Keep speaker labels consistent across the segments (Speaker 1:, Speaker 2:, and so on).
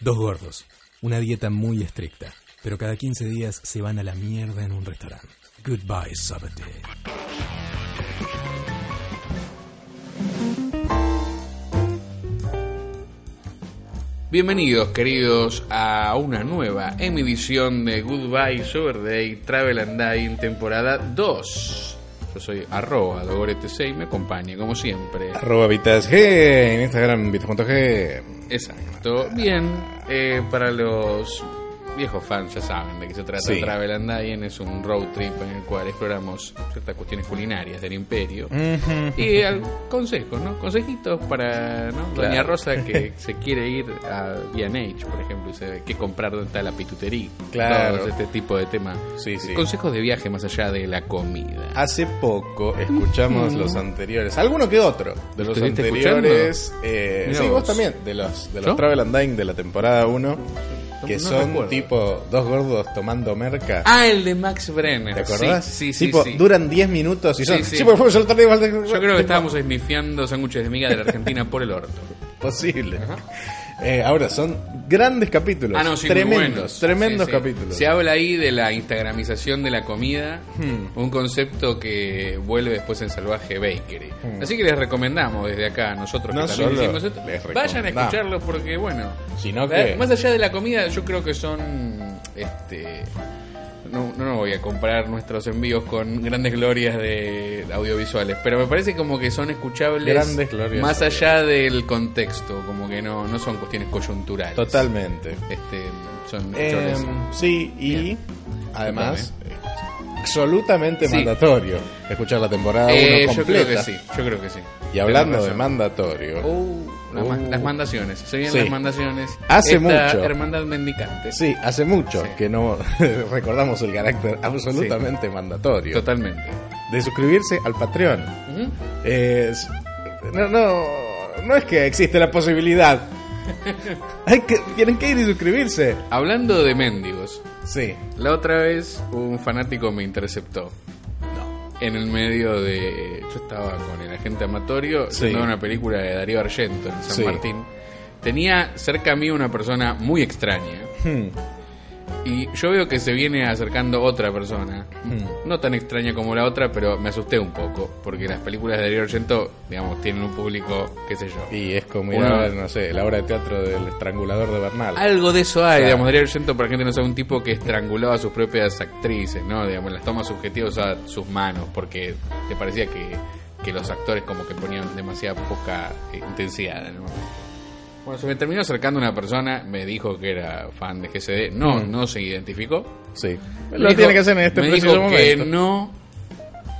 Speaker 1: Dos gordos, una dieta muy estricta, pero cada 15 días se van a la mierda en un restaurante. Goodbye, Sabate.
Speaker 2: Bienvenidos, queridos, a una nueva emisión de Goodbye Sober Day Travel and Dine, temporada 2. Yo soy arroba dogorete6 y me acompaña, como siempre.
Speaker 3: Arroba Vitas G en Instagram, Vitas.g.
Speaker 2: Exacto. Bien, eh, para los viejos fans ya saben de qué se trata
Speaker 3: Sí.
Speaker 2: Travel and Dine. Es un road trip en el cual exploramos ciertas cuestiones culinarias del imperio. Y eh, consejos, ¿no? Consejitos para ¿no? Doña Rosa que se quiere ir a B&H, por ejemplo, y sabe qué comprar donde está la pitutería.
Speaker 3: Claro.
Speaker 2: Todo este tipo de temas.
Speaker 3: Sí, sí. Ah,
Speaker 2: Consejos de viaje más allá de la comida.
Speaker 3: Hace poco escuchamos los anteriores, alguno que otro, de los
Speaker 2: ¿Estuviste
Speaker 3: anteriores. eh,
Speaker 2: Mira
Speaker 3: sí, vos
Speaker 2: vos.
Speaker 3: también, de los, de
Speaker 2: ¿Yo?
Speaker 3: los Travel and Dine de la temporada 1, que
Speaker 2: no
Speaker 3: son
Speaker 2: recuerdo.
Speaker 3: tipo dos gordos tomando merca.
Speaker 2: Ah, el de Max Brenner.
Speaker 3: ¿Te acordás?
Speaker 2: Sí, sí, sí.
Speaker 3: Tipo,
Speaker 2: sí.
Speaker 3: duran 10 minutos y
Speaker 2: Sí,
Speaker 3: son.
Speaker 2: sí.
Speaker 3: Sí, por favor, yo lo tardé igual de-
Speaker 2: Yo creo
Speaker 3: tipo,
Speaker 2: que estábamos esmifiando sándwiches de miga de la Argentina por el orto.
Speaker 3: Posible. Eh, ahora, son grandes capítulos.
Speaker 2: Ah, no, sí, muy
Speaker 3: tremendos,
Speaker 2: buenos.
Speaker 3: tremendos
Speaker 2: Sí, sí.
Speaker 3: capítulos.
Speaker 2: Se habla ahí de la instagramización de la comida,
Speaker 3: Hmm.
Speaker 2: un concepto que vuelve después en Salvaje Bakery. Así que les recomendamos desde acá, nosotros
Speaker 3: Hmm. No
Speaker 2: que
Speaker 3: solo
Speaker 2: también hicimos esto,
Speaker 3: les
Speaker 2: vayan a
Speaker 3: recomendamos.
Speaker 2: escucharlo porque, bueno,
Speaker 3: Sino
Speaker 2: la-
Speaker 3: que-
Speaker 2: más allá de la comida, yo creo que son, este... No, no, no voy a comparar nuestros envíos con grandes glorias de audiovisuales, pero me parece como que son escuchables
Speaker 3: Grandes glorias
Speaker 2: más allá del contexto, como que no, no son cuestiones coyunturales.
Speaker 3: Totalmente.
Speaker 2: Este, son
Speaker 3: Eh,
Speaker 2: choles.
Speaker 3: sí, y además, eh, absolutamente
Speaker 2: Sí.
Speaker 3: mandatorio escuchar la temporada 1
Speaker 2: Eh, yo
Speaker 3: completa.
Speaker 2: creo que sí, yo creo que sí.
Speaker 3: Y hablando
Speaker 2: Tenés
Speaker 3: de
Speaker 2: razón.
Speaker 3: mandatorio,
Speaker 2: las,
Speaker 3: Uh.
Speaker 2: ma- las mandaciones, se vienen
Speaker 3: Sí.
Speaker 2: las mandaciones.
Speaker 3: Hace
Speaker 2: Esta
Speaker 3: mucho.
Speaker 2: Hermandad mendicante.
Speaker 3: sí, hace mucho
Speaker 2: Sí.
Speaker 3: que no recordamos el carácter absolutamente mandatorio
Speaker 2: Totalmente.
Speaker 3: de suscribirse al Patreon.
Speaker 2: Ujú.
Speaker 3: Es- no, no, no es que existe la posibilidad. Hay que, tienen que ir y suscribirse.
Speaker 2: Hablando de mendigos,
Speaker 3: Sí.
Speaker 2: la otra vez un fanático me interceptó. En el medio de. Yo estaba con el agente amatorio,
Speaker 3: Sí.
Speaker 2: viendo una película de Darío Argento en San
Speaker 3: Sí.
Speaker 2: Martín. Tenía cerca a mí una persona muy extraña.
Speaker 3: Hmm.
Speaker 2: Y yo veo que se viene acercando otra persona.
Speaker 3: Hmm.
Speaker 2: No tan extraña como la otra, pero me asusté un poco. Porque las películas de Darío Argento, digamos, tienen un público, qué sé yo.
Speaker 3: Y es como ir
Speaker 2: Una-
Speaker 3: a ver, no sé, la obra de teatro del estrangulador de Bernal.
Speaker 2: Algo de eso hay,
Speaker 3: Claro.
Speaker 2: digamos, Darío Argento, para gente no sabe, un tipo que estrangulaba a sus propias actrices, ¿no? Digamos, las tomas subjetivas a sus manos, porque te parecía que, que los actores como que ponían demasiada poca eh, intensidad, ¿no? Bueno, se me terminó acercando una persona, me dijo que era fan de GCD, no,
Speaker 3: Hmm.
Speaker 2: no se identificó,
Speaker 3: Sí.
Speaker 2: Me
Speaker 3: Lo
Speaker 2: dijo-
Speaker 3: tiene que hacer en este
Speaker 2: me
Speaker 3: preciso
Speaker 2: dijo
Speaker 3: momento.
Speaker 2: que no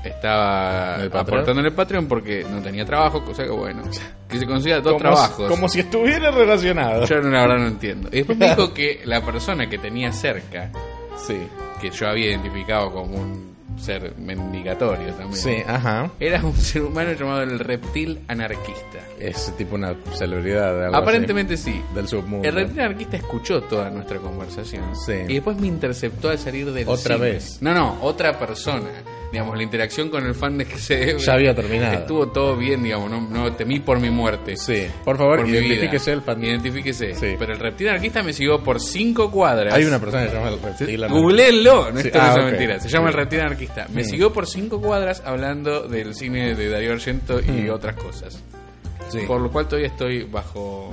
Speaker 2: estaba
Speaker 3: ¿En el Patreon?
Speaker 2: aportando en el Patreon porque no tenía trabajo, cosa que bueno, que se consiga dos
Speaker 3: como,
Speaker 2: trabajos.
Speaker 3: como si estuviera relacionado.
Speaker 2: Yo no, la verdad no entiendo. Y después me dijo que la persona que tenía cerca,
Speaker 3: Sí.
Speaker 2: que yo había identificado como un ser mendigatorio también,
Speaker 3: Sí, ajá.
Speaker 2: era un ser humano llamado el reptil anarquista.
Speaker 3: Es tipo una celebridad. algo así.
Speaker 2: Aparentemente sí.
Speaker 3: Del submundo.
Speaker 2: El reptil anarquista escuchó toda nuestra conversación.
Speaker 3: Sí.
Speaker 2: Y después me interceptó al salir del
Speaker 3: Otra
Speaker 2: cine.
Speaker 3: vez.
Speaker 2: No, no, otra persona. Digamos, la interacción con el fan de que se
Speaker 3: Ya había terminado.
Speaker 2: Estuvo todo bien, digamos, no, no temí por mi muerte.
Speaker 3: Sí. Por favor,
Speaker 2: Por mi
Speaker 3: identifíquese
Speaker 2: vida.
Speaker 3: el fan.
Speaker 2: Identifíquese.
Speaker 3: Sí.
Speaker 2: Pero el reptil anarquista me siguió por cinco cuadras.
Speaker 3: Hay una persona que se llama el reptil. anarquista.
Speaker 2: Googleenlo, no
Speaker 3: Sí,
Speaker 2: esto no
Speaker 3: ah,
Speaker 2: es una
Speaker 3: ok. Mm.
Speaker 2: mentira. Se llama
Speaker 3: Sí.
Speaker 2: El Reptil Anarquista. Me siguió por cinco cuadras hablando del cine de Darío Argento y otras cosas.
Speaker 3: Mm. Sí.
Speaker 2: Por lo cual todavía estoy bajo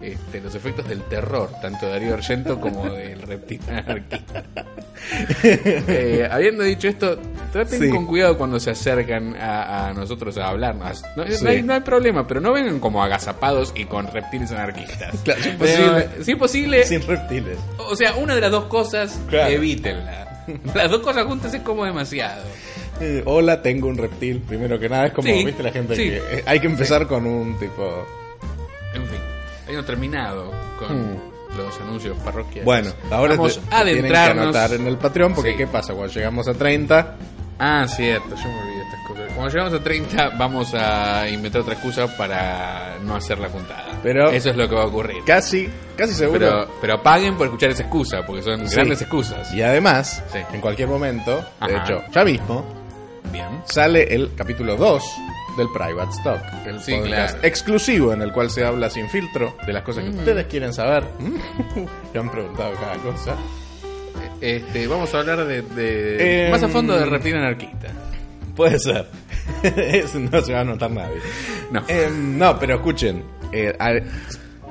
Speaker 2: este, los efectos del terror, tanto de Darío Argento como del reptil anarquista. Eh, habiendo dicho esto, traten
Speaker 3: Sí.
Speaker 2: con cuidado cuando se acercan a, a nosotros a hablarnos. No, no
Speaker 3: Sí.
Speaker 2: hay, no hay problema, pero no vengan como agazapados y con reptiles anarquistas.
Speaker 3: Claro, si es
Speaker 2: Pero, eh,
Speaker 3: posible.
Speaker 2: si es posible,
Speaker 3: Sin reptiles.
Speaker 2: o sea, una de las dos cosas,
Speaker 3: Claro.
Speaker 2: evítenla. Las dos cosas juntas es como demasiado.
Speaker 3: Eh, Hola, tengo un reptil. Primero que nada, es como,
Speaker 2: Sí.
Speaker 3: viste, la gente
Speaker 2: Sí.
Speaker 3: que. eh, hay que empezar con un tipo.
Speaker 2: En fin, hay un terminado con los anuncios parroquiales.
Speaker 3: Hmm. Bueno, ahora te-
Speaker 2: vamos
Speaker 3: te
Speaker 2: a
Speaker 3: tienen que
Speaker 2: adentrarnos.
Speaker 3: anotar en el Patreon porque
Speaker 2: Sí.
Speaker 3: ¿qué pasa? Cuando llegamos a 30,
Speaker 2: Ah, cierto, yo me olvidé estas cosas. Cuando llegamos a 30 vamos a inventar otra excusa para no hacer la puntada.
Speaker 3: Pero-
Speaker 2: Eso es lo que va a ocurrir.
Speaker 3: casi, casi seguro.
Speaker 2: Pero, pero paguen por escuchar esa excusa, porque son
Speaker 3: Sí.
Speaker 2: grandes excusas.
Speaker 3: Y además,
Speaker 2: Sí.
Speaker 3: en cualquier momento, de
Speaker 2: Ajá.
Speaker 3: hecho, ya mismo,
Speaker 2: Bien.
Speaker 3: sale el capítulo 2 del Private Stock, el
Speaker 2: Sí,
Speaker 3: podcast
Speaker 2: claro. Mm.
Speaker 3: exclusivo en el cual se habla sin filtro de las cosas que ustedes quieren saber. Ya han preguntado cada cosa.
Speaker 2: Este, vamos a hablar de, de-
Speaker 3: Em.
Speaker 2: más a fondo de Reptil Anarquista.
Speaker 3: Puede ser. Eso no se va a notar nadie.
Speaker 2: No.
Speaker 3: Em, no, pero escuchen. eh, a,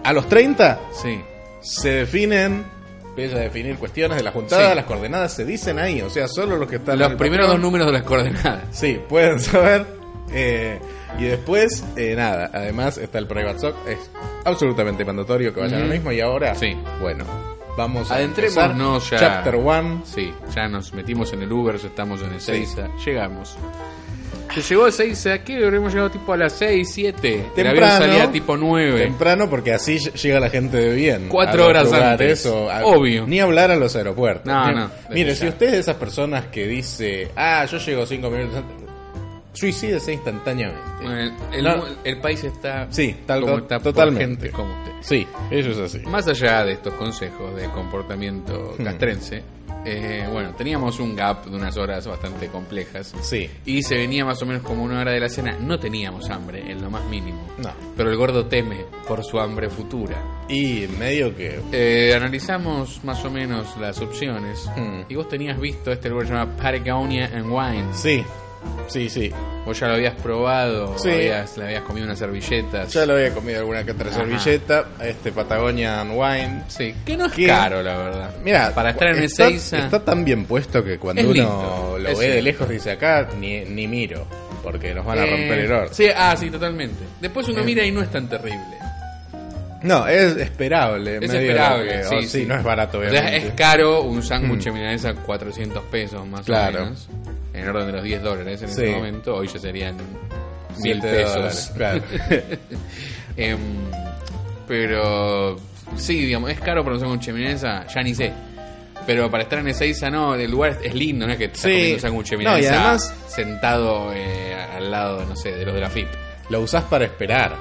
Speaker 3: a los 30
Speaker 2: Sí.
Speaker 3: se definen, empieza a definir cuestiones de la juntada,
Speaker 2: Sí.
Speaker 3: las coordenadas se dicen ahí. O sea, solo los que están. en
Speaker 2: Los
Speaker 3: el
Speaker 2: primeros dos
Speaker 3: Patreon,
Speaker 2: números de las coordenadas.
Speaker 3: Sí, pueden saber. eh, y después, eh, nada. Además, está el Private Sock. Es absolutamente mandatorio que vayan a lo mismo. Y ahora,
Speaker 2: Sí.
Speaker 3: bueno, vamos a. empezar.
Speaker 2: Adentrémonos ya.
Speaker 3: Chapter 1.
Speaker 2: Sí, ya nos metimos en el Uber, ya estamos en Ezeiza. Llegamos. Se llegó a Ezeiza, ¿qué? Habremos llegado tipo a las 6, 7. El avión
Speaker 3: Temprano.
Speaker 2: salía tipo 9.
Speaker 3: Temprano porque así ll- llega la gente de bien.
Speaker 2: Cuatro
Speaker 3: A los
Speaker 2: horas antes.
Speaker 3: lugares o a-
Speaker 2: Obvio.
Speaker 3: Ni hablar a los aeropuertos.
Speaker 2: No,
Speaker 3: Ni-
Speaker 2: no,
Speaker 3: Mire,
Speaker 2: desde
Speaker 3: si
Speaker 2: ya.
Speaker 3: usted es de esas personas que dice, ah, yo llego cinco minutos antes, suicídese instantáneamente.
Speaker 2: Bueno, el,
Speaker 3: No.
Speaker 2: mu- el país está
Speaker 3: Sí, tal
Speaker 2: como
Speaker 3: cual,
Speaker 2: está
Speaker 3: totalmente.
Speaker 2: por gente como usted.
Speaker 3: Sí, eso es así.
Speaker 2: Más allá de estos consejos de comportamiento
Speaker 3: Hmm.
Speaker 2: castrense, eh, bueno, teníamos un gap de unas horas bastante complejas.
Speaker 3: Sí.
Speaker 2: Y se venía más o menos como una hora de la cena. No teníamos hambre, en lo más mínimo.
Speaker 3: No.
Speaker 2: Pero el gordo teme por su hambre futura.
Speaker 3: Y medio que...
Speaker 2: Eh, analizamos más o menos las opciones.
Speaker 3: Hmm.
Speaker 2: Y vos tenías visto este lugar llamado Patagonia and Wines.
Speaker 3: Sí, sí, sí.
Speaker 2: Vos ya lo habías probado,
Speaker 3: Sí.
Speaker 2: habías- le habías comido unas servilletas.
Speaker 3: Ya lo había comido alguna que otra
Speaker 2: Ajá.
Speaker 3: servilleta, este Patagonia and Wine.
Speaker 2: Sí, que no es
Speaker 3: ¿Qué?
Speaker 2: caro, la verdad.
Speaker 3: Mira,
Speaker 2: para estar en
Speaker 3: está,
Speaker 2: Ezeiza.
Speaker 3: está tan bien puesto que cuando
Speaker 2: Es
Speaker 3: uno
Speaker 2: lindo,
Speaker 3: lo
Speaker 2: es
Speaker 3: ve de
Speaker 2: lindo.
Speaker 3: lejos dice acá, ni, ni miro, porque nos van a
Speaker 2: Eh,
Speaker 3: romper el orto.
Speaker 2: Sí, ah, sí, totalmente. Después uno mira y no es tan terrible.
Speaker 3: No, es esperable.
Speaker 2: Es
Speaker 3: medio
Speaker 2: esperable.
Speaker 3: lo que-
Speaker 2: sí,
Speaker 3: oh, sí,
Speaker 2: sí.
Speaker 3: no es barato,
Speaker 2: O sea,
Speaker 3: obviamente. Mm.
Speaker 2: es caro un sándwich de milanesa 400 pesos más
Speaker 3: Claro.
Speaker 2: o menos. En el orden de los 10 dólares en
Speaker 3: Sí.
Speaker 2: ese momento. Hoy ya serían 1000
Speaker 3: Siete dólares,
Speaker 2: pesos.
Speaker 3: claro.
Speaker 2: Em, pero sí, digamos, es caro para un sándwich de milanesa, ya ni sé. Pero para estar en Ezeiza, no, el lugar es- es lindo, no es que estás
Speaker 3: Sí.
Speaker 2: comiendo un sándwich de
Speaker 3: No, y
Speaker 2: milanesa
Speaker 3: además-
Speaker 2: sentado eh, al lado, no sé, de los de la FIP.
Speaker 3: Lo usás para esperar.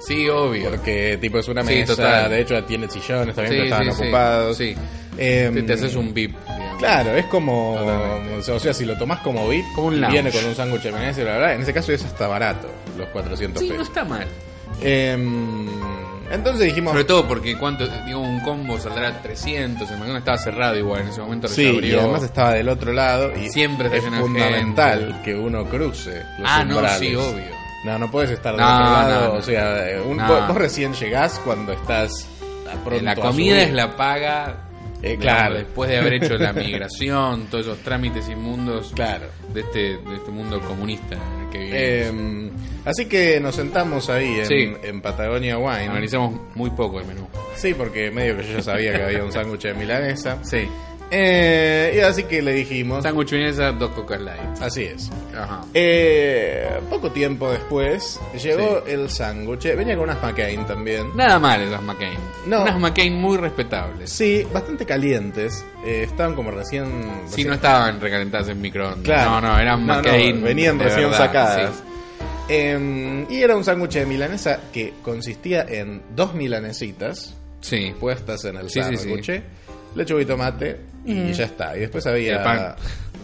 Speaker 2: Sí, obvio.
Speaker 3: Porque, tipo, es una
Speaker 2: Sí,
Speaker 3: mesa.
Speaker 2: total.
Speaker 3: De hecho, tiene sillones también,
Speaker 2: Sí,
Speaker 3: pero estaban
Speaker 2: sí, sí.
Speaker 3: ocupados.
Speaker 2: Sí.
Speaker 3: Em,
Speaker 2: Te, te haces un VIP. digamos.
Speaker 3: Claro, es como.
Speaker 2: Totalmente.
Speaker 3: O sea, si lo tomás como VIP,
Speaker 2: Como un lounge.
Speaker 3: viene con un sándwich de milanesa y bla, bla, bla. En ese caso, es hasta barato, los 400
Speaker 2: Sí, no
Speaker 3: pesos.
Speaker 2: está mal.
Speaker 3: Em, entonces dijimos.
Speaker 2: Sobre todo porque cuánto, digo, un combo saldrá 300. El McDonald's estaba cerrado igual en ese momento. Eh,
Speaker 3: Sí, y
Speaker 2: reabrió.
Speaker 3: además estaba del otro lado y
Speaker 2: Siempre está
Speaker 3: es
Speaker 2: lleno de
Speaker 3: fundamental
Speaker 2: gente.
Speaker 3: que uno cruce los
Speaker 2: Ah, no,
Speaker 3: umbrales.
Speaker 2: sí, obvio.
Speaker 3: No, no puedes estar del
Speaker 2: No,
Speaker 3: otro lado,
Speaker 2: no, no.
Speaker 3: o sea, eh, un-
Speaker 2: No.
Speaker 3: vos, vos recién llegás cuando estás a pronto
Speaker 2: la
Speaker 3: a
Speaker 2: comida
Speaker 3: subir.
Speaker 2: es la paga.
Speaker 3: Eh,
Speaker 2: digamos,
Speaker 3: claro.
Speaker 2: Después de haber hecho la migración, todos esos trámites inmundos
Speaker 3: Claro.
Speaker 2: de, este, de este mundo comunista en el que vivimos.
Speaker 3: Eh, así que nos sentamos ahí en,
Speaker 2: Sí.
Speaker 3: en Patagonia Wine.
Speaker 2: Analizamos Eh, muy poco el menú.
Speaker 3: Sí, porque medio que yo ya sabía que había un sándwich de milanesa.
Speaker 2: Sí.
Speaker 3: Eh, y así que le dijimos.
Speaker 2: Sándwich vienesa, dos cocas light.
Speaker 3: Así es.
Speaker 2: Ajá.
Speaker 3: Eh, poco tiempo después llegó el sándwich. Eh, Venía con unas McCain también.
Speaker 2: Nada mal esas McCain.
Speaker 3: No.
Speaker 2: Unas McCain muy respetables.
Speaker 3: Sí, bastante calientes. Eh, estaban como recién.
Speaker 2: Si
Speaker 3: recién-
Speaker 2: no estaban recalentadas en microondas.
Speaker 3: Claro.
Speaker 2: No, no, eran
Speaker 3: No, no,
Speaker 2: McCain.
Speaker 3: venían
Speaker 2: de
Speaker 3: recién
Speaker 2: verdad,
Speaker 3: sacadas.
Speaker 2: sí.
Speaker 3: Em, y era un sándwich de milanesa que consistía en dos milanesitas
Speaker 2: Sí.
Speaker 3: puestas en el
Speaker 2: Sí, sí,
Speaker 3: sándwich. Lechuga y tomate. Y ya está. Y después había.
Speaker 2: El pan.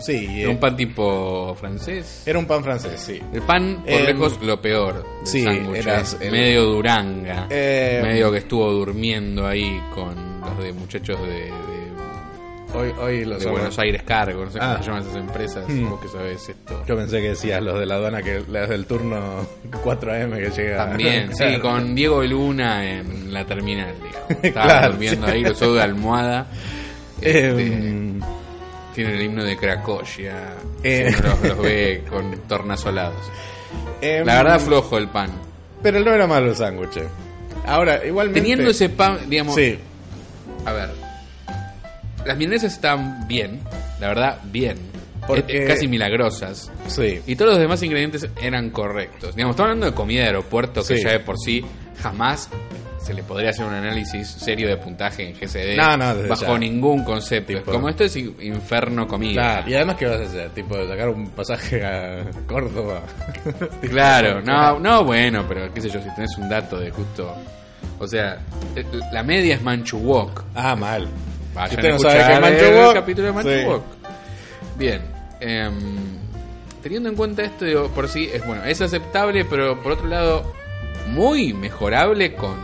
Speaker 3: Sí, y,
Speaker 2: Era
Speaker 3: eh,
Speaker 2: un pan tipo francés.
Speaker 3: era un pan francés, sí.
Speaker 2: El pan, por
Speaker 3: Em,
Speaker 2: lejos, lo peor. del
Speaker 3: sí,
Speaker 2: sándwich,
Speaker 3: eras
Speaker 2: eh.
Speaker 3: el-
Speaker 2: medio duranga.
Speaker 3: Em,
Speaker 2: medio que estuvo durmiendo ahí con los de muchachos de, de-
Speaker 3: Hoy, hoy los
Speaker 2: de Buenos Aires Cargo. No sé
Speaker 3: Ah. Hmm.
Speaker 2: cómo se llaman esas empresas. Vos que sabés esto.
Speaker 3: Yo pensé que decías los de la aduana que le das el turno 4 am que llega.
Speaker 2: También, sí,
Speaker 3: Claro.
Speaker 2: con Diego Luna en la terminal, digamos. Estaba
Speaker 3: Claro,
Speaker 2: durmiendo
Speaker 3: sí.
Speaker 2: ahí, cruzado de almohada. Este,
Speaker 3: Em,
Speaker 2: Tiene el himno de Cracovia.
Speaker 3: Eh.
Speaker 2: Uno Los, los ve con tornasolados.
Speaker 3: em,
Speaker 2: este, La verdad, flojo el pan.
Speaker 3: Pero no era malo el sándwich. Ahora, igualmente.
Speaker 2: Teniendo ese pan, digamos.
Speaker 3: Sí,
Speaker 2: A ver. Las milanesas están bien. La verdad, bien.
Speaker 3: Porque-
Speaker 2: Eh, Casi milagrosas.
Speaker 3: sí.
Speaker 2: Y todos los demás ingredientes eran correctos. Digamos, estamos hablando de comida de aeropuerto que
Speaker 3: Sí.
Speaker 2: ya de por sí jamás se le podría hacer un análisis serio de puntaje en GCD
Speaker 3: No, no, desde
Speaker 2: bajo
Speaker 3: ya.
Speaker 2: ningún concepto.
Speaker 3: Tipo-
Speaker 2: Como esto es in- inferno comida.
Speaker 3: Claro, y además, ¿qué vas a hacer? Tipo, sacar un pasaje a Córdoba.
Speaker 2: Claro, no, no, bueno, pero qué sé yo, si tenés un dato de justo. O sea, eh, la media es Manchu Walk.
Speaker 3: Ah, mal.
Speaker 2: Vayan
Speaker 3: Si usted
Speaker 2: a
Speaker 3: no sabe qué es
Speaker 2: escuchar
Speaker 3: Manchu
Speaker 2: el
Speaker 3: Walk,
Speaker 2: capítulo de Manchu
Speaker 3: sí.
Speaker 2: Walk. Bien. em, teniendo en cuenta esto, digo, por sí es bueno, es aceptable, pero por otro lado, muy mejorable con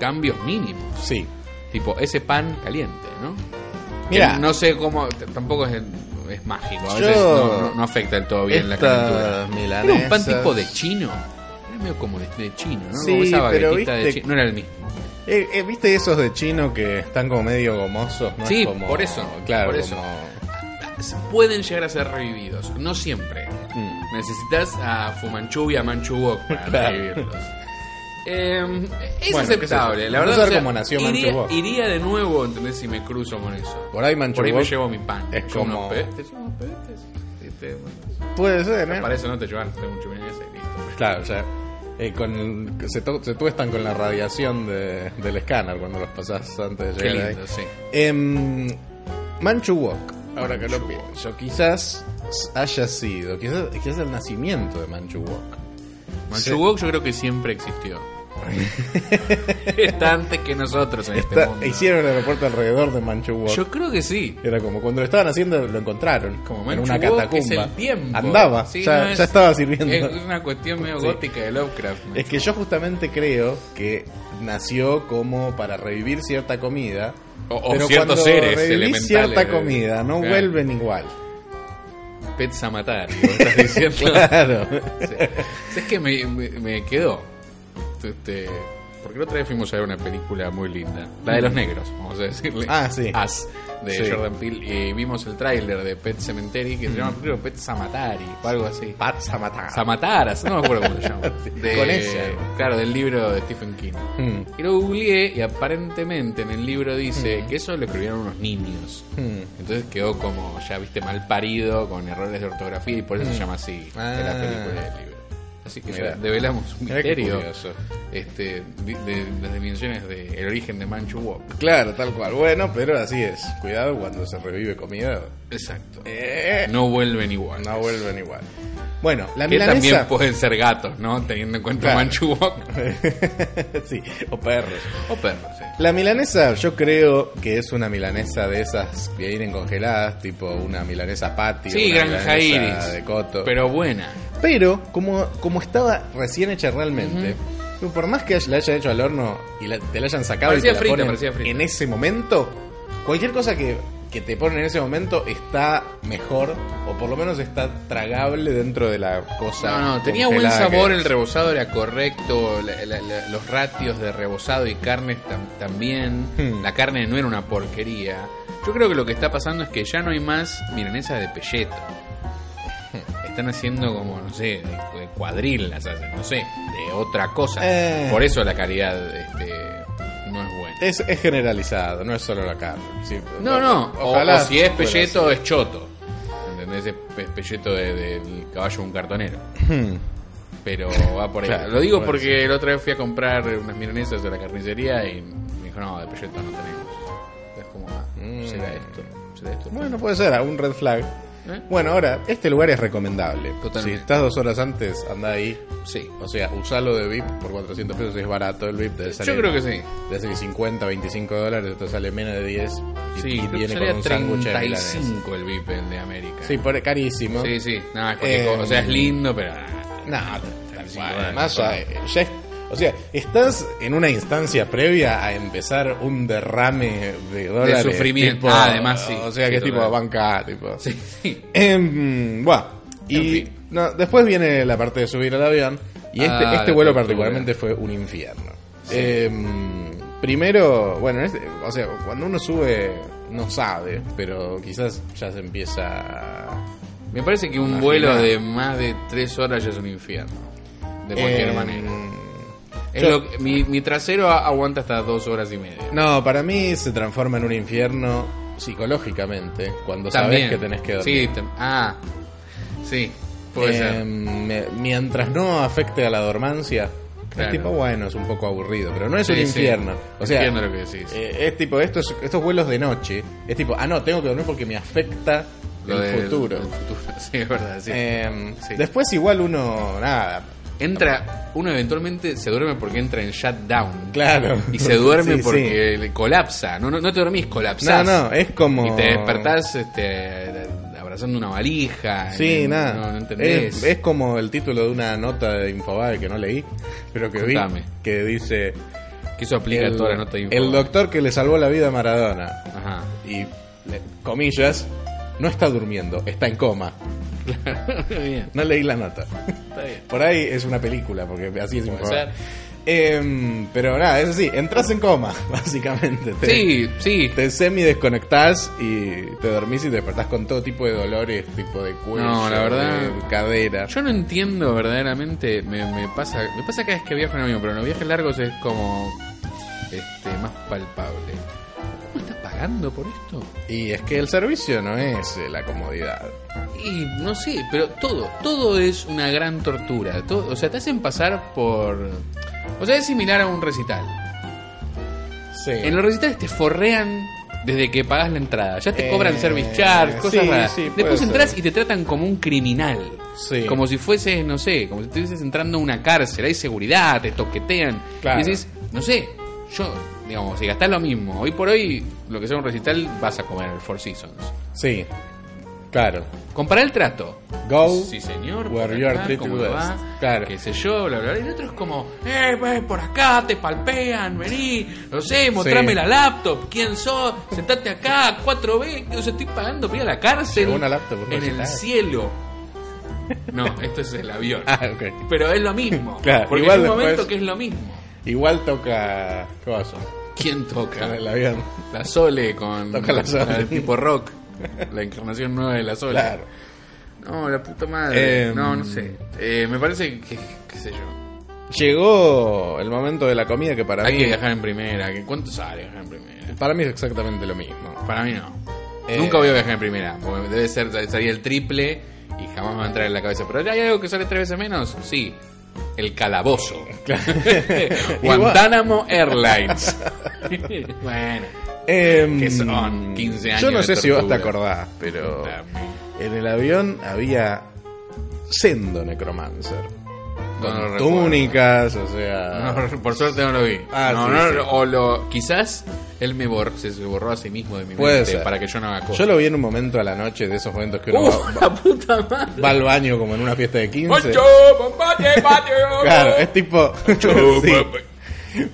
Speaker 2: cambios mínimos.
Speaker 3: Sí.
Speaker 2: Tipo, ese pan caliente, ¿no? Que
Speaker 3: Mirá.
Speaker 2: No sé cómo. t- Tampoco es, es mágico. A
Speaker 3: Yo-
Speaker 2: veces no, no- no afecta del todo bien la calentura.
Speaker 3: Estas milanesas.
Speaker 2: Era un pan tipo de chino. Era medio como de, de chino, ¿no?
Speaker 3: Sí,
Speaker 2: Como esa
Speaker 3: pero
Speaker 2: baguetita de
Speaker 3: viste-
Speaker 2: chino. No era el mismo.
Speaker 3: Eh, eh, ¿Viste esos de chino que están como medio gomosos? ¿no?
Speaker 2: Sí,
Speaker 3: Es como-
Speaker 2: por eso,
Speaker 3: Claro,
Speaker 2: por eso.
Speaker 3: como-
Speaker 2: Pueden llegar a ser revividos. No siempre.
Speaker 3: Mm.
Speaker 2: Necesitas a Fumanchu y a Manchu Wok para
Speaker 3: Claro.
Speaker 2: revivirlos. Eh, es
Speaker 3: Bueno, qué sé
Speaker 2: aceptable,
Speaker 3: yo.
Speaker 2: la
Speaker 3: No
Speaker 2: verdad.
Speaker 3: saber
Speaker 2: o sea,
Speaker 3: cómo nació Manchu
Speaker 2: iría,
Speaker 3: Wok.
Speaker 2: iría de nuevo, ¿entendés? Si me cruzo con eso.
Speaker 3: Por ahí Manchu
Speaker 2: Por ahí me
Speaker 3: Wok
Speaker 2: llevo mi pan.
Speaker 3: es
Speaker 2: Yo
Speaker 3: como-
Speaker 2: Unos pedetes, unos pedetes. Este, bueno.
Speaker 3: Puede ser, ¿eh?
Speaker 2: Para eso no te llevan, tengo mucho milanesa y listo.
Speaker 3: Claro, o sea, eh, con el- se, to- se tuestan con la radiación de- del escáner cuando los pasás antes de
Speaker 2: Qué
Speaker 3: llegar
Speaker 2: lindo,
Speaker 3: ahí.
Speaker 2: sí.
Speaker 3: Em, Manchu Wok, ahora que
Speaker 2: Manchu
Speaker 3: lo pienso, quizás haya sido, quizás, quizás el nacimiento de Manchu Wok.
Speaker 2: Manchu
Speaker 3: Sí.
Speaker 2: Wok yo creo que siempre existió. Está antes que nosotros en
Speaker 3: Ta-
Speaker 2: este mundo.
Speaker 3: hicieron el aeropuerto alrededor de Manchu Wok.
Speaker 2: Yo creo que sí.
Speaker 3: Era como cuando lo estaban haciendo, lo encontraron.
Speaker 2: Como
Speaker 3: en
Speaker 2: Manchu
Speaker 3: una
Speaker 2: Wok
Speaker 3: catacumba.
Speaker 2: es el tiempo.
Speaker 3: Andaba,
Speaker 2: Sí,
Speaker 3: ya,
Speaker 2: no, es-
Speaker 3: ya estaba sirviendo.
Speaker 2: Es una cuestión medio
Speaker 3: Sí.
Speaker 2: gótica de Lovecraft. man.
Speaker 3: Es que yo justamente creo que nació como para revivir cierta comida.
Speaker 2: O- o
Speaker 3: pero
Speaker 2: ciertos
Speaker 3: cuando
Speaker 2: seres
Speaker 3: revivís
Speaker 2: elementales
Speaker 3: cierta
Speaker 2: de-
Speaker 3: comida, no
Speaker 2: Claro.
Speaker 3: vuelven igual.
Speaker 2: Pets a matar, como estás diciendo.
Speaker 3: Claro.
Speaker 2: Sí. Es que me, me- me quedó. Este, porque la otra vez fuimos a ver una película muy linda. La de los negros, vamos a decirle.
Speaker 3: Ah, sí.
Speaker 2: As, de
Speaker 3: Sí.
Speaker 2: Jordan Peele. Y vimos el tráiler de Pet Cemetery que se llama, creo, Pet Samatari o algo así.
Speaker 3: Pats a matar.
Speaker 2: Samataras, no me acuerdo cómo se llama. De-
Speaker 3: Con ella.
Speaker 2: Claro, del libro de Stephen King.
Speaker 3: Mm.
Speaker 2: Y lo googleé y aparentemente en el libro
Speaker 3: Hmm.
Speaker 2: dice que eso lo escribieron unos niños.
Speaker 3: Mm.
Speaker 2: Entonces quedó como, ya viste, mal parido, con errores de ortografía y por eso se llama así de la
Speaker 3: Hmm. Ah.
Speaker 2: película del libro. Así que ya
Speaker 3: Mirá.
Speaker 2: develamos un
Speaker 3: Mirá qué
Speaker 2: misterio
Speaker 3: curioso.
Speaker 2: este, de, de las dimensiones del origen de Manchu Wok.
Speaker 3: Claro, tal cual. Bueno, pero así es. Cuidado cuando se revive comida.
Speaker 2: Exacto.
Speaker 3: Eh,
Speaker 2: No vuelven igual.
Speaker 3: no vuelven igual. Bueno, la
Speaker 2: que también
Speaker 3: milanesa.
Speaker 2: pueden ser gatos, ¿no? Teniendo en cuenta
Speaker 3: Claro.
Speaker 2: Manchu Wok.
Speaker 3: sí, o perros. eh.
Speaker 2: O perros, sí.
Speaker 3: La milanesa, yo creo que es una milanesa de esas que vienen congeladas, tipo una milanesa patio,
Speaker 2: Sí,
Speaker 3: una
Speaker 2: Granja
Speaker 3: milanesa
Speaker 2: Iris.
Speaker 3: de coto.
Speaker 2: Pero buena.
Speaker 3: Pero, como, como estaba recién hecha realmente, por más que la haya hecho al horno y la- te la hayan sacado
Speaker 2: Parecía
Speaker 3: y te la
Speaker 2: frita,
Speaker 3: ponen
Speaker 2: parecía frita.
Speaker 3: en ese momento, cualquier cosa que, que te ponen en ese momento está mejor o por lo menos está tragable dentro de la cosa.
Speaker 2: No, no, tenía buen
Speaker 3: congelada que
Speaker 2: sabor,
Speaker 3: es.
Speaker 2: el rebozado era correcto, la- la- la- los ratios de rebozado y carnes tam- también,
Speaker 3: Hmm.
Speaker 2: la carne no era una porquería. Yo creo que lo que está pasando es que ya no hay más milanesas de pelleto.
Speaker 3: Hmm.
Speaker 2: Están haciendo como, no sé, de, de cuadril las hacen, no sé, de otra cosa.
Speaker 3: Eh.
Speaker 2: Por eso la calidad este, no es buena.
Speaker 3: Es, es generalizado, no es solo la carne. sí.
Speaker 2: No, no. O-
Speaker 3: Ojalá
Speaker 2: o, si es
Speaker 3: fuera
Speaker 2: pelleto, es choto. ¿Entendés? Es pe- pelleto de- del caballo de un cartonero. Pero va por ahí.
Speaker 3: Claro,
Speaker 2: Hmm. Lo digo
Speaker 3: bueno,
Speaker 2: porque la otra vez fui a comprar unas milanesas de la carnicería y me dijo, no, de pelleto no tenemos. Es como, ah,
Speaker 3: Mm.
Speaker 2: será esto. ¿Será esto?
Speaker 3: Bueno, puede ser, un red flag.
Speaker 2: ¿Eh?
Speaker 3: Bueno, ahora, este lugar es recomendable.
Speaker 2: Totalmente.
Speaker 3: Si estás dos horas antes, anda ahí.
Speaker 2: Sí.
Speaker 3: O sea, usalo de VIP por 400 pesos, es barato el VIP. Debe salir,
Speaker 2: Yo creo que sí.
Speaker 3: Debe salir 50, 25 dólares, te sale menos de 10. Y,
Speaker 2: Sí,
Speaker 3: y
Speaker 2: creo que
Speaker 3: viene
Speaker 2: salía
Speaker 3: con un sándwich de milanesa.
Speaker 2: 35 el VIP el de América.
Speaker 3: Sí, por- carísimo.
Speaker 2: sí. sí. No, mm. es cualquier
Speaker 3: Eh,
Speaker 2: cosa. O sea, es lindo, pero... ah,
Speaker 3: No, tal- tal
Speaker 2: Sí,
Speaker 3: cual.
Speaker 2: bueno,
Speaker 3: Además,
Speaker 2: bueno.
Speaker 3: ya, ya es- o sea, estás en una instancia previa a empezar un derrame de dólares.
Speaker 2: sufrimiento.
Speaker 3: tipo-
Speaker 2: Ah, además, sí.
Speaker 3: O sea, que
Speaker 2: Sí,
Speaker 3: es tipo
Speaker 2: total.
Speaker 3: banca, tipo.
Speaker 2: Sí, sí.
Speaker 3: Em, bueno, y
Speaker 2: En fin.
Speaker 3: no, después viene la parte de subir al avión. Y este,
Speaker 2: Ah,
Speaker 3: este
Speaker 2: la
Speaker 3: vuelo
Speaker 2: tortura.
Speaker 3: particularmente fue un infierno. Em, primero, bueno, en este- o sea, cuando uno sube no sabe, pero quizás ya se empieza...
Speaker 2: Me parece que un
Speaker 3: Imagina.
Speaker 2: vuelo de más de tres horas ya es un infierno. De cualquier
Speaker 3: Em,
Speaker 2: manera. Es
Speaker 3: yo-
Speaker 2: lo que- mi, mi trasero a- aguanta hasta dos horas y media.
Speaker 3: No, para mí se transforma en un infierno psicológicamente cuando sabes que tenés que dormir. Eh,
Speaker 2: Sí, tam- ah, sí, puede
Speaker 3: Em, me- mientras no afecte a la dormancia,
Speaker 2: Claro.
Speaker 3: Es tipo, bueno, es un poco aburrido, pero no es
Speaker 2: Sí,
Speaker 3: un
Speaker 2: sí.
Speaker 3: infierno. O sea,
Speaker 2: Entiendo lo que decís.
Speaker 3: eh, es tipo, estos, estos vuelos de noche, es tipo, ah, no, tengo que dormir porque me afecta
Speaker 2: Lo
Speaker 3: el
Speaker 2: del-
Speaker 3: futuro.
Speaker 2: el futuro, sí, es verdad. sí.
Speaker 3: Em,
Speaker 2: Sí.
Speaker 3: Después igual uno, nada,
Speaker 2: entra, uno eventualmente se duerme porque entra en shutdown.
Speaker 3: claro.
Speaker 2: Y se duerme
Speaker 3: Sí, sí.
Speaker 2: porque le colapsa. No, no, no te dormís,
Speaker 3: No,
Speaker 2: colapsás.
Speaker 3: no, es como...
Speaker 2: Y te despertás este, abrazando una valija.
Speaker 3: Sí,
Speaker 2: y no-
Speaker 3: nada.
Speaker 2: No, no entendés.
Speaker 3: es, es como el título de una nota de Infobae que no leí, pero que vi,
Speaker 2: Contame.
Speaker 3: que dice...
Speaker 2: que eso aplica a toda la nota de info.
Speaker 3: el doctor que le salvó la vida a Maradona.
Speaker 2: Ajá.
Speaker 3: Y, le- comillas, no está durmiendo, está en coma.
Speaker 2: Bien,
Speaker 3: No leí la nota.
Speaker 2: está bien.
Speaker 3: Por ahí es una película, porque así es
Speaker 2: ser.
Speaker 3: Infobae. Em, pero nada, eso sí, entras en coma, básicamente. Te-
Speaker 2: Sí, sí.
Speaker 3: Te semi desconectás y te dormís y te despertás con todo tipo de dolores, tipo de cuello,
Speaker 2: No, la verdad.
Speaker 3: de cadera.
Speaker 2: Yo no entiendo verdaderamente, me, me pasa me pasa cada vez que viajo en avión, pero en los viajes largos es como este más palpable. ¿Cómo está pagando por esto?
Speaker 3: Y es que el servicio no es eh, la comodidad.
Speaker 2: Y no sé, pero todo, todo es una gran tortura. Todo, o sea, te hacen pasar por... O sea, es similar a un recital.
Speaker 3: Sí.
Speaker 2: En los recitales te forrean desde que pagas la entrada. Ya te
Speaker 3: Eh,
Speaker 2: cobran service charge, cosas
Speaker 3: sí,
Speaker 2: raras.
Speaker 3: sí, puede
Speaker 2: Después
Speaker 3: ser.
Speaker 2: entras y te tratan como un criminal.
Speaker 3: Sí.
Speaker 2: Como si fueses, no sé, como si estuvieses entrando a una cárcel. Hay seguridad, te toquetean.
Speaker 3: Claro.
Speaker 2: Y decís, no sé, yo, digamos, si gastás lo mismo. Hoy por hoy, lo que sea un recital, vas a comer el Four Seasons.
Speaker 3: Sí. Claro.
Speaker 2: Compará el trato.
Speaker 3: Go.
Speaker 2: Sí, señor.
Speaker 3: where
Speaker 2: por
Speaker 3: you are
Speaker 2: acá,
Speaker 3: treated
Speaker 2: ¿cómo le
Speaker 3: best.
Speaker 2: va?
Speaker 3: Claro.
Speaker 2: Qué sé yo, bla, bla, bla. Y el otro es como, eh, ve, por acá, te palpean, vení, no sé, mostrame
Speaker 3: Sí.
Speaker 2: la laptop, quién sos, sentate acá, 4B, o sea, estoy pagando para ir a la cárcel.
Speaker 3: Llegó una laptop, por
Speaker 2: en el
Speaker 3: recitar.
Speaker 2: cielo. No, esto es el avión.
Speaker 3: Ah, ok.
Speaker 2: Pero es lo mismo.
Speaker 3: Claro,
Speaker 2: porque
Speaker 3: igual
Speaker 2: hay un
Speaker 3: después-
Speaker 2: momento que es lo mismo.
Speaker 3: Igual toca. ¿Qué pasó?
Speaker 2: ¿Quién toca?
Speaker 3: En el avión.
Speaker 2: La Sole con
Speaker 3: Toca la Sole.
Speaker 2: del tipo rock. La encarnación nueva de la Sole.
Speaker 3: Claro.
Speaker 2: No, la puta madre.
Speaker 3: Em.
Speaker 2: no, no sé. Eh, me parece que, qué sé yo.
Speaker 3: Llegó el momento de la comida que para
Speaker 2: Hay
Speaker 3: mí.
Speaker 2: que viajar en primera. que- ¿Cuánto sale viajar en primera?
Speaker 3: Para mí es exactamente lo mismo.
Speaker 2: Para mí no.
Speaker 3: Eh.
Speaker 2: Nunca voy a viajar en primera. Porque debe ser, sería el triple y jamás me va a entrar en la cabeza. Pero ¿hay algo que sale tres veces menos? Sí. El calabozo. Guantánamo Airlines. bueno.
Speaker 3: Em,
Speaker 2: Que son 15
Speaker 3: Yo
Speaker 2: años
Speaker 3: no
Speaker 2: de
Speaker 3: sé si vos te
Speaker 2: tortura.
Speaker 3: acordás, pero.
Speaker 2: Puta,
Speaker 3: En el avión había sendo necromancer.
Speaker 2: no
Speaker 3: Con
Speaker 2: lo recuerdo.
Speaker 3: túnicas, o sea.
Speaker 2: No, por suerte no lo vi.
Speaker 3: Ah,
Speaker 2: No,
Speaker 3: sí,
Speaker 2: no,
Speaker 3: sí.
Speaker 2: O lo, quizás él me borró, se borró a sí mismo de mi
Speaker 3: Puede
Speaker 2: mente
Speaker 3: ser.
Speaker 2: para que yo no haga cosas.
Speaker 3: Yo lo vi en un momento a la noche, de esos momentos que uno
Speaker 2: ¡Uh,
Speaker 3: va,
Speaker 2: la puta madre!
Speaker 3: va al baño como en una fiesta de 15.
Speaker 2: ¡Ocho, bombate, bate, oh!
Speaker 3: Claro, es tipo.
Speaker 2: Ocho,
Speaker 3: sí,
Speaker 2: bombate.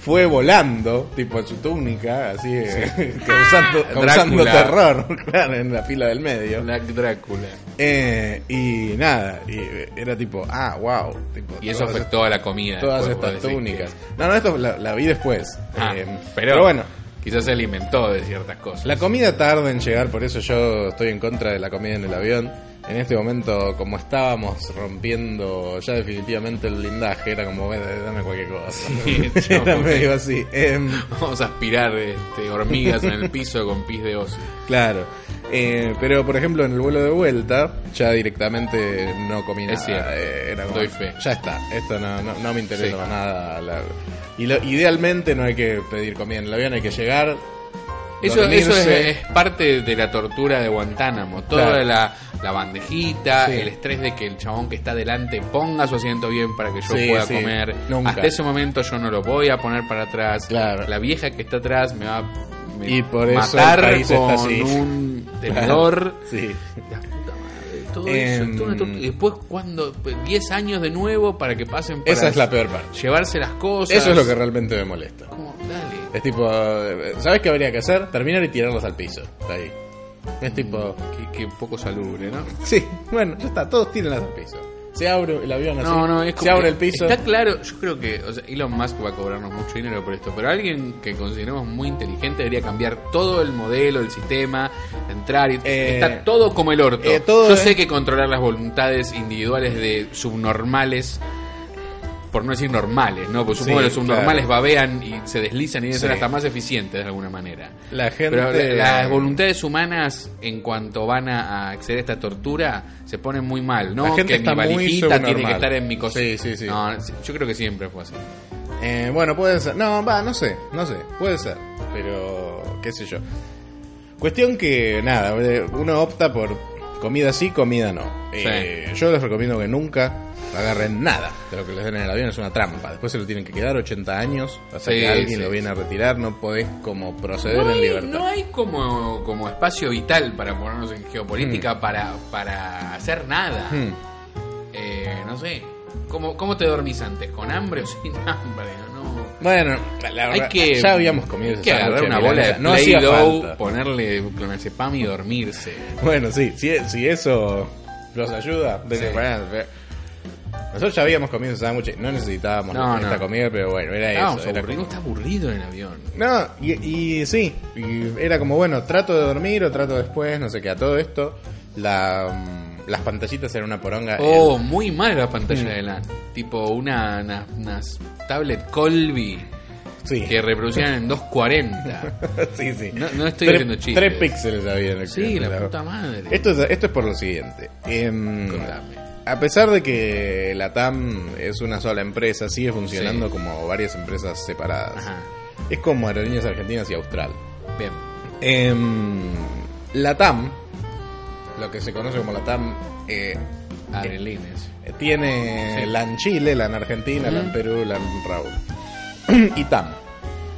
Speaker 3: fue volando, tipo en su túnica, así, causando,
Speaker 2: Ah.
Speaker 3: causando
Speaker 2: Drácula.
Speaker 3: terror, claro, en la fila del medio.
Speaker 2: Black Drácula.
Speaker 3: Eh, y nada, y era tipo, ah, wow. tipo,
Speaker 2: Y eso
Speaker 3: todas
Speaker 2: fue toda la comida.
Speaker 3: todas
Speaker 2: después,
Speaker 3: estas
Speaker 2: vos decís
Speaker 3: túnicas.
Speaker 2: que-
Speaker 3: No, no, esto la, la vi después.
Speaker 2: Ah,
Speaker 3: Eh,
Speaker 2: pero,
Speaker 3: bueno,
Speaker 2: Quizás se alimentó de ciertas cosas.
Speaker 3: la comida tarda en llegar, por eso yo estoy en contra de la comida en el avión. En este momento, como estábamos rompiendo ya definitivamente el blindaje, era como, "Bueno, dame cualquier cosa.
Speaker 2: chao,
Speaker 3: era
Speaker 2: ok.
Speaker 3: medio así. Em,
Speaker 2: Vamos a aspirar este, hormigas en el piso con pis de ocio.
Speaker 3: claro. Eh, pero, por ejemplo, en el vuelo de vuelta, ya directamente no comí nada.
Speaker 2: Es cierto.
Speaker 3: Eh, era como,
Speaker 2: Doy fe.
Speaker 3: Ya está. Esto no, no, no me interesa
Speaker 2: Sí.
Speaker 3: más nada. la- Y lo- idealmente no hay que pedir comida en el avión, hay que llegar,
Speaker 2: Eso, eso es,
Speaker 3: Dormirse.
Speaker 2: es eh, parte de la tortura de Guantánamo. Toda
Speaker 3: Claro.
Speaker 2: la, la bandejita,
Speaker 3: Sí.
Speaker 2: el estrés de que el chabón que está delante ponga su asiento bien para que yo
Speaker 3: Sí,
Speaker 2: pueda
Speaker 3: sí.
Speaker 2: comer.
Speaker 3: Nunca.
Speaker 2: Hasta ese momento yo no lo voy a poner para atrás.
Speaker 3: Claro.
Speaker 2: La vieja que está atrás me va a me-
Speaker 3: Y por eso
Speaker 2: matar
Speaker 3: el país está
Speaker 2: con
Speaker 3: así.
Speaker 2: un tenedor.
Speaker 3: Sí.
Speaker 2: La puta madre, Todo
Speaker 3: Em,
Speaker 2: eso, toda una tortura. Y después cuando 10 años de nuevo para que pasen para
Speaker 3: Esa es la peor parte.
Speaker 2: llevarse las cosas.
Speaker 3: Eso es lo que realmente me molesta.
Speaker 2: Como, dale.
Speaker 3: Es tipo, eh, ¿sabes qué habría que hacer? Terminar y tirarlos al piso. Está ahí. Es tipo,
Speaker 2: Qué, qué poco salubre, ¿no?
Speaker 3: sí, bueno, ya está, todos tírenlas al piso. Se abre el avión así.
Speaker 2: No, no, es como
Speaker 3: Se abre
Speaker 2: que
Speaker 3: el piso.
Speaker 2: Está claro, yo creo que o sea, Elon Musk va a cobrarnos mucho dinero por esto, pero alguien que consideramos muy inteligente debería cambiar todo el modelo, el sistema, entrar y
Speaker 3: Eh,
Speaker 2: está todo como el orto.
Speaker 3: eh, todo
Speaker 2: yo
Speaker 3: es-
Speaker 2: sé que controlar las voluntades individuales de subnormales por no decir normales, ¿no? Porque supongo
Speaker 3: Sí,
Speaker 2: que los subnormales
Speaker 3: claro.
Speaker 2: babean y se deslizan y deben ser
Speaker 3: Sí.
Speaker 2: hasta más eficientes de alguna manera.
Speaker 3: La gente-
Speaker 2: Pero la- las voluntades humanas, en cuanto van a a acceder a esta tortura, se ponen muy mal, ¿no?
Speaker 3: La gente
Speaker 2: que
Speaker 3: está
Speaker 2: mi
Speaker 3: muy
Speaker 2: valijita tiene que
Speaker 3: subnormal.
Speaker 2: estar en mi cosita.
Speaker 3: Sí, sí, sí.
Speaker 2: No, sí, yo creo que siempre fue así.
Speaker 3: Eh, bueno, puede ser. No, va, no sé, no sé. Puede ser. Pero, qué sé yo. Cuestión que, nada, eh, uno opta por comida sí, comida no. Eh, yo les recomiendo que nunca agarren nada de lo que les den en el avión, es una trampa. Después se lo tienen que quedar 80 años hasta
Speaker 2: Sí,
Speaker 3: que alguien
Speaker 2: sí,
Speaker 3: lo viene a retirar. No podés como proceder
Speaker 2: No
Speaker 3: en
Speaker 2: hay,
Speaker 3: libertad.
Speaker 2: no hay como, como espacio vital para ponernos en geopolítica para, para hacer nada.
Speaker 3: Hmm.
Speaker 2: Eh, no sé. ¿Cómo, ¿Cómo te dormís antes? ¿Con hambre o sin hambre? No.
Speaker 3: Bueno, la
Speaker 2: Hay
Speaker 3: verdad,
Speaker 2: que,
Speaker 3: ya habíamos comido
Speaker 2: hay
Speaker 3: ese
Speaker 2: que agarrar
Speaker 3: sándwich
Speaker 2: una
Speaker 3: milanesa.
Speaker 2: bola de
Speaker 3: No hacía
Speaker 2: Play-Doh,
Speaker 3: falta.
Speaker 2: ponerle clonazepam y dormirse.
Speaker 3: Bueno, sí, si, e, si eso los ayuda. denle para adelante. Nosotros ya habíamos comido ese sándwich, no necesitábamos
Speaker 2: No,
Speaker 3: esta
Speaker 2: no. Ah,
Speaker 3: comida, pero bueno, era
Speaker 2: Estábamos
Speaker 3: eso. Era
Speaker 2: aburridos,
Speaker 3: como-
Speaker 2: está aburrido en el avión.
Speaker 3: no, y, y sí, y era como, bueno, trato de dormir o trato después, no sé qué, a todo esto. La, mm, las pantallitas eran una poronga.
Speaker 2: Oh, muy mal la pantalla de la. Tipo una, una- unas tablet Colby
Speaker 3: El- sí.
Speaker 2: que reproducían en 240.
Speaker 3: sí, sí.
Speaker 2: No- no estoy
Speaker 3: tres,
Speaker 2: haciendo chistes.
Speaker 3: Tres píxeles había en el
Speaker 2: Sí,
Speaker 3: cliente,
Speaker 2: la
Speaker 3: verdad.
Speaker 2: puta madre.
Speaker 3: Esto es, esto es por lo siguiente. Em,
Speaker 2: Acordame.
Speaker 3: a pesar de que la TAM es una sola empresa, sigue funcionando como varias empresas separadas.
Speaker 2: Ajá.
Speaker 3: Es como Aerolíneas Argentinas y Austral.
Speaker 2: Bien.
Speaker 3: Em, la TAM, lo que se conoce como la TAM, eh,
Speaker 2: Ah, Aerolíneas.
Speaker 3: tiene
Speaker 2: Sí.
Speaker 3: la en Chile, la en Argentina, la en
Speaker 2: Ujú.
Speaker 3: Perú, la en Raúl. y TAM.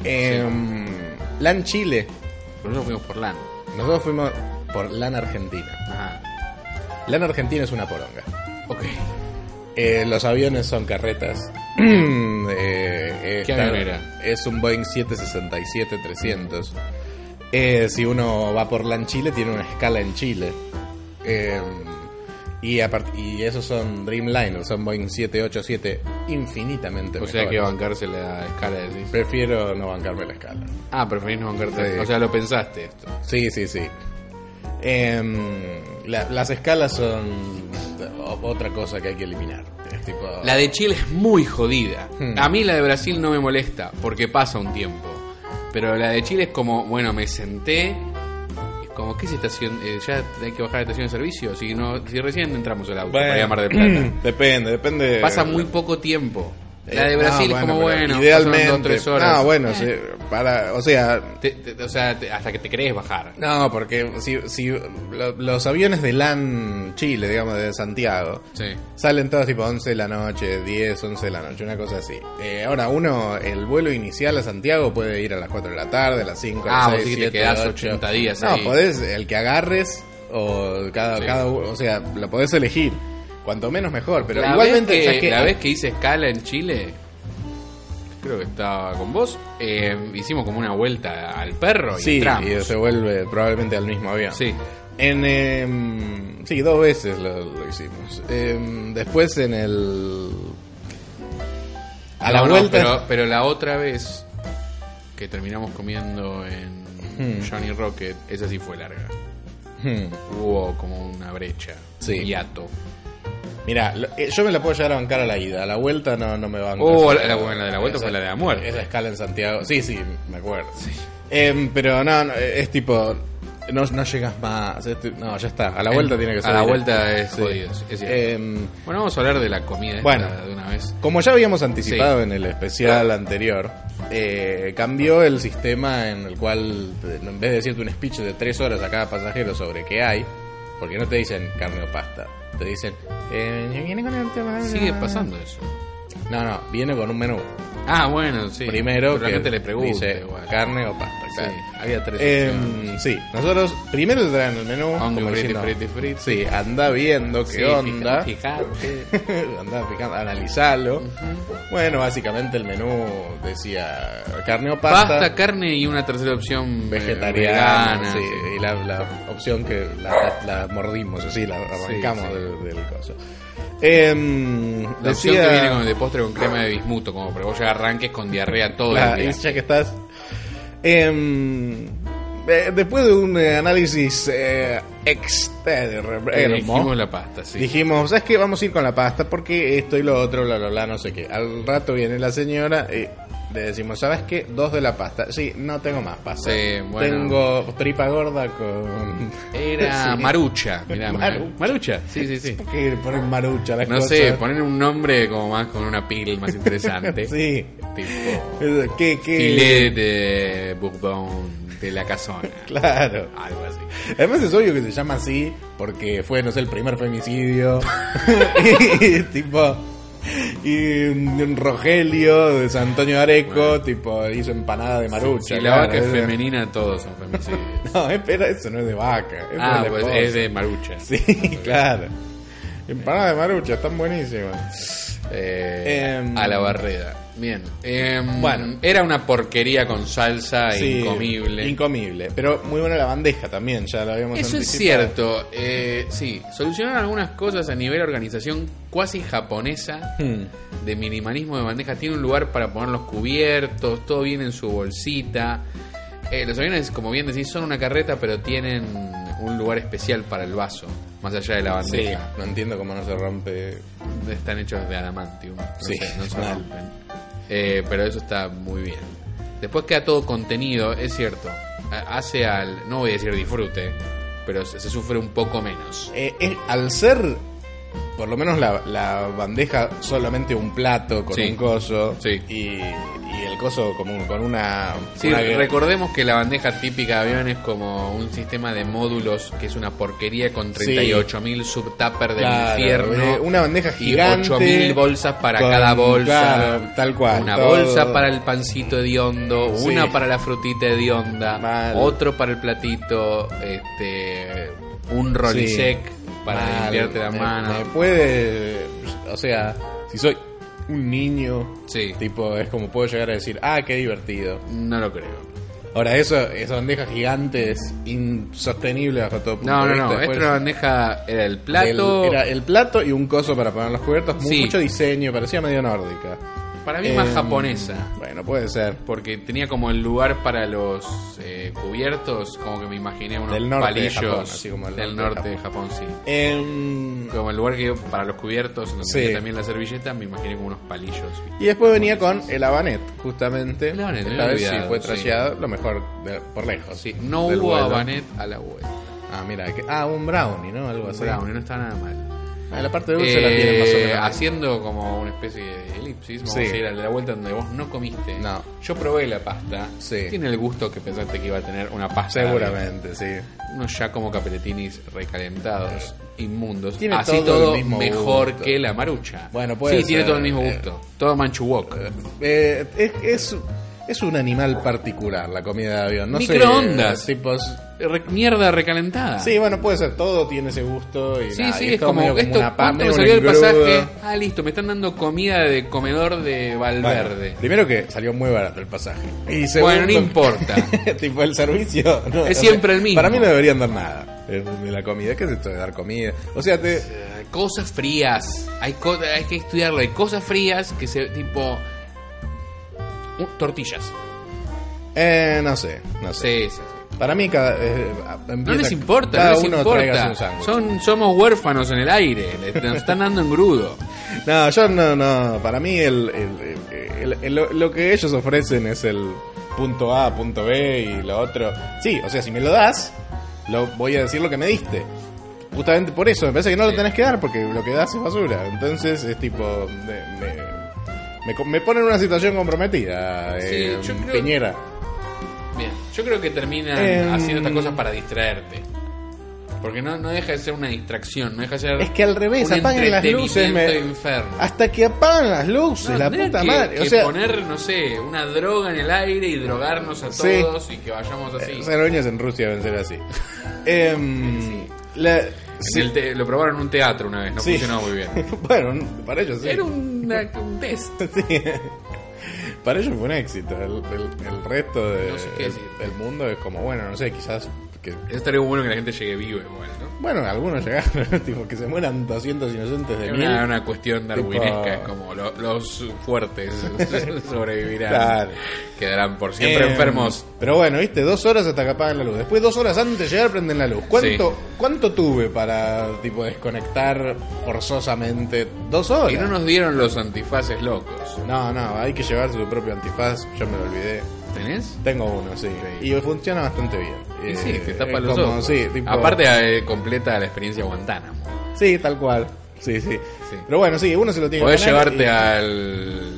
Speaker 3: Em, La en Chile,
Speaker 2: Por eso fuimos por LAN.
Speaker 3: nosotros fuimos por LAN Argentina.
Speaker 2: Ajá.
Speaker 3: LAN Argentina es una poronga.
Speaker 2: Ok.
Speaker 3: Eh, los aviones son carretas. Eh,
Speaker 2: ¿Qué
Speaker 3: está-
Speaker 2: avión era?
Speaker 3: Es un Boeing 767-300. Eh, si uno va por LAN Chile, tiene una escala en Chile. Eh, y, apart- y esos son Dreamliner, son Boeing 787 infinitamente
Speaker 2: O sea que
Speaker 3: mejores.
Speaker 2: bancarse la escala decís.
Speaker 3: Prefiero no bancarme la escala.
Speaker 2: Ah, preferís no bancarte.
Speaker 3: Sí.
Speaker 2: O sea, lo pensaste esto.
Speaker 3: Sí, sí, sí. Em, la- las escalas son o- otra cosa que hay que eliminar. Es tipo-
Speaker 2: La de Chile es muy jodida.
Speaker 3: Hmm.
Speaker 2: A mí la de Brasil no me molesta, porque pasa un tiempo. Pero la de Chile es como, bueno, me senté. es Como, ¿qué es estación? Eh, ya hay que bajar a la estación de servicio. Si, no, si recién entramos al auto para ir a Mar del Plata.
Speaker 3: Depende, depende.
Speaker 2: Pasa muy poco tiempo. La
Speaker 3: Eh,
Speaker 2: de Brasil
Speaker 3: no,
Speaker 2: es como,
Speaker 3: pero
Speaker 2: bueno,
Speaker 3: Idealmente.
Speaker 2: pasaron dos, tres horas.
Speaker 3: No, bueno, sí, para, o sea,
Speaker 2: Te- te- o sea, te- hasta que te querés bajar.
Speaker 3: no, porque si, si lo- los aviones de LAN Chile, digamos, de Santiago,
Speaker 2: Sí.
Speaker 3: salen todos tipo 11 de la noche, 10, 11 de la noche, una cosa así. Eh, ahora, uno, el vuelo inicial a Santiago puede ir a las 4 de la tarde, a las 5,
Speaker 2: Ah,
Speaker 3: a
Speaker 2: vos
Speaker 3: las 6,
Speaker 2: sí que te
Speaker 3: 7,
Speaker 2: quedás
Speaker 3: 8.
Speaker 2: 80 días
Speaker 3: No,
Speaker 2: ahí.
Speaker 3: podés, el que agarres, o cada,
Speaker 2: Sí.
Speaker 3: cada uno, o sea, lo podés elegir. Cuanto menos mejor, pero
Speaker 2: la
Speaker 3: igualmente
Speaker 2: vez
Speaker 3: ya
Speaker 2: que, la vez que hice escala en Chile, creo que estaba con vos, eh, hicimos como una vuelta al perro y
Speaker 3: Sí,
Speaker 2: entramos.
Speaker 3: y se vuelve probablemente al mismo avión.
Speaker 2: Sí.
Speaker 3: En, em, sí, dos veces lo, lo hicimos. Em, después en el... A la
Speaker 2: No, no,
Speaker 3: vuelta...
Speaker 2: pero, pero la otra vez que terminamos comiendo en Johnny Rocket, esa sí fue larga.
Speaker 3: Hmm.
Speaker 2: Hubo como una brecha,
Speaker 3: Sí.
Speaker 2: un hiato.
Speaker 3: Mira, lo- eh, yo me la puedo llegar a bancar a la ida. A la vuelta no, no me banco.
Speaker 2: Oh,
Speaker 3: Esa-
Speaker 2: la- la- bueno, la de la vuelta fue la de la muerte.
Speaker 3: Esa escala en Santiago. Sí, sí, me acuerdo. Em, pero no, no, eh, es tipo... No, no llegas más. es tu- No, ya está. A la vuelta
Speaker 2: En-
Speaker 3: tiene que ser.
Speaker 2: A la
Speaker 3: directo.
Speaker 2: vuelta es
Speaker 3: Sí.
Speaker 2: jodido. es cierto.
Speaker 3: Em,
Speaker 2: bueno, vamos a hablar de la comida esta
Speaker 3: Bueno.
Speaker 2: de una vez.
Speaker 3: Como ya habíamos anticipado en el especial anterior, eh, cambió el sistema en el cual, eh, en vez de decirte un speech de tres horas a cada pasajero sobre qué hay, porque no te dicen carne o pasta, te dicen, eh, viene con el tema-
Speaker 2: Sigue pasando eso.
Speaker 3: No, no, viene con un menú.
Speaker 2: Ah, bueno, sí.
Speaker 3: Primero
Speaker 2: Pero la
Speaker 3: que
Speaker 2: gente le pregunta
Speaker 3: dice
Speaker 2: igual.
Speaker 3: carne o pasta.
Speaker 2: Sí,
Speaker 3: claro.
Speaker 2: había tres
Speaker 3: Eh,
Speaker 2: opciones.
Speaker 3: sí, nosotros primero te traen el menú.
Speaker 2: Hombre,
Speaker 3: como
Speaker 2: frite,
Speaker 3: diciendo,
Speaker 2: frite, frite.
Speaker 3: Sí, anda viendo qué
Speaker 2: Sí, fija-
Speaker 3: onda.
Speaker 2: Fijate.
Speaker 3: Andá picando, analizalo. Bueno, básicamente el menú decía carne o pasta,
Speaker 2: Pasta, carne y una tercera opción eh,
Speaker 3: vegetariana,
Speaker 2: vegana,
Speaker 3: sí, y la, la opción que la, la- la mordimos, así la arrancamos
Speaker 2: sí.
Speaker 3: Del, del coso. Em,
Speaker 2: La opción
Speaker 3: decía-
Speaker 2: que viene con, de postre con crema de bismuto, como para que vos ya arranques con diarrea todo
Speaker 3: la-
Speaker 2: el día.
Speaker 3: ya que estás. Em, eh, después de un eh, análisis eh, externo,
Speaker 2: Elegimos la pasta, sí.
Speaker 3: Dijimos, ¿sabes qué? Vamos a ir con la pasta porque esto y lo otro, bla, bla, bla, no sé qué. Al rato viene la señora, eh, Le decimos, ¿sabes qué? Dos de la pasta. Sí, no tengo más pasta.
Speaker 2: Sí, bueno.
Speaker 3: Tengo tripa gorda con.
Speaker 2: Era
Speaker 3: Sí.
Speaker 2: Marucha, mirá.
Speaker 3: Marucha.
Speaker 2: mirá. Marucha, sí, sí, sí.
Speaker 3: ¿Por qué ponen marucha a las
Speaker 2: No
Speaker 3: cosas?
Speaker 2: sé, poner un nombre como más con una piel más interesante.
Speaker 3: Sí. Eh,
Speaker 2: Tipo,
Speaker 3: ¿Qué, qué?
Speaker 2: filet de Bourbon de la casona.
Speaker 3: Claro.
Speaker 2: Algo así.
Speaker 3: Además es obvio que se llama así porque fue, no sé, el primer femicidio. y tipo. Y un un Rogelio de San Antonio de Areco,
Speaker 2: Bueno.
Speaker 3: tipo, hizo empanada de marucha.
Speaker 2: Si la
Speaker 3: claro,
Speaker 2: vaca es
Speaker 3: es-
Speaker 2: femenina, todos son feminicidios.
Speaker 3: No, espera, eso no es de vaca. eso
Speaker 2: Ah,
Speaker 3: es de
Speaker 2: pues
Speaker 3: pollo.
Speaker 2: es de Marucha.
Speaker 3: Sí, claro. Empanadas de marucha, están buenísimas.
Speaker 2: Eh,
Speaker 3: Em.
Speaker 2: a la barreda. Bien. Em,
Speaker 3: Bueno.
Speaker 2: Era una porquería con salsa
Speaker 3: Sí,
Speaker 2: incomible.
Speaker 3: Incomible. Pero muy buena la bandeja también, ya lo habíamos
Speaker 2: Eso es
Speaker 3: anticipado.
Speaker 2: cierto. Eh, sí, solucionaron algunas cosas a nivel organización cuasi japonesa
Speaker 3: Hmm.
Speaker 2: de minimalismo de bandeja. Tiene un lugar para poner los cubiertos, todo viene en su bolsita. Eh, los aviones, como bien decís, son una carreta, pero tienen un lugar especial para el vaso, más allá de la
Speaker 3: Sí,
Speaker 2: bandeja.
Speaker 3: no entiendo cómo no se rompe.
Speaker 2: Están hechos de adamantium. No
Speaker 3: Sí,
Speaker 2: sé, no se
Speaker 3: mal.
Speaker 2: rompen. Eh, pero eso está muy bien. Después queda todo contenido, es cierto. A- Hace al. No voy a decir disfrute, pero se, se sufre un poco menos.
Speaker 3: Eh, es- al ser, por lo menos la, la bandeja, solamente un plato con
Speaker 2: Sí.
Speaker 3: un coso.
Speaker 2: Sí.
Speaker 3: Y, y el coso como un- con una.
Speaker 2: Sí,
Speaker 3: una-
Speaker 2: recordemos que la bandeja típica de avión es como un sistema de módulos que es una porquería con 38.000 subtupper del
Speaker 3: Claro,
Speaker 2: infierno.
Speaker 3: eh, una bandeja
Speaker 2: Y
Speaker 3: gigante
Speaker 2: 8.000 bolsas para
Speaker 3: con-
Speaker 2: cada bolsa.
Speaker 3: claro, tal cual,
Speaker 2: Una
Speaker 3: todo.
Speaker 2: bolsa para el pancito hediondo,
Speaker 3: Sí.
Speaker 2: una para la frutita hedionda,
Speaker 3: Mal.
Speaker 2: otro para el platito, este, un rolisec para
Speaker 3: Mal,
Speaker 2: limpiarte la
Speaker 3: me-
Speaker 2: mano.
Speaker 3: me puede. O sea, si soy un niño.
Speaker 2: Sí.
Speaker 3: Tipo, es como puedo llegar a decir, ah, qué divertido.
Speaker 2: No lo creo.
Speaker 3: Ahora, eso, esa bandeja gigante es insostenible bajo todo punto
Speaker 2: No,
Speaker 3: de
Speaker 2: no,
Speaker 3: vista.
Speaker 2: no. Esta
Speaker 3: Después,
Speaker 2: era la bandeja era el plato.
Speaker 3: del- era el plato y un coso para poner los cubiertos. Mu-
Speaker 2: Sí.
Speaker 3: Mucho diseño, parecía medio nórdica.
Speaker 2: para mí más
Speaker 3: em,
Speaker 2: japonesa.
Speaker 3: Bueno, puede ser.
Speaker 2: Porque tenía como el lugar para los eh, cubiertos, como que me imaginé unos
Speaker 3: Del norte de
Speaker 2: palillos
Speaker 3: Japón, así como el
Speaker 2: del norte
Speaker 3: norte de
Speaker 2: de Japón, sí.
Speaker 3: Em,
Speaker 2: Como el lugar que para los cubiertos, donde
Speaker 3: Sí.
Speaker 2: tenía también la servilleta, me imaginé como unos palillos.
Speaker 3: y después venía con el Habanet, justamente.
Speaker 2: El Habanet, me
Speaker 3: Esta
Speaker 2: había
Speaker 3: vez sí
Speaker 2: olvidado,
Speaker 3: fue
Speaker 2: sí.
Speaker 3: traseado, lo mejor de- por lejos.
Speaker 2: Sí, no
Speaker 3: del
Speaker 2: hubo
Speaker 3: vuelo.
Speaker 2: habanet a la vuelta.
Speaker 3: Ah, mira, que- ah, un brownie, ¿no? Algo así.
Speaker 2: Brownie, no está nada mal.
Speaker 3: Ah, la parte dulce la tienen más o
Speaker 2: Eh,
Speaker 3: menos.
Speaker 2: haciendo como una especie de elipsis, vamos
Speaker 3: Sí.
Speaker 2: a ir a la vuelta donde vos no comiste.
Speaker 3: No.
Speaker 2: Yo probé la pasta.
Speaker 3: Sí.
Speaker 2: Tiene el gusto que pensaste que iba a tener una pasta.
Speaker 3: Seguramente, sí.
Speaker 2: unos ya como capeletinis recalentados, inmundos.
Speaker 3: Tiene
Speaker 2: Así
Speaker 3: todo
Speaker 2: todo,
Speaker 3: el mismo
Speaker 2: mejor
Speaker 3: gusto.
Speaker 2: que la marucha.
Speaker 3: Bueno, puede
Speaker 2: Sí, tiene
Speaker 3: ser,
Speaker 2: todo el mismo
Speaker 3: eh.
Speaker 2: gusto. Todo manchuwok.
Speaker 3: Eh, es, es, es un animal particular la comida de avión. No sé, eh,
Speaker 2: Microondas.
Speaker 3: tipos,
Speaker 2: Eh, Re- mierda recalentada.
Speaker 3: sí, bueno, puede ser. Todo tiene ese gusto. Y
Speaker 2: Ah. Sí,
Speaker 3: nada, y
Speaker 2: sí, es como,
Speaker 3: medio
Speaker 2: esto,
Speaker 3: una pa-
Speaker 2: ¿cuánto me
Speaker 3: medio un
Speaker 2: salió el
Speaker 3: engrudo.
Speaker 2: pasaje? Ah, listo, me están dando comida de comedor de
Speaker 3: Bueno,
Speaker 2: Valverde.
Speaker 3: primero que salió muy barato el pasaje. Y
Speaker 2: Bueno,
Speaker 3: segundo-
Speaker 2: no importa.
Speaker 3: tipo, el servicio. no,
Speaker 2: Es siempre el mismo.
Speaker 3: Para mí no deberían dar nada eh, de la comida. ¿Qué es esto de dar comida? O sea, te,
Speaker 2: Eh, Cosas frías. Hay, co- hay que estudiarlo. Hay cosas frías que se... tipo... uh, tortillas.
Speaker 3: eh, no sé, no sé.
Speaker 2: Sí, sí, sí.
Speaker 3: Para mí cada, eh,
Speaker 2: No
Speaker 3: empieza-
Speaker 2: les importa,
Speaker 3: cada
Speaker 2: no les
Speaker 3: uno traiga
Speaker 2: importa.
Speaker 3: un sándwich.
Speaker 2: Son, somos huérfanos en el aire, le- nos están dando en grudo.
Speaker 3: No, yo no, no. Para mí el, el- el- el- el- lo que ellos ofrecen es el punto A, punto B y lo otro. Sí, o sea, si me lo das, lo voy a decir lo que me diste. Justamente por eso, me parece que no lo
Speaker 2: Sí.
Speaker 3: tenés que dar porque lo que das es basura. Entonces es tipo... de- me, me, co- me pone en una situación comprometida,
Speaker 2: Sí,
Speaker 3: eh,
Speaker 2: yo creo-
Speaker 3: Piñera.
Speaker 2: Bien, yo creo que terminan
Speaker 3: Em.
Speaker 2: haciendo estas cosas para distraerte. Porque no, no deja de ser una distracción, no deja de ser.
Speaker 3: Es que al revés,
Speaker 2: un
Speaker 3: apaguen las luces. me-
Speaker 2: entretenimiento enfermo.
Speaker 3: Hasta que apagan las luces,
Speaker 2: No,
Speaker 3: la
Speaker 2: tendrían
Speaker 3: puta
Speaker 2: que-
Speaker 3: madre.
Speaker 2: que
Speaker 3: o sea,
Speaker 2: poner, no sé, una droga en el aire y drogarnos a
Speaker 3: Sí. Eh,
Speaker 2: todos y que vayamos así.
Speaker 3: Las aerolíneas en Rusia deben ser así. Em, la- sí,
Speaker 2: En el te- lo probaron en un teatro una vez, no
Speaker 3: Sí.
Speaker 2: funcionó muy bien.
Speaker 3: bueno, para ellos sí.
Speaker 2: Era una- un test.
Speaker 3: Sí. Para ellos fue un éxito. El, el- el resto de-
Speaker 2: No sé qué
Speaker 3: el-
Speaker 2: decir.
Speaker 3: del mundo es como, bueno, no sé, quizás que-
Speaker 2: Eso estaría bueno que la gente llegue viva igual, ¿no?
Speaker 3: bueno, algunos llegaron, tipo, que se mueran 200 inocentes de
Speaker 2: Es
Speaker 3: mil.
Speaker 2: una, una cuestión darwinesca, es
Speaker 3: Tipo-
Speaker 2: como lo- los fuertes sobrevivirán.
Speaker 3: Claro.
Speaker 2: Quedarán por siempre
Speaker 3: Eh,
Speaker 2: enfermos.
Speaker 3: Pero bueno, viste, dos horas hasta que apagan la luz. Después dos horas antes de llegar prenden la luz. ¿Cuánto,
Speaker 2: Sí.
Speaker 3: ¿cuánto tuve para tipo desconectar forzosamente? Dos horas.
Speaker 2: Y no nos dieron los antifaces locos.
Speaker 3: no, no, hay que llevarse su propio antifaz, yo me lo olvidé.
Speaker 2: ¿Tenés?
Speaker 3: Tengo uno, sí.
Speaker 2: Sí.
Speaker 3: Y funciona bastante bien.
Speaker 2: Y
Speaker 3: Eh,
Speaker 2: sí, te tapa
Speaker 3: es
Speaker 2: los
Speaker 3: como,
Speaker 2: ojos.
Speaker 3: sí, tipo-
Speaker 2: Aparte, eh, completa la experiencia Guantánamo.
Speaker 3: Sí, tal cual. Sí, sí.
Speaker 2: Sí.
Speaker 3: Pero bueno, sí, uno se lo tiene
Speaker 2: Podés
Speaker 3: poner
Speaker 2: llevarte
Speaker 3: y-
Speaker 2: al.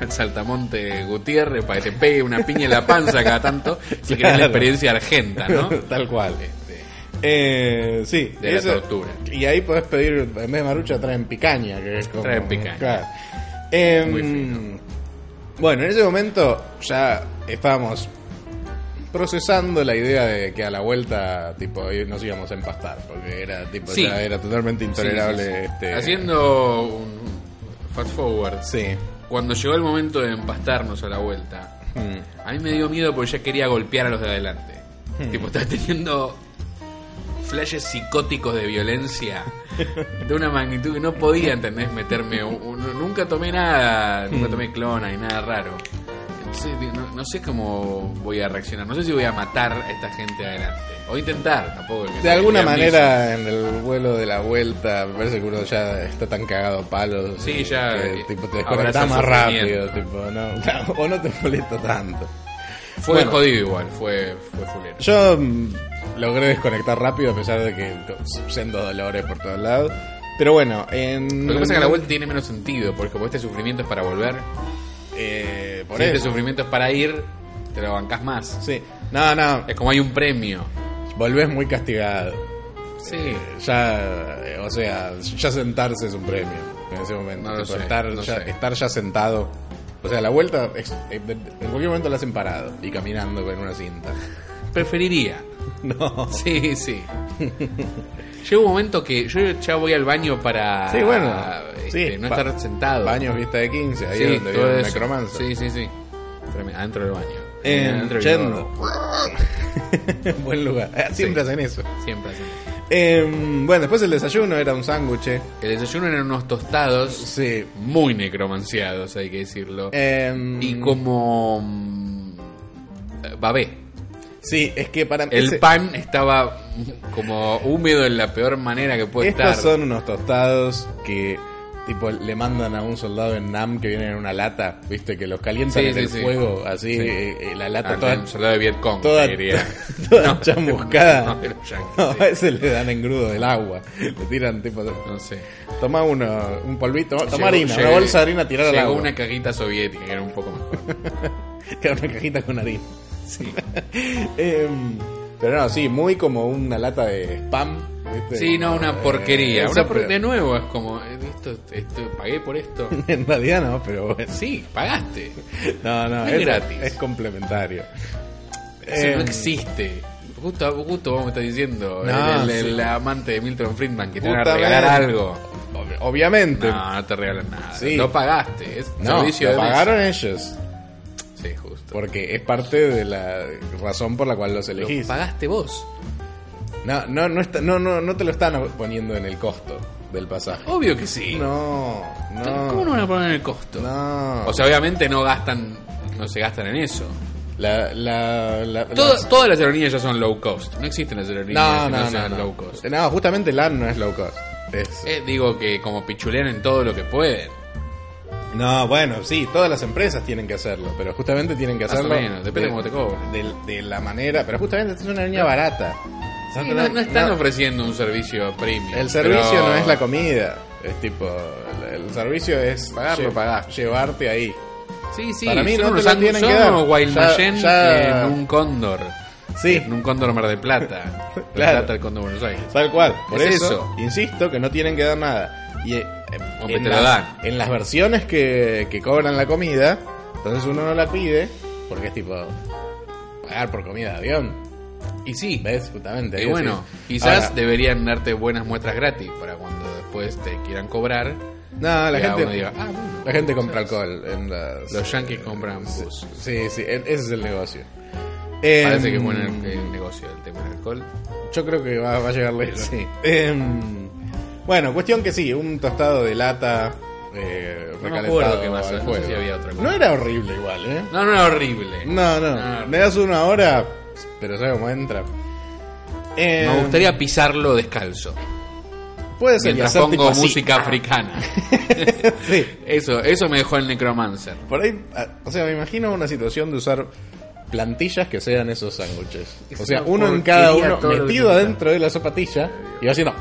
Speaker 2: al Saltamonte Gutiérrez para que te pegue una piña en la panza cada tanto si querés
Speaker 3: Claro.
Speaker 2: la experiencia argenta, ¿no?
Speaker 3: Tal cual.
Speaker 2: Este,
Speaker 3: Eh, sí.
Speaker 2: De la tortura.
Speaker 3: Y ahí podés pedir, en vez de marucha, traen picaña. Que es como-
Speaker 2: Traen picaña.
Speaker 3: Claro. Em,
Speaker 2: Muy fino.
Speaker 3: Bueno, en ese momento ya estábamos procesando la idea de que a la vuelta tipo nos íbamos a empastar porque era tipo
Speaker 2: Sí.
Speaker 3: ya era totalmente intolerable
Speaker 2: sí, sí, sí.
Speaker 3: este
Speaker 2: Haciendo un fast forward.
Speaker 3: sí
Speaker 2: Cuando llegó el momento de empastarnos a la vuelta,
Speaker 3: Mm.
Speaker 2: a mí me dio miedo porque ya quería golpear a los de adelante.
Speaker 3: Hmm.
Speaker 2: Tipo, estás teniendo flashes psicóticos de violencia de una magnitud que no podía, ¿entendés? Meterme. un- un- nunca tomé nada,
Speaker 3: Hmm.
Speaker 2: nunca tomé clona ni nada raro. Entonces, digo, no, no sé cómo voy a reaccionar. No sé si voy a matar a esta gente adelante. O intentar, tampoco. que
Speaker 3: De
Speaker 2: sea-
Speaker 3: alguna
Speaker 2: sea amnesia.
Speaker 3: manera, en el vuelo de la vuelta, me parece que uno ya está tan cagado a palos.
Speaker 2: Sí,
Speaker 3: eh,
Speaker 2: ya,
Speaker 3: que,
Speaker 2: eh,
Speaker 3: tipo, te
Speaker 2: abraza
Speaker 3: desconecta
Speaker 2: el
Speaker 3: más rápido.
Speaker 2: sufrimiento.
Speaker 3: Tipo, no, claro, o no te molesta tanto.
Speaker 2: Fue
Speaker 3: Bueno.
Speaker 2: jodido igual, fue, fue fulero.
Speaker 3: Yo mm, logré desconectar rápido, a pesar de que to- siendo dolores por todos lados. Pero bueno, en.
Speaker 2: Lo que pasa es que la vuelta tiene menos sentido, porque como este sufrimiento es para volver,
Speaker 3: Eh, por
Speaker 2: si este
Speaker 3: eso.
Speaker 2: sufrimiento es para ir, te lo bancás más.
Speaker 3: Sí. No, no.
Speaker 2: Es como hay un premio.
Speaker 3: Volvés muy castigado.
Speaker 2: Sí.
Speaker 3: Ya, eh, o sea, ya sentarse es un premio en ese momento.
Speaker 2: No lo
Speaker 3: Tipo,
Speaker 2: sé,
Speaker 3: estar,
Speaker 2: no
Speaker 3: ya,
Speaker 2: sé.
Speaker 3: estar ya sentado. O sea, la vuelta, ex- eh, de- de- en cualquier momento la hacen parado y caminando con una cinta.
Speaker 2: Preferiría.
Speaker 3: No.
Speaker 2: Sí, sí. Llega un momento que yo ya voy al baño para
Speaker 3: Sí, bueno.
Speaker 2: este,
Speaker 3: Sí,
Speaker 2: no
Speaker 3: pa-
Speaker 2: estar sentado.
Speaker 3: Baños vista de 15, ahí
Speaker 2: Sí,
Speaker 3: es donde
Speaker 2: todo
Speaker 3: vive el
Speaker 2: eso.
Speaker 3: necromancer.
Speaker 2: Sí, sí, sí. Tremendo, Adentro del baño.
Speaker 3: Eh,
Speaker 2: Adentro del
Speaker 3: yendo.
Speaker 2: inodoro.
Speaker 3: Buen lugar. Eh, Siempre hacen eso.
Speaker 2: Siempre así.
Speaker 3: Eh, bueno, después el desayuno era un sándwich.
Speaker 2: El desayuno eran unos tostados
Speaker 3: Sí.
Speaker 2: muy necromanciados, hay que decirlo.
Speaker 3: Eh,
Speaker 2: y como mm, babé.
Speaker 3: Sí, es que para
Speaker 2: El
Speaker 3: ese-
Speaker 2: pan estaba como húmedo en la peor manera que puede
Speaker 3: Estos
Speaker 2: estar.
Speaker 3: son unos tostados que tipo le mandan a un soldado en Nam que vienen en una lata, viste, que los calientan
Speaker 2: Sí,
Speaker 3: en
Speaker 2: sí,
Speaker 3: el
Speaker 2: sí.
Speaker 3: fuego, así
Speaker 2: Sí.
Speaker 3: eh, eh, la lata
Speaker 2: Ah,
Speaker 3: toda,
Speaker 2: un soldado de Vietcong,
Speaker 3: toda,
Speaker 2: te diría.
Speaker 3: toda
Speaker 2: No,
Speaker 3: chamuscada.
Speaker 2: no, de los yanquis,
Speaker 3: No, eh.
Speaker 2: sí.
Speaker 3: a ese le dan engrudo del agua, le tiran tipo
Speaker 2: No sé.
Speaker 3: toma uno, un polvito, toma
Speaker 2: Llegó-
Speaker 3: harina,
Speaker 2: llegué-
Speaker 3: una bolsa de harina tirada al
Speaker 2: Llegó
Speaker 3: agua,
Speaker 2: una cajita soviética, que era un poco mejor.
Speaker 3: que era una cajita con harina.
Speaker 2: Sí,
Speaker 3: Em, pero no, sí, muy como una lata de spam. ¿viste?
Speaker 2: Sí, no, una
Speaker 3: Eh,
Speaker 2: porquería.
Speaker 3: eso,
Speaker 2: Una por-
Speaker 3: pero-
Speaker 2: De nuevo, es como, eh, esto, esto, pagué por esto.
Speaker 3: En realidad no, pero bueno.
Speaker 2: Sí, pagaste.
Speaker 3: No, no,
Speaker 2: Es gratis.
Speaker 3: Es complementario.
Speaker 2: Eso no
Speaker 3: Em,
Speaker 2: existe. Justo, justo vos me estás diciendo,
Speaker 3: No,
Speaker 2: el, el-
Speaker 3: sí.
Speaker 2: el amante de Milton Friedman, que te van a
Speaker 3: Justamente.
Speaker 2: regalar algo.
Speaker 3: ob- obviamente.
Speaker 2: No, no te regalan nada.
Speaker 3: Sí.
Speaker 2: No pagaste. Es
Speaker 3: No,
Speaker 2: servicio
Speaker 3: lo
Speaker 2: de mesa.
Speaker 3: pagaron ellos.
Speaker 2: Sí, justo.
Speaker 3: Porque es parte de la razón por la cual los
Speaker 2: Lo
Speaker 3: elegís.
Speaker 2: pagaste vos.
Speaker 3: No, no, no, está- no, no, no te lo están poniendo en el costo del pasaje.
Speaker 2: Obvio que sí.
Speaker 3: No, no.
Speaker 2: ¿Cómo no van a poner el costo?
Speaker 3: Ah. No.
Speaker 2: O sea, obviamente no gastan, no se gastan en eso.
Speaker 3: la, la, la-
Speaker 2: Todo-
Speaker 3: las-
Speaker 2: Todas las aerolíneas ya son low cost. No existen las aerolíneas
Speaker 3: No,
Speaker 2: que
Speaker 3: no, no,
Speaker 2: sean
Speaker 3: no.
Speaker 2: low cost.
Speaker 3: No, justamente LAN no es low cost. Es-
Speaker 2: Eh, digo que como pichulean en todo lo que pueden.
Speaker 3: No, bueno, sí, todas las empresas tienen que hacerlo, pero justamente tienen que
Speaker 2: Más
Speaker 3: hacerlo.
Speaker 2: o menos, depende de cómo te cobren.
Speaker 3: De, de la manera, pero justamente esta es una línea barata.
Speaker 2: Sí,
Speaker 3: te
Speaker 2: no,
Speaker 3: dan-
Speaker 2: no están
Speaker 3: no,
Speaker 2: ofreciendo un servicio premium.
Speaker 3: El servicio
Speaker 2: pero-
Speaker 3: no es la comida, es tipo. El, el servicio es
Speaker 2: Pagar lo pagás.
Speaker 3: llevarte ahí.
Speaker 2: Sí, sí,
Speaker 3: Para mí
Speaker 2: son
Speaker 3: no te
Speaker 2: unos
Speaker 3: lo
Speaker 2: angus-
Speaker 3: tienen
Speaker 2: son
Speaker 3: que dar.
Speaker 2: unos Wild
Speaker 3: Ya-
Speaker 2: Mayen
Speaker 3: ya-
Speaker 2: en un cóndor.
Speaker 3: Sí.
Speaker 2: En un cóndor Mar del Plata. Del
Speaker 3: Claro.
Speaker 2: Plata al cóndor Buenos Aires.
Speaker 3: Tal cual. Por
Speaker 2: Es
Speaker 3: eso,
Speaker 2: eso.
Speaker 3: insisto que no tienen que dar nada. Y eh,
Speaker 2: Hombre,
Speaker 3: en,
Speaker 2: te lo
Speaker 3: las,
Speaker 2: dan.
Speaker 3: en las versiones que, que cobran la comida, entonces uno no la pide porque es tipo. Pagar por comida de avión.
Speaker 2: Y sí,
Speaker 3: ¿Ves? Justamente.
Speaker 2: Y
Speaker 3: ahí
Speaker 2: bueno,
Speaker 3: decís.
Speaker 2: quizás
Speaker 3: Ahora,
Speaker 2: deberían darte buenas muestras gratis para cuando después te quieran cobrar.
Speaker 3: No, la
Speaker 2: Ya
Speaker 3: gente,
Speaker 2: uno diga, ah, bueno,
Speaker 3: la gente compra
Speaker 2: ¿sabes?
Speaker 3: alcohol. En las-
Speaker 2: Los yankees compran
Speaker 3: Sí,
Speaker 2: bus.
Speaker 3: Sí, sí, e- ese es el negocio.
Speaker 2: Parece que
Speaker 3: Em,
Speaker 2: es bueno el, el negocio del tema del alcohol.
Speaker 3: Yo creo que va, va a llegar lejos.
Speaker 2: Sí.
Speaker 3: Em, bueno, cuestión que sí, un tostado de lata eh,
Speaker 2: No me
Speaker 3: recalentado
Speaker 2: acuerdo qué más,
Speaker 3: al
Speaker 2: no sé
Speaker 3: fuego.
Speaker 2: si había otra cosa.
Speaker 3: No era horrible igual, ¿eh?
Speaker 2: No, no era horrible.
Speaker 3: No,
Speaker 2: Ah,
Speaker 3: no. Me das uno ahora, pero ¿sabes cómo entra? Em,
Speaker 2: Me gustaría pisarlo descalzo.
Speaker 3: Puede ser que
Speaker 2: Mientras
Speaker 3: hacer tipo
Speaker 2: pongo
Speaker 3: así. Ah.
Speaker 2: música africana.
Speaker 3: sí.
Speaker 2: Eso, eso me dejó el Necromancer.
Speaker 3: Por ahí, ah, o sea, me imagino una situación de usar plantillas que sean esos sándwiches.
Speaker 2: Es
Speaker 3: O sea,
Speaker 2: una
Speaker 3: uno en
Speaker 2: porquería
Speaker 3: cada uno
Speaker 2: todo lo que
Speaker 3: metido
Speaker 2: está.
Speaker 3: adentro de la zapatilla y va haciendo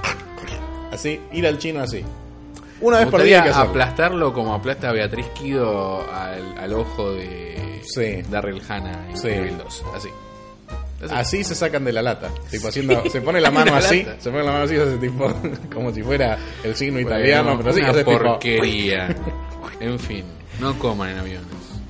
Speaker 3: así, ir al chino así. Una
Speaker 2: Me
Speaker 3: vez por
Speaker 2: gustaría
Speaker 3: día hay que hacerlo.
Speaker 2: aplastarlo como aplasta a Beatriz Kido al, al ojo de
Speaker 3: Sí.
Speaker 2: Daryl Hannah en
Speaker 3: Sí.
Speaker 2: Evil 2. Así.
Speaker 3: Así se sacan de la lata. Tipo haciendo, se pone la mano
Speaker 2: La
Speaker 3: así,
Speaker 2: lata.
Speaker 3: se pone la mano así, hace tipo como si fuera el signo
Speaker 2: Bueno,
Speaker 3: italiano, pero sí,
Speaker 2: una
Speaker 3: hace tipo.
Speaker 2: porquería. en fin, no coman en aviones.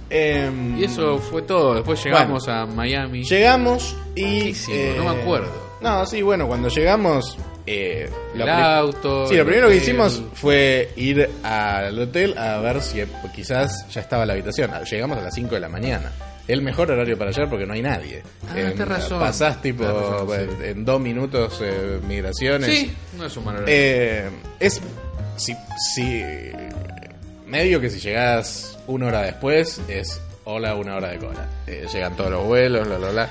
Speaker 3: em,
Speaker 2: Y eso fue todo. Después llegamos a Miami.
Speaker 3: Llegamos y. eh,
Speaker 2: Riquísimo, no me acuerdo.
Speaker 3: No, sí, bueno, cuando llegamos. Eh,
Speaker 2: El
Speaker 3: la pri-
Speaker 2: auto,
Speaker 3: Sí, lo
Speaker 2: el
Speaker 3: primero que
Speaker 2: hotel.
Speaker 3: hicimos fue ir al hotel a ver si eh, quizás ya estaba la habitación. Ah, Llegamos a las 5 de la mañana. El mejor horario para llegar porque no hay nadie. Em,
Speaker 2: Ah, tenés razón.
Speaker 3: Pasás tipo
Speaker 2: Tenés razón, sí.
Speaker 3: en- en dos minutos eh, migraciones.
Speaker 2: Sí, no es un mal horario.
Speaker 3: Eh, es. Si, si. Medio que si llegas una hora después, es hola, una hora de cola. Eh, llegan todos los vuelos, bla, bla, bla.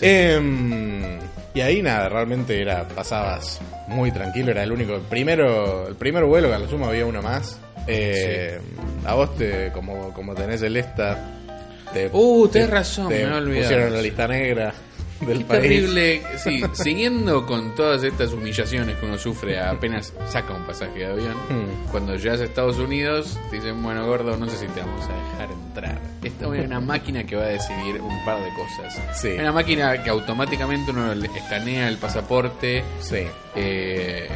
Speaker 3: Em, y ahí nada, realmente era. Pasabas muy tranquilo, era el único. El primero, el primer vuelo, que a lo sumo había uno más. Eh, A vos, te, como, como tenés el esta. Te,
Speaker 2: Uh,
Speaker 3: te-
Speaker 2: tenés razón,
Speaker 3: te
Speaker 2: me había olvidado.
Speaker 3: Pusieron en la lista negra del
Speaker 2: Qué
Speaker 3: país.
Speaker 2: terrible. Sí, siguiendo con todas estas humillaciones que uno sufre apenas saca un pasaje de avión,
Speaker 3: Hmm.
Speaker 2: cuando llegas a Estados Unidos, te dicen, bueno, gordo, no sé si te vamos a dejar entrar. Esta es una máquina que va a decidir un par de cosas.
Speaker 3: Sí.
Speaker 2: Una máquina que automáticamente uno le escanea el pasaporte.
Speaker 3: Sí.
Speaker 2: Eh,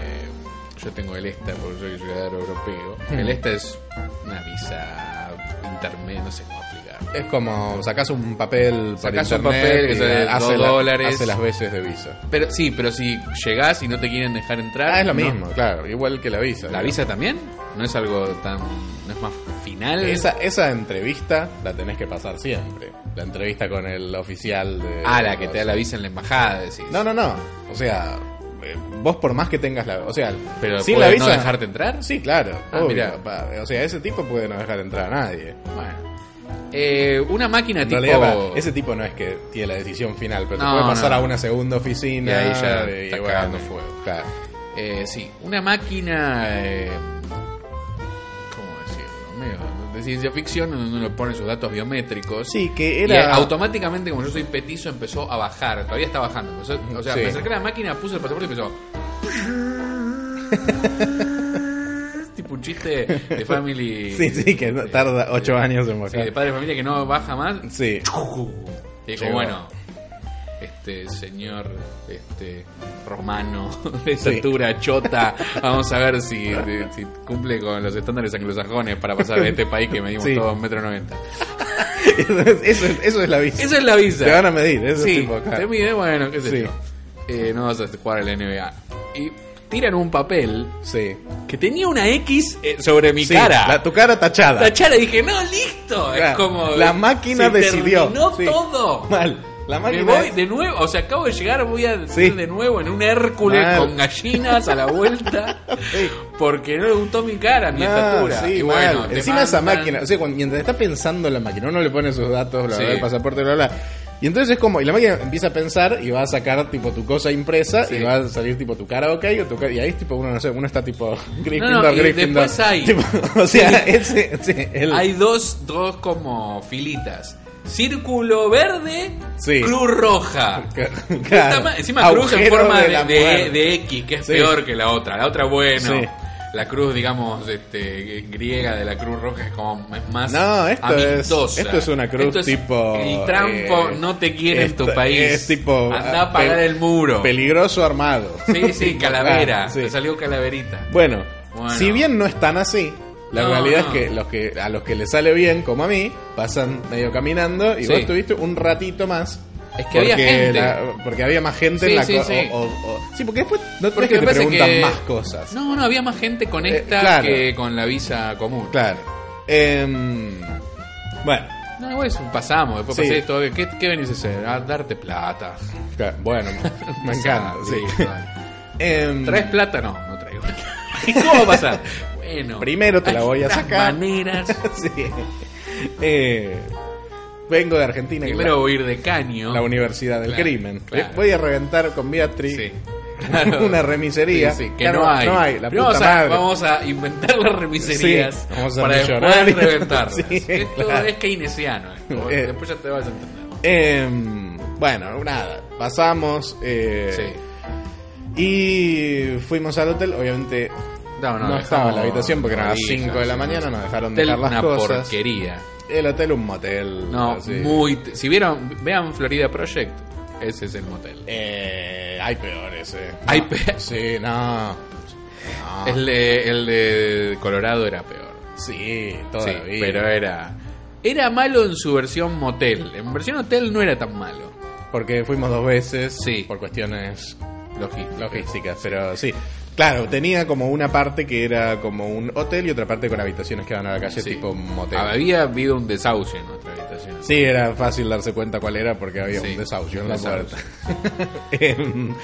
Speaker 2: yo tengo el ESTA porque soy ciudadano europeo.
Speaker 3: Hmm.
Speaker 2: El ESTA es una visa intermedia, no sé cómo aplicar.
Speaker 3: Es como sacás un papel para
Speaker 2: Sacás un
Speaker 3: internet
Speaker 2: papel que
Speaker 3: y
Speaker 2: sale
Speaker 3: hace
Speaker 2: dos
Speaker 3: la-
Speaker 2: dólares.
Speaker 3: hace las veces de visa.
Speaker 2: Pero sí, pero si llegás y no te quieren dejar entrar,
Speaker 3: Ah, es lo
Speaker 2: no.
Speaker 3: mismo, claro, igual que la visa.
Speaker 2: ¿La
Speaker 3: digamos.
Speaker 2: visa también? ¿No es algo tan... no es más final?
Speaker 3: Esa, esa entrevista la tenés que pasar siempre. La entrevista con el oficial de.
Speaker 2: Ah, la que te da la visa en la embajada, decís.
Speaker 3: No, no, no. O sea, eh, vos por más que tengas la. O sea,
Speaker 2: Pero
Speaker 3: sin
Speaker 2: ¿puede
Speaker 3: la visa.
Speaker 2: no dejarte entrar?
Speaker 3: Sí, claro.
Speaker 2: Ah,
Speaker 3: obvio,
Speaker 2: mirá.
Speaker 3: pa- o sea, ese tipo puede no dejar entrar a nadie.
Speaker 2: Bueno. Eh, una máquina
Speaker 3: En
Speaker 2: tipo...
Speaker 3: realidad, pa- ese tipo no es que tiene la decisión final, pero
Speaker 2: No,
Speaker 3: te puede pasar
Speaker 2: no.
Speaker 3: a una segunda oficina
Speaker 2: Y ahí ya
Speaker 3: eh,
Speaker 2: está
Speaker 3: bueno,
Speaker 2: cagando fuego.
Speaker 3: Claro.
Speaker 2: eh, sí, una máquina... eh, ¿Cómo decirlo? Medio de ciencia ficción donde uno le pone sus datos biométricos.
Speaker 3: Sí, que
Speaker 2: Y eh,
Speaker 3: era.
Speaker 2: automáticamente, como yo soy petizo, empezó a bajar. Todavía está bajando. Empezó- o sea,
Speaker 3: Sí.
Speaker 2: me acerqué a la máquina, puse el pasaporte y empezó. tipo un chiste de family.
Speaker 3: Sí, sí, que no- tarda ocho años
Speaker 2: Eh,
Speaker 3: en
Speaker 2: sí,
Speaker 3: bajar.
Speaker 2: de padre de familia que no baja más.
Speaker 3: Sí.
Speaker 2: Y dijo,
Speaker 3: Llegó.
Speaker 2: bueno, este señor este romano de
Speaker 3: Sí.
Speaker 2: estatura chota, vamos a ver si, si cumple con los estándares anglosajones para pasar de este país que medimos
Speaker 3: Sí.
Speaker 2: todos un metro noventa.
Speaker 3: Eso es, eso es- eso es la visa.
Speaker 2: Esa es la visa.
Speaker 3: Te van a medir, eso
Speaker 2: Sí,
Speaker 3: es tipo acá.
Speaker 2: te mide, bueno, qué sé
Speaker 3: Sí.
Speaker 2: yo. Eh, no vas a jugar a la NBA. Y tiran un papel
Speaker 3: Sí.
Speaker 2: que tenía una X eh, sobre mi
Speaker 3: Sí,
Speaker 2: cara.
Speaker 3: la- tu cara tachada.
Speaker 2: Tachara, dije, no, listo.
Speaker 3: Claro.
Speaker 2: Es como.
Speaker 3: La máquina
Speaker 2: se
Speaker 3: decidió.
Speaker 2: Terminó
Speaker 3: Sí.
Speaker 2: todo.
Speaker 3: Mal. La
Speaker 2: Me
Speaker 3: máquina.
Speaker 2: voy
Speaker 3: es-
Speaker 2: de nuevo, o sea, acabo de llegar, voy a
Speaker 3: Sí.
Speaker 2: ir de nuevo en un Hércules
Speaker 3: Mal.
Speaker 2: con gallinas a la vuelta,
Speaker 3: Sí. porque
Speaker 2: porque no le gustó mi cara, mi
Speaker 3: no,
Speaker 2: estatura.
Speaker 3: sí,
Speaker 2: y bueno,
Speaker 3: mal.
Speaker 2: te
Speaker 3: Encima esa
Speaker 2: mandan-
Speaker 3: máquina, o sea, cuando, mientras está pensando la máquina, uno le pone sus datos, bla, bla,
Speaker 2: Sí.
Speaker 3: el pasaporte, bla, bla. Y entonces es como, y la máquina empieza a pensar y va a sacar tipo tu cosa impresa
Speaker 2: Sí.
Speaker 3: y va a salir tipo tu cara ok o tu cara, y ahí es tipo uno, no sé, uno está tipo Gryffindor,
Speaker 2: no, y
Speaker 3: Gryffindor.
Speaker 2: después hay-
Speaker 3: Tipo, o sea, ese, ese- el-
Speaker 2: Hay dos, dos como filitas. Círculo verde,
Speaker 3: Sí.
Speaker 2: cruz roja.
Speaker 3: Claro.
Speaker 2: Puta ma- Encima cruz en
Speaker 3: Agujero
Speaker 2: forma de,
Speaker 3: la
Speaker 2: de-
Speaker 3: muerte.
Speaker 2: de X, que es
Speaker 3: Sí.
Speaker 2: peor que la otra. La otra bueno.
Speaker 3: Sí.
Speaker 2: La cruz, digamos, este, griega de la cruz roja es como es más
Speaker 3: No, esto es-
Speaker 2: Ah, amistosa.
Speaker 3: esto es una cruz
Speaker 2: Esto es
Speaker 3: tipo,
Speaker 2: El trampo
Speaker 3: eh,
Speaker 2: no te quiere en tu
Speaker 3: esto-
Speaker 2: país.
Speaker 3: es tipo,
Speaker 2: Anda a
Speaker 3: ah,
Speaker 2: pagar
Speaker 3: pe-
Speaker 2: el muro.
Speaker 3: Peligroso armado.
Speaker 2: Sí, sí, calavera.
Speaker 3: Ah, sí.
Speaker 2: Te salió calaverita.
Speaker 3: Bueno,
Speaker 2: Bueno.
Speaker 3: si bien no están así, la
Speaker 2: No,
Speaker 3: realidad
Speaker 2: no.
Speaker 3: es que, los que a los que les sale bien, como a mí, pasan medio caminando y
Speaker 2: Sí.
Speaker 3: vos tuviste un ratito más.
Speaker 2: Es que había gente.
Speaker 3: la- porque había más gente
Speaker 2: Sí,
Speaker 3: en la
Speaker 2: sí,
Speaker 3: co-
Speaker 2: sí.
Speaker 3: O, o- o- sí, porque después no
Speaker 2: Porque
Speaker 3: porque que
Speaker 2: me
Speaker 3: te
Speaker 2: parece
Speaker 3: preguntan
Speaker 2: que-
Speaker 3: más cosas.
Speaker 2: No, no, había más gente con
Speaker 3: Eh,
Speaker 2: esta
Speaker 3: claro.
Speaker 2: que con la visa común.
Speaker 3: Claro. Em, bueno,
Speaker 2: No, igual es un pasamos, después
Speaker 3: Sí.
Speaker 2: pasé esto. ¿Qué, ¿Qué venís a hacer? A darte plata.
Speaker 3: Claro, Bueno, me encanta. sí.
Speaker 2: Listo, dale.
Speaker 3: Em,
Speaker 2: ¿Traes plata? No, no traigo. ¿Y cómo va a pasar? Bueno.
Speaker 3: Primero te la
Speaker 2: hay
Speaker 3: voy a
Speaker 2: tantas
Speaker 3: sacar.
Speaker 2: maneras.
Speaker 3: sí. Eh, vengo de Argentina. y
Speaker 2: Primero voy a ir de caño.
Speaker 3: La universidad del
Speaker 2: Claro,
Speaker 3: crimen.
Speaker 2: claro.
Speaker 3: Voy a reventar con Beatriz
Speaker 2: Sí. Claro.
Speaker 3: una remisería.
Speaker 2: Sí, sí, que
Speaker 3: Claro,
Speaker 2: no hay.
Speaker 3: la
Speaker 2: Pero
Speaker 3: puta
Speaker 2: vamos, a,
Speaker 3: madre.
Speaker 2: vamos a inventar las remiserías
Speaker 3: Sí, vamos a ser
Speaker 2: para después
Speaker 3: millonarios.
Speaker 2: reventarlas.
Speaker 3: Sí,
Speaker 2: Esto
Speaker 3: claro.
Speaker 2: es keynesiano. esto. Vos-
Speaker 3: Eh.
Speaker 2: Después ya te vas a entender.
Speaker 3: Em, bueno, nada. Pasamos. eh,
Speaker 2: Sí.
Speaker 3: Y fuimos al hotel. Obviamente
Speaker 2: No,
Speaker 3: no,
Speaker 2: no,
Speaker 3: estaba
Speaker 2: dejamos-
Speaker 3: en la habitación porque eran las
Speaker 2: Sí,
Speaker 3: 5
Speaker 2: no,
Speaker 3: de la
Speaker 2: sí,
Speaker 3: mañana.
Speaker 2: sí.
Speaker 3: Nos dejaron
Speaker 2: Hotel,
Speaker 3: dejar las
Speaker 2: una
Speaker 3: cosas. Ah,
Speaker 2: porquería.
Speaker 3: El hotel, un motel.
Speaker 2: No,
Speaker 3: así.
Speaker 2: muy. t- Si vieron, vean Florida Project, ese es el motel.
Speaker 3: Eh, hay peores, eh.
Speaker 2: Hay
Speaker 3: No,
Speaker 2: pe-
Speaker 3: Sí, no. No.
Speaker 2: El, de, el de Colorado era peor.
Speaker 3: Sí,
Speaker 2: Sí,
Speaker 3: todavía.
Speaker 2: pero era. Era malo en su versión motel. En versión hotel no era tan malo.
Speaker 3: Porque fuimos dos veces.
Speaker 2: Sí.
Speaker 3: Por cuestiones
Speaker 2: Logístico.
Speaker 3: logísticas, pero sí. Claro, tenía como una parte que era como un hotel y otra parte con habitaciones que daban a la calle,
Speaker 2: Sí.
Speaker 3: tipo un motel.
Speaker 2: Había habido un desahucio en nuestra habitación.
Speaker 3: Sí, era fácil darse cuenta cuál era porque había
Speaker 2: Sí,
Speaker 3: un desahucio en
Speaker 2: un
Speaker 3: la
Speaker 2: desahucio.
Speaker 3: puerta. Em,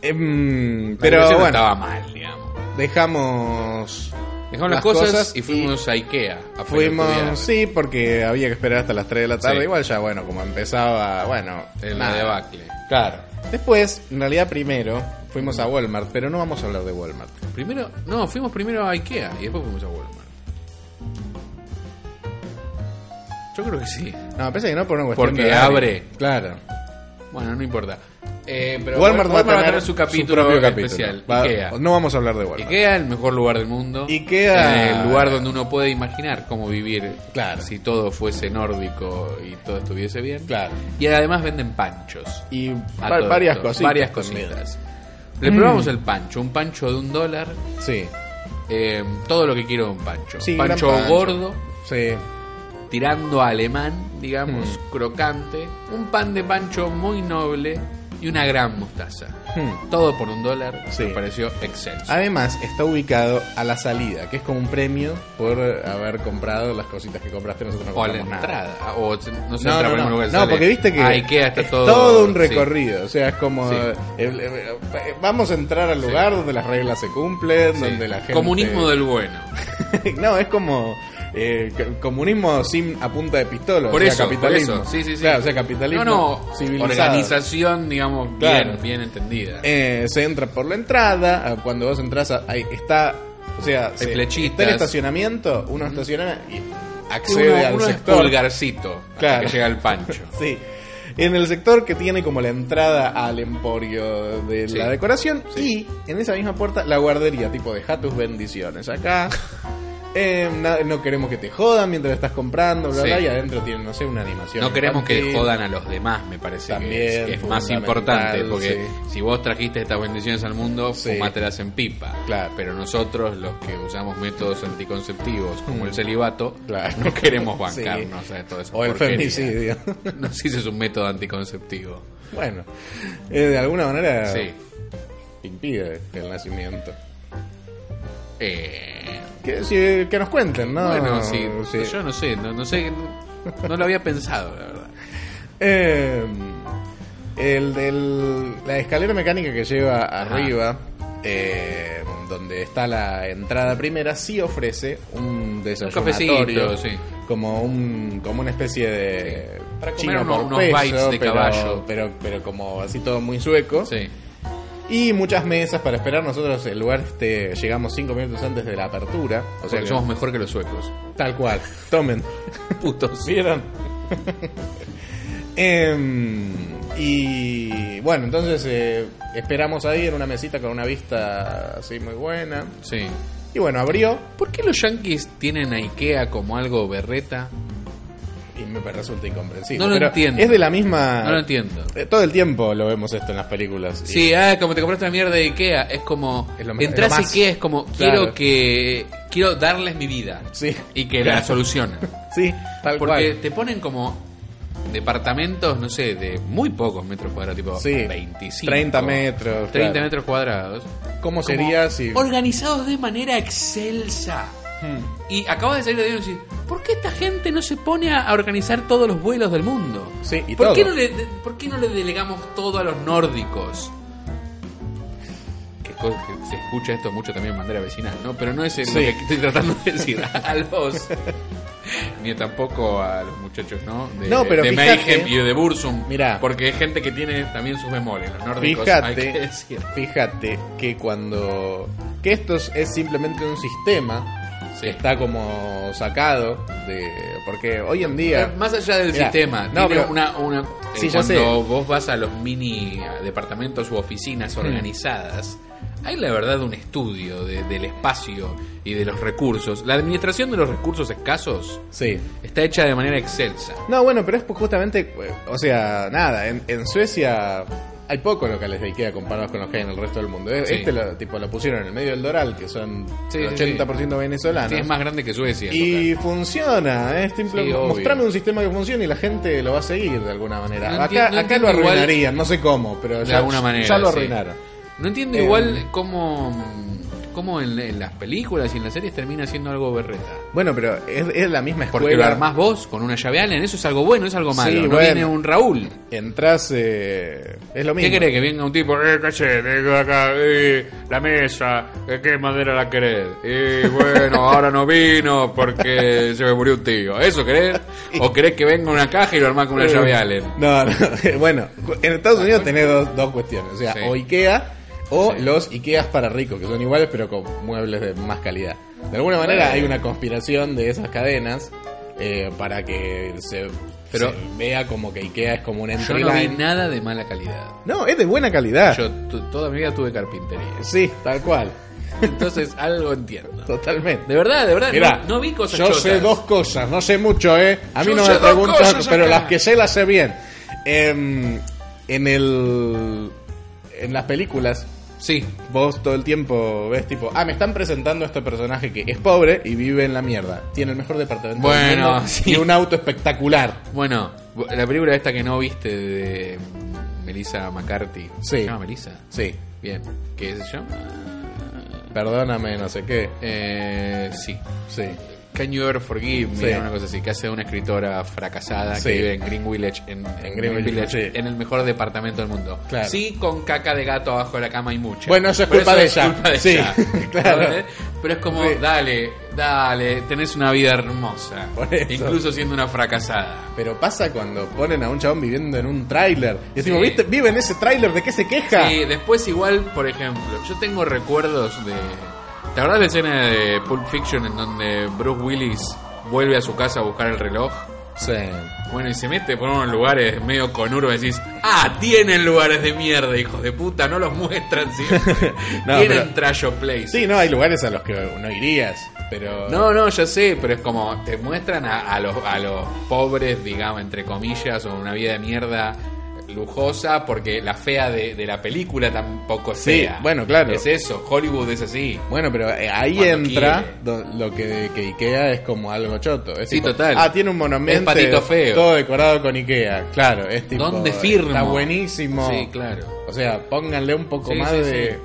Speaker 3: em,
Speaker 2: La
Speaker 3: pero
Speaker 2: habitación
Speaker 3: bueno,
Speaker 2: estaba mal, digamos.
Speaker 3: dejamos
Speaker 2: Dejamos las,
Speaker 3: Las
Speaker 2: cosas,
Speaker 3: cosas
Speaker 2: y fuimos a Ikea. A pelotudear.
Speaker 3: Fuimos, sí, porque había que esperar hasta las 3 de la tarde.
Speaker 2: Sí.
Speaker 3: Igual ya, bueno, como empezaba, bueno,
Speaker 2: En la
Speaker 3: nada.
Speaker 2: debacle.
Speaker 3: Claro. Después, en realidad primero, fuimos a Walmart, pero no vamos a hablar de Walmart.
Speaker 2: Primero, no, fuimos primero a Ikea y después fuimos a Walmart. Yo creo que sí.
Speaker 3: No, pensé que no por una cuestión
Speaker 2: Porque
Speaker 3: de horario.
Speaker 2: abre.
Speaker 3: Claro.
Speaker 2: Bueno, no importa. Eh, pero
Speaker 3: Walmart, va, a tener
Speaker 2: su capítulo
Speaker 3: propio capítulo.
Speaker 2: especial.
Speaker 3: Va-
Speaker 2: Ikea.
Speaker 3: No vamos a hablar de Walmart.
Speaker 2: Ikea, el mejor lugar del mundo.
Speaker 3: Ikea-
Speaker 2: El lugar donde uno puede imaginar cómo vivir.
Speaker 3: Claro.
Speaker 2: Si todo fuese nórdico y todo estuviese bien.
Speaker 3: Claro.
Speaker 2: Y además venden panchos.
Speaker 3: Y
Speaker 2: A
Speaker 3: va-
Speaker 2: todo
Speaker 3: varias
Speaker 2: esto,
Speaker 3: cositas.
Speaker 2: Varias
Speaker 3: también. Mm.
Speaker 2: cositas. Le probamos el pancho. Un pancho de un dólar.
Speaker 3: Sí.
Speaker 2: Eh, todo lo que quiero de un pancho.
Speaker 3: Sí, gran
Speaker 2: pancho
Speaker 3: pancho.
Speaker 2: gordo,
Speaker 3: Sí.
Speaker 2: tirando a alemán, digamos,
Speaker 3: Hmm.
Speaker 2: crocante. Un pan de pancho muy noble y una gran mostaza.
Speaker 3: Hmm.
Speaker 2: Todo por un dólar.
Speaker 3: Sí.
Speaker 2: Me pareció excelso.
Speaker 3: Además, está ubicado a la salida, que es como un premio por haber comprado las cositas que compraste. Nosotros no
Speaker 2: O a la
Speaker 3: compramos nada.
Speaker 2: entrada. Ah, O no sé,
Speaker 3: No,
Speaker 2: entra
Speaker 3: no,
Speaker 2: por
Speaker 3: no.
Speaker 2: un lugar,
Speaker 3: No,
Speaker 2: sale.
Speaker 3: porque viste que
Speaker 2: A Ikea está
Speaker 3: es
Speaker 2: todo.
Speaker 3: un
Speaker 2: sí.
Speaker 3: recorrido. O sea, es como.
Speaker 2: Sí.
Speaker 3: eh, eh, eh, eh, vamos a entrar al lugar donde las reglas se cumplen,
Speaker 2: Sí.
Speaker 3: donde la gente.
Speaker 2: Comunismo del bueno.
Speaker 3: no, es como. eh, c- comunismo sin a punta de pistola.
Speaker 2: Por
Speaker 3: o sea,
Speaker 2: eso, por
Speaker 3: capitalismo.
Speaker 2: eso. Sí, sí, sí.
Speaker 3: Claro, o sea, capitalismo.
Speaker 2: No, no.
Speaker 3: civilizado.
Speaker 2: Organización, digamos,
Speaker 3: Claro.
Speaker 2: bien, bien entendida.
Speaker 3: Eh, se entra por la entrada. ah, Cuando vos entras, a- ahí está. O sea, se-
Speaker 2: flechitas.
Speaker 3: está el estacionamiento. Uno estaciona y accede
Speaker 2: uno
Speaker 3: al
Speaker 2: uno es
Speaker 3: sector.
Speaker 2: pulgarcito. hasta
Speaker 3: Claro.
Speaker 2: que llega el pancho.
Speaker 3: Sí. En el sector que tiene como la entrada al emporio de
Speaker 2: Sí.
Speaker 3: la decoración.
Speaker 2: Sí.
Speaker 3: Y en esa misma puerta, la guardería, tipo, deja tus bendiciones acá. Eh, na- no queremos que te jodan mientras estás comprando, bla,
Speaker 2: Sí.
Speaker 3: bla. Y adentro tienen, no sé, una animación.
Speaker 2: No queremos que
Speaker 3: infantil.
Speaker 2: jodan a los demás, me parece
Speaker 3: También,
Speaker 2: que es, que es más
Speaker 3: fundamental,
Speaker 2: importante, porque
Speaker 3: sí.
Speaker 2: si vos trajiste estas bendiciones al mundo,
Speaker 3: Sí.
Speaker 2: fumátelas en pipa.
Speaker 3: Claro.
Speaker 2: Pero nosotros, los que usamos métodos anticonceptivos como el celibato,
Speaker 3: Mm. Claro.
Speaker 2: no queremos bancarnos a todo eso.
Speaker 3: O el femicidio.
Speaker 2: No sé si es un método anticonceptivo.
Speaker 3: Bueno, eh, de alguna manera
Speaker 2: Sí.
Speaker 3: impide el nacimiento.
Speaker 2: Eh,
Speaker 3: Que, si- que nos cuenten, ¿no?
Speaker 2: bueno, sí,
Speaker 3: Sí.
Speaker 2: Yo no sé, no, no sé, no, no lo había pensado, la verdad.
Speaker 3: Eh, el del, la escalera mecánica que lleva arriba, eh, donde está la entrada primera, sí ofrece un desayunatorio.
Speaker 2: cafecito, sí.
Speaker 3: Como, un, como una especie de
Speaker 2: Para comer
Speaker 3: chino
Speaker 2: unos-
Speaker 3: por
Speaker 2: unos
Speaker 3: peso,
Speaker 2: bites de
Speaker 3: pero,
Speaker 2: caballo.
Speaker 3: Pero, pero como así todo muy sueco.
Speaker 2: Sí.
Speaker 3: Y muchas mesas para esperar. Nosotros el lugar este, llegamos cinco minutos antes de la apertura. O sea,
Speaker 2: Porque
Speaker 3: que-
Speaker 2: somos mejor que los suecos.
Speaker 3: tal cual. Tomen.
Speaker 2: Putos.
Speaker 3: ¿Vieron? Em, y bueno, entonces eh, esperamos ahí en una mesita con una vista así muy buena.
Speaker 2: Sí.
Speaker 3: Y bueno, abrió
Speaker 2: ¿Por qué los yankees tienen a Ikea como algo berreta?
Speaker 3: y me resulta incomprensible.
Speaker 2: No lo
Speaker 3: pero
Speaker 2: entiendo.
Speaker 3: Es de la misma.
Speaker 2: No lo entiendo.
Speaker 3: Eh, todo el tiempo lo vemos esto en las películas. Y-
Speaker 2: Sí, ah, como te compraste una mierda de Ikea, es como.
Speaker 3: Es lo más-
Speaker 2: entras
Speaker 3: es
Speaker 2: a
Speaker 3: lo más.
Speaker 2: Ikea, es como, quiero
Speaker 3: Claro.
Speaker 2: que. Quiero darles mi vida.
Speaker 3: Sí.
Speaker 2: Y que la
Speaker 3: Claro.
Speaker 2: solucionen.
Speaker 3: Sí, tal
Speaker 2: Porque
Speaker 3: cual.
Speaker 2: te ponen como departamentos, no sé, de muy pocos metros cuadrados, tipo
Speaker 3: Sí,
Speaker 2: 25.
Speaker 3: 30 metros,
Speaker 2: 30
Speaker 3: claro.
Speaker 2: metros cuadrados.
Speaker 3: ¿Cómo
Speaker 2: como
Speaker 3: sería si.?
Speaker 2: Organizados de manera excelsa.
Speaker 3: Hmm.
Speaker 2: Y acabas de salir de ahí y decís, ¿por qué esta gente no se pone a a organizar todos los vuelos del mundo?
Speaker 3: Sí, y
Speaker 2: ¿Por,
Speaker 3: todo.
Speaker 2: Qué no le, de- ¿Por qué no le delegamos todo a los nórdicos? Que, co- que se escucha esto mucho también en bandera vecinal, ¿no? Pero no es el- lo
Speaker 3: Sí.
Speaker 2: que estoy tratando de decir a los... Ni tampoco a los muchachos, ¿no? De,
Speaker 3: No, pero
Speaker 2: de
Speaker 3: fíjate.
Speaker 2: Mayhem y de Bursum.
Speaker 3: Mirá.
Speaker 2: Porque es gente que tiene también sus memorias, los nórdicos, hay que
Speaker 3: Fíjate,
Speaker 2: decir.
Speaker 3: fíjate que cuando. que esto es- es simplemente un sistema.
Speaker 2: Sí.
Speaker 3: que Está como sacado de. Porque hoy en día.
Speaker 2: Eh, Más allá del
Speaker 3: Mirá,
Speaker 2: sistema,
Speaker 3: no,
Speaker 2: tiene
Speaker 3: pero-
Speaker 2: una, una- eh,
Speaker 3: Sí, ya
Speaker 2: cuando
Speaker 3: sé.
Speaker 2: vos vas a los mini departamentos u oficinas
Speaker 3: Hmm.
Speaker 2: organizadas, hay la verdad un estudio de- del espacio y de los recursos. La administración de los recursos escasos
Speaker 3: Sí.
Speaker 2: está hecha de manera excelsa.
Speaker 3: No, bueno, pero es pues justamente. eh, O sea, nada, en, en Suecia. Hay pocos locales de Ikea comparados con los que hay en el resto del mundo. Eh,
Speaker 2: Sí.
Speaker 3: Este lo, tipo, lo pusieron en el medio del Doral, que son
Speaker 2: Sí,
Speaker 3: el
Speaker 2: sí,
Speaker 3: 80% venezolanos.
Speaker 2: Sí, es más grande que Suecia.
Speaker 3: Y funciona, ¿eh? es simple.
Speaker 2: Sí, obvio.
Speaker 3: mostrame un sistema que funcione y la gente lo va a seguir de alguna manera.
Speaker 2: No
Speaker 3: acá
Speaker 2: enti- no
Speaker 3: acá lo
Speaker 2: entiendo igual-
Speaker 3: arruinarían, no sé cómo, pero
Speaker 2: de
Speaker 3: ya,
Speaker 2: alguna manera.
Speaker 3: ya lo
Speaker 2: sí.
Speaker 3: arruinaron.
Speaker 2: No entiendo
Speaker 3: Eh,
Speaker 2: igual cómo, cómo en, en las películas y en las series termina siendo algo berreta.
Speaker 3: Bueno, pero es, es la misma escuela.
Speaker 2: Porque lo armás vos con una llave Allen, eso es algo bueno, es algo malo.
Speaker 3: Sí,
Speaker 2: no
Speaker 3: bueno.
Speaker 2: viene un Raúl.
Speaker 3: Entrás, eh, es lo
Speaker 2: ¿Qué
Speaker 3: mismo.
Speaker 2: querés? Que venga un tipo, eh, caché, vengo acá, eh, la mesa, eh, ¿qué madera la querés? Y bueno, ahora no vino porque se me murió un tío. ¿Eso querés? ¿O querés que venga una caja y lo armás con una llave Allen?
Speaker 3: No, no, bueno, en Estados Unidos tenés dos, dos cuestiones, o sea,
Speaker 2: Sí.
Speaker 3: o Ikea o
Speaker 2: Sí.
Speaker 3: los Ikeas para ricos, que son iguales pero con muebles de más calidad. De alguna manera hay una conspiración de esas cadenas eh, para que se,
Speaker 2: Pero-
Speaker 3: se vea como que Ikea es como un
Speaker 2: Yo
Speaker 3: entry
Speaker 2: no vi Ah.
Speaker 3: line.
Speaker 2: nada de mala calidad.
Speaker 3: No, es de buena calidad.
Speaker 2: Yo tu- toda mi vida tuve carpintería.
Speaker 3: Sí, tal cual.
Speaker 2: Entonces algo entiendo.
Speaker 3: Totalmente.
Speaker 2: De verdad, de verdad,
Speaker 3: Mira,
Speaker 2: no, no vi cosas
Speaker 3: Yo sé
Speaker 2: chotas.
Speaker 3: dos cosas, no sé mucho, ¿eh? A mí
Speaker 2: Yo
Speaker 3: no
Speaker 2: sé
Speaker 3: me
Speaker 2: dos
Speaker 3: preguntas,
Speaker 2: cosas
Speaker 3: pero
Speaker 2: acá.
Speaker 3: las que sé las sé bien. Em, en el. En las películas,
Speaker 2: Sí,
Speaker 3: vos todo el tiempo ves tipo, ah, me están presentando a este personaje que es pobre y vive en la mierda. Tiene el mejor departamento del
Speaker 2: Bueno,
Speaker 3: mundo
Speaker 2: sí.
Speaker 3: y un auto espectacular.
Speaker 2: bueno, la película esta que no viste de Melissa McCarthy. ¿Se
Speaker 3: Sí.
Speaker 2: llama Melissa?
Speaker 3: Sí,
Speaker 2: Bien, ¿qué se llama?
Speaker 3: perdóname, no sé qué.
Speaker 2: Eh, sí.
Speaker 3: Sí.
Speaker 2: Can You Ever Forgive Me,
Speaker 3: Sí.
Speaker 2: una cosa así, que hace de una escritora fracasada
Speaker 3: Sí.
Speaker 2: que vive en Green Village, en, en Green
Speaker 3: Green
Speaker 2: Village,
Speaker 3: Village, sí.
Speaker 2: en el mejor departamento del mundo.
Speaker 3: Claro.
Speaker 2: Sí, con caca de gato abajo de la cama y mucho.
Speaker 3: Bueno, eso es
Speaker 2: Pero
Speaker 3: culpa de ella.
Speaker 2: culpa de
Speaker 3: Sí,
Speaker 2: ella.
Speaker 3: claro.
Speaker 2: ¿Entendés? Pero es como,
Speaker 3: Sí.
Speaker 2: dale, dale, tenés una vida hermosa.
Speaker 3: Por eso.
Speaker 2: Incluso siendo una fracasada.
Speaker 3: Pero pasa cuando ponen a un chabón viviendo en un tráiler. Y
Speaker 2: Sí.
Speaker 3: decimos, ¿viste? Vive en ese tráiler, ¿de qué se queja?
Speaker 2: Sí, después igual, por ejemplo, yo tengo recuerdos de... ¿Te acordás de la escena de Pulp Fiction en donde Bruce Willis vuelve a su casa a buscar el reloj?
Speaker 3: sí.
Speaker 2: Bueno, y se mete por unos lugares medio conurba y decís, ah, tienen lugares de mierda, hijos de puta, no los muestran siempre.
Speaker 3: No,
Speaker 2: tienen
Speaker 3: pero-
Speaker 2: trash of place.
Speaker 3: Sí, no, hay lugares a los que no irías, pero...
Speaker 2: No, no, ya sé, pero es como, te muestran a, a los, a los pobres, digamos, entre comillas, o una vida de mierda lujosa, porque la fea de, de la película tampoco es
Speaker 3: Sí,
Speaker 2: fea.
Speaker 3: bueno, claro.
Speaker 2: Es eso, Hollywood es así.
Speaker 3: Bueno, pero eh, ahí
Speaker 2: Cuando
Speaker 3: entra do- lo que, que Ikea es como algo choto. Es
Speaker 2: Sí,
Speaker 3: tipo,
Speaker 2: total.
Speaker 3: Ah, tiene un monumento.
Speaker 2: Es patito feo.
Speaker 3: Todo decorado con Ikea, claro. Es tipo,
Speaker 2: ¿Dónde firmo?
Speaker 3: Está buenísimo.
Speaker 2: Sí, claro.
Speaker 3: O sea, pónganle un poco
Speaker 2: Sí,
Speaker 3: más
Speaker 2: sí,
Speaker 3: de...
Speaker 2: sí.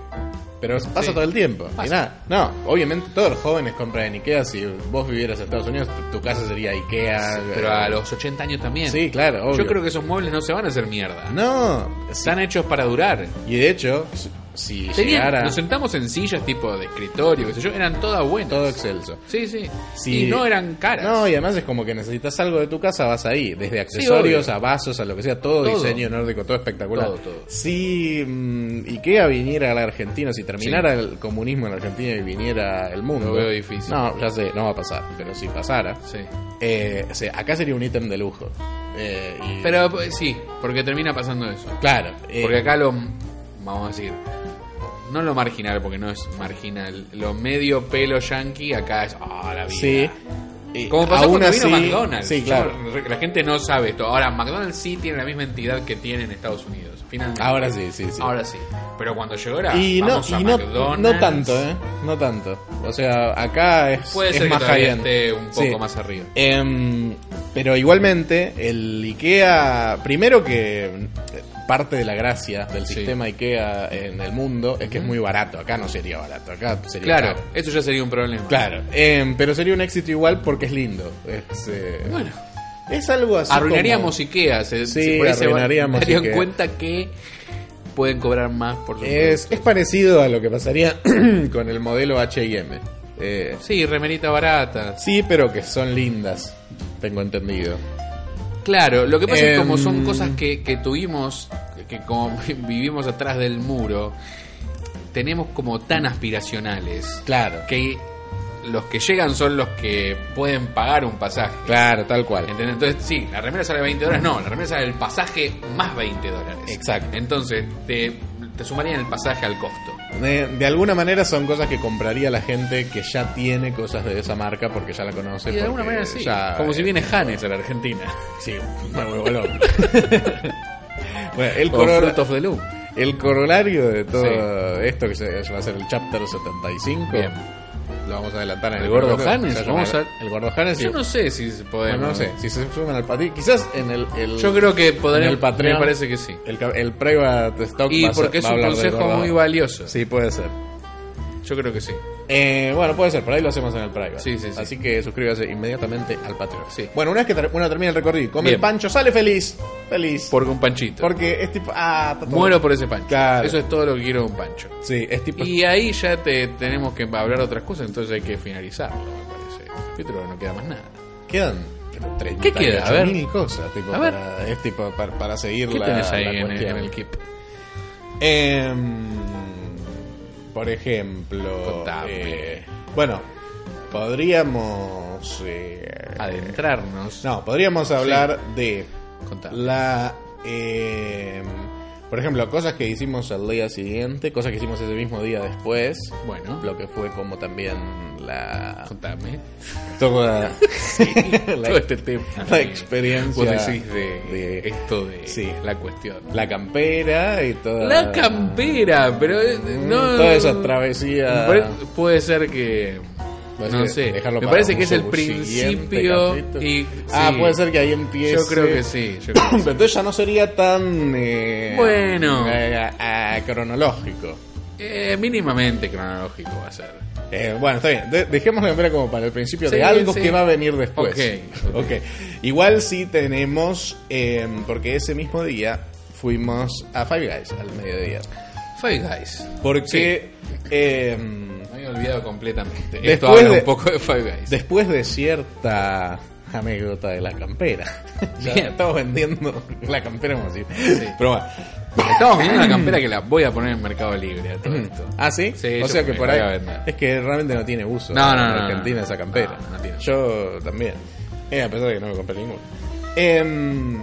Speaker 3: Pero pasa
Speaker 2: Sí.
Speaker 3: todo el tiempo. Y
Speaker 2: Pasa.
Speaker 3: nada, no, obviamente todos los jóvenes compran en Ikea. Si vos vivieras en Estados Unidos, tu, tu casa sería Ikea. eh,
Speaker 2: Pero a los 80 años también.
Speaker 3: Sí, claro, obvio.
Speaker 2: Yo creo que esos muebles no se van a hacer mierda.
Speaker 3: No,
Speaker 2: Están hechos para durar.
Speaker 3: y de hecho, si- si
Speaker 2: Tenían-
Speaker 3: llegara...
Speaker 2: Nos sentamos en sillas tipo de escritorio, qué sé yo, eran todas buenas.
Speaker 3: Todo excelso.
Speaker 2: Sí, sí,
Speaker 3: Sí.
Speaker 2: Y no eran caras.
Speaker 3: No, y además es como que necesitas algo de tu casa, vas ahí. Desde accesorios
Speaker 2: obvio.
Speaker 3: a vasos, a lo que sea, todo,
Speaker 2: Todo.
Speaker 3: diseño nórdico, todo espectacular.
Speaker 2: Todo, todo.
Speaker 3: Si mm, Ikea viniera a la Argentina, si terminara el comunismo en la Argentina y viniera el mundo.
Speaker 2: Lo veo difícil.
Speaker 3: No, ya sé, no va a pasar. Pero si pasara,
Speaker 2: Sí.
Speaker 3: eh, o sea, acá sería un ítem de lujo. Eh, y-
Speaker 2: Pero pues, sí, porque termina pasando eso.
Speaker 3: claro. eh,
Speaker 2: Porque acá lo, vamos a decir, no lo marginal, porque no es marginal, lo medio pelo yankee acá es, ah, la vida.
Speaker 3: Sí. eh,
Speaker 2: Como pasó
Speaker 3: aún
Speaker 2: cuando
Speaker 3: así,
Speaker 2: vino McDonald's.
Speaker 3: Sí,
Speaker 2: Yo-
Speaker 3: claro.
Speaker 2: la gente no sabe esto. Ahora, McDonald's sí tiene la misma entidad que tiene en Estados Unidos. Finalmente.
Speaker 3: Ahora sí, sí, sí.
Speaker 2: Ahora sí. Pero cuando llegó era.
Speaker 3: Y, no,
Speaker 2: vamos a
Speaker 3: y no,
Speaker 2: McDonald's.
Speaker 3: no tanto, ¿eh? No tanto. O sea, acá es,
Speaker 2: Puede
Speaker 3: es
Speaker 2: ser que
Speaker 3: más
Speaker 2: todavía
Speaker 3: high-end.
Speaker 2: esté un poco
Speaker 3: Sí.
Speaker 2: más arriba.
Speaker 3: Em, pero igualmente, el IKEA, primero que parte de la gracia del
Speaker 2: Sí.
Speaker 3: sistema IKEA en el mundo es que es muy barato. Acá no sería barato, acá sería
Speaker 2: Claro,
Speaker 3: caro.
Speaker 2: eso ya sería un problema.
Speaker 3: Claro, em, pero sería un éxito igual porque es lindo. Es, eh,
Speaker 2: Bueno,
Speaker 3: es algo así.
Speaker 2: arruinaríamos
Speaker 3: como-
Speaker 2: IKEA. Se,
Speaker 3: Sí,
Speaker 2: se- por ahí se van-
Speaker 3: arruinaríamos
Speaker 2: darían
Speaker 3: IKEA.
Speaker 2: cuenta que pueden cobrar más por su
Speaker 3: es, es parecido a lo que pasaría con el modelo HM. Eh,
Speaker 2: Sí, remerita barata.
Speaker 3: sí, pero que son lindas, tengo entendido.
Speaker 2: Claro, lo que pasa es
Speaker 3: Em.
Speaker 2: como son cosas que, que tuvimos, que como vivimos atrás del muro, tenemos como tan aspiracionales
Speaker 3: Claro,
Speaker 2: que los que llegan son los que pueden pagar un pasaje.
Speaker 3: claro, tal cual.
Speaker 2: ¿Entendés? Entonces, sí, la remera sale 20 dólares. No, la remera sale el pasaje más 20 dólares.
Speaker 3: Exacto.
Speaker 2: Entonces, te, te sumarían el pasaje al costo.
Speaker 3: De, de alguna manera son cosas que compraría la gente que ya tiene cosas de esa marca porque ya la conoce.
Speaker 2: Y de alguna
Speaker 3: porque
Speaker 2: manera sí.
Speaker 3: ya,
Speaker 2: como si
Speaker 3: eh,
Speaker 2: viene Hannes a la Argentina.
Speaker 3: Sí, me vuelvo loco. bueno, el,
Speaker 2: O
Speaker 3: corol-
Speaker 2: Fruit of the Loom.
Speaker 3: el corolario de todo
Speaker 2: Sí.
Speaker 3: esto que se, va a ser el chapter 75.
Speaker 2: Bien.
Speaker 3: Lo vamos a adelantar en
Speaker 2: El
Speaker 3: el
Speaker 2: gordo
Speaker 3: programa,
Speaker 2: Hannes,
Speaker 3: se va
Speaker 2: vamos
Speaker 3: llamar
Speaker 2: a-
Speaker 3: El gordo Hannes. y-
Speaker 2: Yo no sé si se podemos.
Speaker 3: bueno, no sé, si se suman al Patreon. Quizás en el. el-
Speaker 2: Yo creo que podrán.
Speaker 3: en el Patreon.
Speaker 2: Me parece que sí.
Speaker 3: El, ca- el private stock
Speaker 2: Y
Speaker 3: va a ser-
Speaker 2: porque es
Speaker 3: va a
Speaker 2: un
Speaker 3: hablar del
Speaker 2: consejo
Speaker 3: gordo.
Speaker 2: muy valioso.
Speaker 3: Sí, puede ser.
Speaker 2: Yo creo que sí.
Speaker 3: Eh, bueno, puede ser, por ahí lo hacemos en el private.
Speaker 2: Sí, sí, sí.
Speaker 3: Así que suscríbase inmediatamente al Patreon.
Speaker 2: Sí.
Speaker 3: Bueno, una vez que ter- uno termina el recorrido, y come
Speaker 2: Bien.
Speaker 3: el pancho, sale feliz. Feliz.
Speaker 2: Porque un panchito.
Speaker 3: porque es tipo. Ah, está todo-
Speaker 2: Muero por ese pancho.
Speaker 3: Claro. Pues-
Speaker 2: Eso es todo lo que quiero de un pancho.
Speaker 3: Sí, es tipo.
Speaker 2: Y ahí ya te tenemos que hablar de otras cosas, entonces hay que finalizarlo, me parece. Capítulo no queda más nada.
Speaker 3: Quedan. pero
Speaker 2: ¿Qué queda? A ver.
Speaker 3: 38.000 cosas, tipo,
Speaker 2: A ver.
Speaker 3: Para, es tipo para, para seguir
Speaker 2: ¿Qué
Speaker 3: la.
Speaker 2: tenés ahí
Speaker 3: la
Speaker 2: en, el-
Speaker 3: cuestión.
Speaker 2: en el keep?
Speaker 3: Em, por ejemplo.
Speaker 2: Contame.
Speaker 3: eh, bueno, podríamos. eh,
Speaker 2: Ah. Adentrarnos.
Speaker 3: No, podríamos hablar de
Speaker 2: Contame.
Speaker 3: la... eh, por ejemplo, cosas que hicimos al día siguiente, cosas que hicimos ese mismo día después.
Speaker 2: Bueno.
Speaker 3: Lo que fue como también la...
Speaker 2: Contame.
Speaker 3: Toda,
Speaker 2: Todo este tema.
Speaker 3: la experiencia
Speaker 2: Vos decís de,
Speaker 3: de-
Speaker 2: esto de
Speaker 3: Sí.
Speaker 2: la cuestión.
Speaker 3: la campera y toda...
Speaker 2: La campera, pero eh,
Speaker 3: Mm,
Speaker 2: no.
Speaker 3: Todas esas travesías...
Speaker 2: Pare- Puede ser que.
Speaker 3: Puede
Speaker 2: No
Speaker 3: ser
Speaker 2: sé.
Speaker 3: Pues dejarlo
Speaker 2: Me
Speaker 3: para
Speaker 2: parece
Speaker 3: un
Speaker 2: que es el
Speaker 3: subsiguiente
Speaker 2: principio.
Speaker 3: capítulo.
Speaker 2: Y,
Speaker 3: Ah,
Speaker 2: sí,
Speaker 3: puede ser que ahí empiece...
Speaker 2: Yo creo que sí. yo creo que sí.
Speaker 3: Pero Entonces ya no sería tan... eh,
Speaker 2: Bueno.
Speaker 3: eh, ah, cronológico.
Speaker 2: Eh, mínimamente cronológico va a ser.
Speaker 3: Eh, bueno, está bien. De- dejemos la campera como para el principio
Speaker 2: Sí,
Speaker 3: de algo
Speaker 2: sí.
Speaker 3: que va a venir después.
Speaker 2: Ok,
Speaker 3: Ok. Igual sí tenemos, eh, porque ese mismo día fuimos a Five Guys al mediodía.
Speaker 2: Five Guys.
Speaker 3: Porque eh,
Speaker 2: Me había olvidado completamente. Esto
Speaker 3: Después
Speaker 2: habla
Speaker 3: de-
Speaker 2: un poco de Five Guys.
Speaker 3: después de cierta anécdota de la campera, ya
Speaker 2: Bien.
Speaker 3: estamos vendiendo la campera como así. Pero bueno.
Speaker 2: Estamos vendiendo una campera que la voy a poner en Mercado Libre a todo esto.
Speaker 3: ¿Ah, sí?
Speaker 2: Sí,
Speaker 3: o
Speaker 2: yo
Speaker 3: sea que
Speaker 2: me
Speaker 3: por
Speaker 2: la voy a
Speaker 3: ahí.
Speaker 2: vender.
Speaker 3: Es que realmente no tiene uso
Speaker 2: No, no,
Speaker 3: en
Speaker 2: no, no,
Speaker 3: Argentina
Speaker 2: no.
Speaker 3: esa campera.
Speaker 2: No, no tiene.
Speaker 3: Yo también. Eh, a pesar de que no me compré ninguno. Em,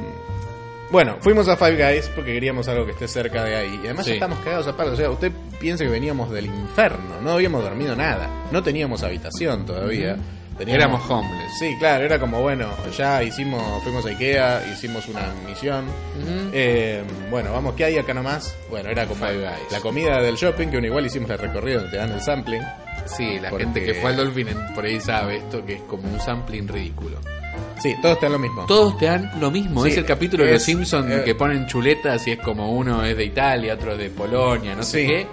Speaker 3: bueno, fuimos a Five Guys porque queríamos algo que esté cerca de ahí. Y además
Speaker 2: Sí.
Speaker 3: ya estamos cagados a palos. O sea, usted piensa que veníamos del infierno. No habíamos dormido nada. No teníamos habitación todavía. Teníamos-
Speaker 2: Éramos homeless.
Speaker 3: Sí, claro, era como bueno, ya hicimos, fuimos a Ikea, hicimos una misión. Eh, bueno, vamos, ¿qué hay acá nomás? Bueno, era como
Speaker 2: Five Guys.
Speaker 3: la comida del shopping, que uno igual hicimos el recorrido donde te dan el sampling.
Speaker 2: Sí, la
Speaker 3: Porque-
Speaker 2: gente que fue al Dolphin en- por ahí sabe esto, que es como un sampling ridículo.
Speaker 3: Sí, todos te dan lo mismo.
Speaker 2: Todos te dan lo mismo.
Speaker 3: Sí,
Speaker 2: es el capítulo de Los
Speaker 3: es-
Speaker 2: Simpsons
Speaker 3: eh,
Speaker 2: que ponen chuletas y es como uno es de Italia, otro es de Polonia, no sé
Speaker 3: Sí.
Speaker 2: qué.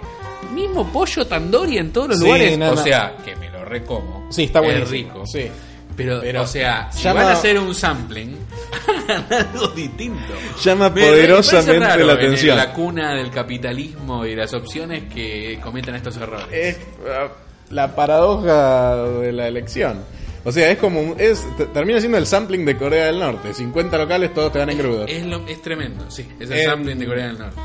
Speaker 2: Mismo pollo tandoori en todos los
Speaker 3: Sí,
Speaker 2: lugares.
Speaker 3: no,
Speaker 2: o
Speaker 3: no.
Speaker 2: sea, que me lo recomo.
Speaker 3: Sí, está
Speaker 2: bueno Es
Speaker 3: buenísimo.
Speaker 2: rico.
Speaker 3: Sí.
Speaker 2: Pero,
Speaker 3: Pero
Speaker 2: o sea, si
Speaker 3: llama-
Speaker 2: van a hacer un sampling, hagan algo distinto.
Speaker 3: Llama
Speaker 2: Me- me
Speaker 3: poderosamente
Speaker 2: parece raro
Speaker 3: la
Speaker 2: en el-
Speaker 3: atención.
Speaker 2: la cuna del capitalismo y las opciones que cometen estos errores.
Speaker 3: Es ah, la paradoja de la elección. O sea, es como, un- es, te- termina siendo el sampling de Corea del Norte. 50 locales, todos te dan en crudo.
Speaker 2: Es, lo- es tremendo, sí. Es el
Speaker 3: Em,
Speaker 2: sampling de Corea del Norte.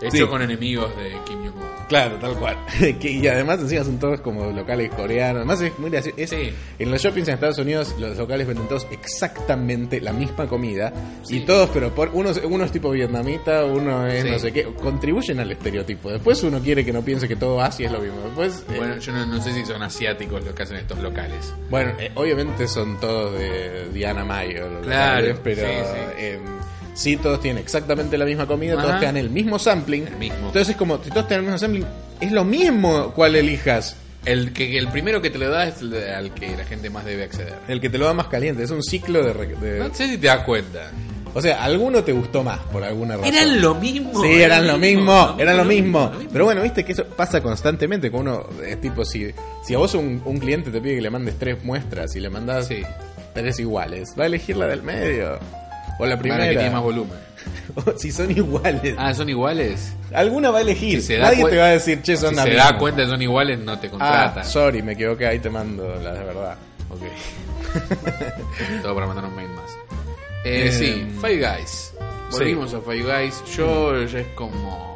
Speaker 2: Hecho
Speaker 3: sí.
Speaker 2: con enemigos de Kim Jong-un.
Speaker 3: Claro, tal cual. Que- y además encima son todos como locales coreanos. Además es muy gracioso. Es-
Speaker 2: Sí.
Speaker 3: En los shoppings en Estados Unidos los locales venden todos exactamente la misma comida. Y todos, pero por uno, es- uno es tipo vietnamita, uno es
Speaker 2: Sí.
Speaker 3: no sé qué. Contribuyen al estereotipo. Después uno quiere que no piense que todo Asia es lo mismo. Después... eh,
Speaker 2: Bueno, yo no, no sé si son asiáticos los que hacen estos locales.
Speaker 3: bueno, eh, obviamente son todos de Diana Mayo, los
Speaker 2: Claro,
Speaker 3: locales, pero
Speaker 2: sí, sí.
Speaker 3: em, sí, todos tienen exactamente la misma comida,
Speaker 2: Ajá.
Speaker 3: todos te dan el mismo sampling.
Speaker 2: El mismo.
Speaker 3: Entonces es como, si todos te dan el mismo sampling, es lo mismo cuál elijas.
Speaker 2: El, que, el primero que te lo da es el de- al que la gente más debe acceder.
Speaker 3: El que te lo da más caliente, es un ciclo de... re- de-
Speaker 2: No sé si te das cuenta.
Speaker 3: O sea, alguno te gustó más por alguna razón.
Speaker 2: Eran lo mismo.
Speaker 3: Sí, eran lo mismo, eran lo mismo.
Speaker 2: lo
Speaker 3: Pero bueno, viste que eso pasa constantemente con uno, es tipo, si, si a vos un, un cliente te pide que le mandes tres muestras y le mandas
Speaker 2: Sí.
Speaker 3: tres iguales, va a elegir la del medio. O
Speaker 2: Para
Speaker 3: la
Speaker 2: que tiene
Speaker 3: primera.
Speaker 2: más volumen.
Speaker 3: O si son iguales.
Speaker 2: Ah, son iguales.
Speaker 3: Alguna va a elegir.
Speaker 2: Si se da
Speaker 3: Nadie
Speaker 2: cuen-
Speaker 3: te va a decir, che, son
Speaker 2: si
Speaker 3: la
Speaker 2: se
Speaker 3: misma.
Speaker 2: da cuenta que son iguales, no te contrata.
Speaker 3: Ah, sorry, me equivoqué, ahí te mando la de verdad.
Speaker 2: Ok. Todo para mandar un mail más. Eh,
Speaker 3: Eh,
Speaker 2: sí, Five Guys. Volvimos a Five Guys. Yo ya es como.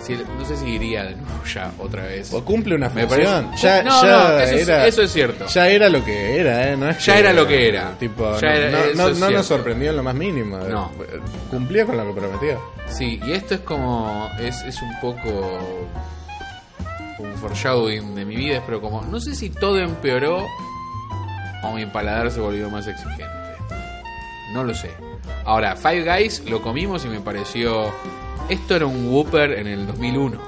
Speaker 2: si- no sé si iría de nuevo ya otra vez.
Speaker 3: O cumple una
Speaker 2: Me
Speaker 3: función.
Speaker 2: parece-
Speaker 3: Ya,
Speaker 2: No,
Speaker 3: ya
Speaker 2: no, eso es-
Speaker 3: era,
Speaker 2: eso es cierto.
Speaker 3: Ya era lo que era, ¿eh? No es
Speaker 2: Ya
Speaker 3: que-
Speaker 2: era lo que era.
Speaker 3: Tipo,
Speaker 2: Ya
Speaker 3: no,
Speaker 2: era-
Speaker 3: no-
Speaker 2: eso
Speaker 3: no-
Speaker 2: es
Speaker 3: no
Speaker 2: cierto.
Speaker 3: nos sorprendió en lo más mínimo.
Speaker 2: No.
Speaker 3: Eh, Cumplía con lo que prometió.
Speaker 2: Sí, y esto es como. Es, es un poco. Un foreshadowing de mi vida, pero como. No sé si todo empeoró o mi paladar se volvió más exigente. No lo sé. Ahora, Five Guys lo comimos y me pareció. Esto era un Whopper en el 2001.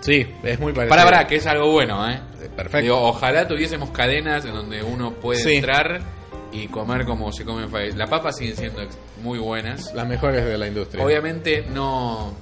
Speaker 3: Sí, es muy parecido.
Speaker 2: Para, para, que es algo bueno, ¿eh?
Speaker 3: Eh, perfecto.
Speaker 2: Digo, ojalá tuviésemos cadenas en donde uno puede
Speaker 3: Sí.
Speaker 2: entrar y comer como se come en Five Guys. Las papas siguen siendo ex- muy buenas.
Speaker 3: Las mejores de la industria.
Speaker 2: Obviamente no...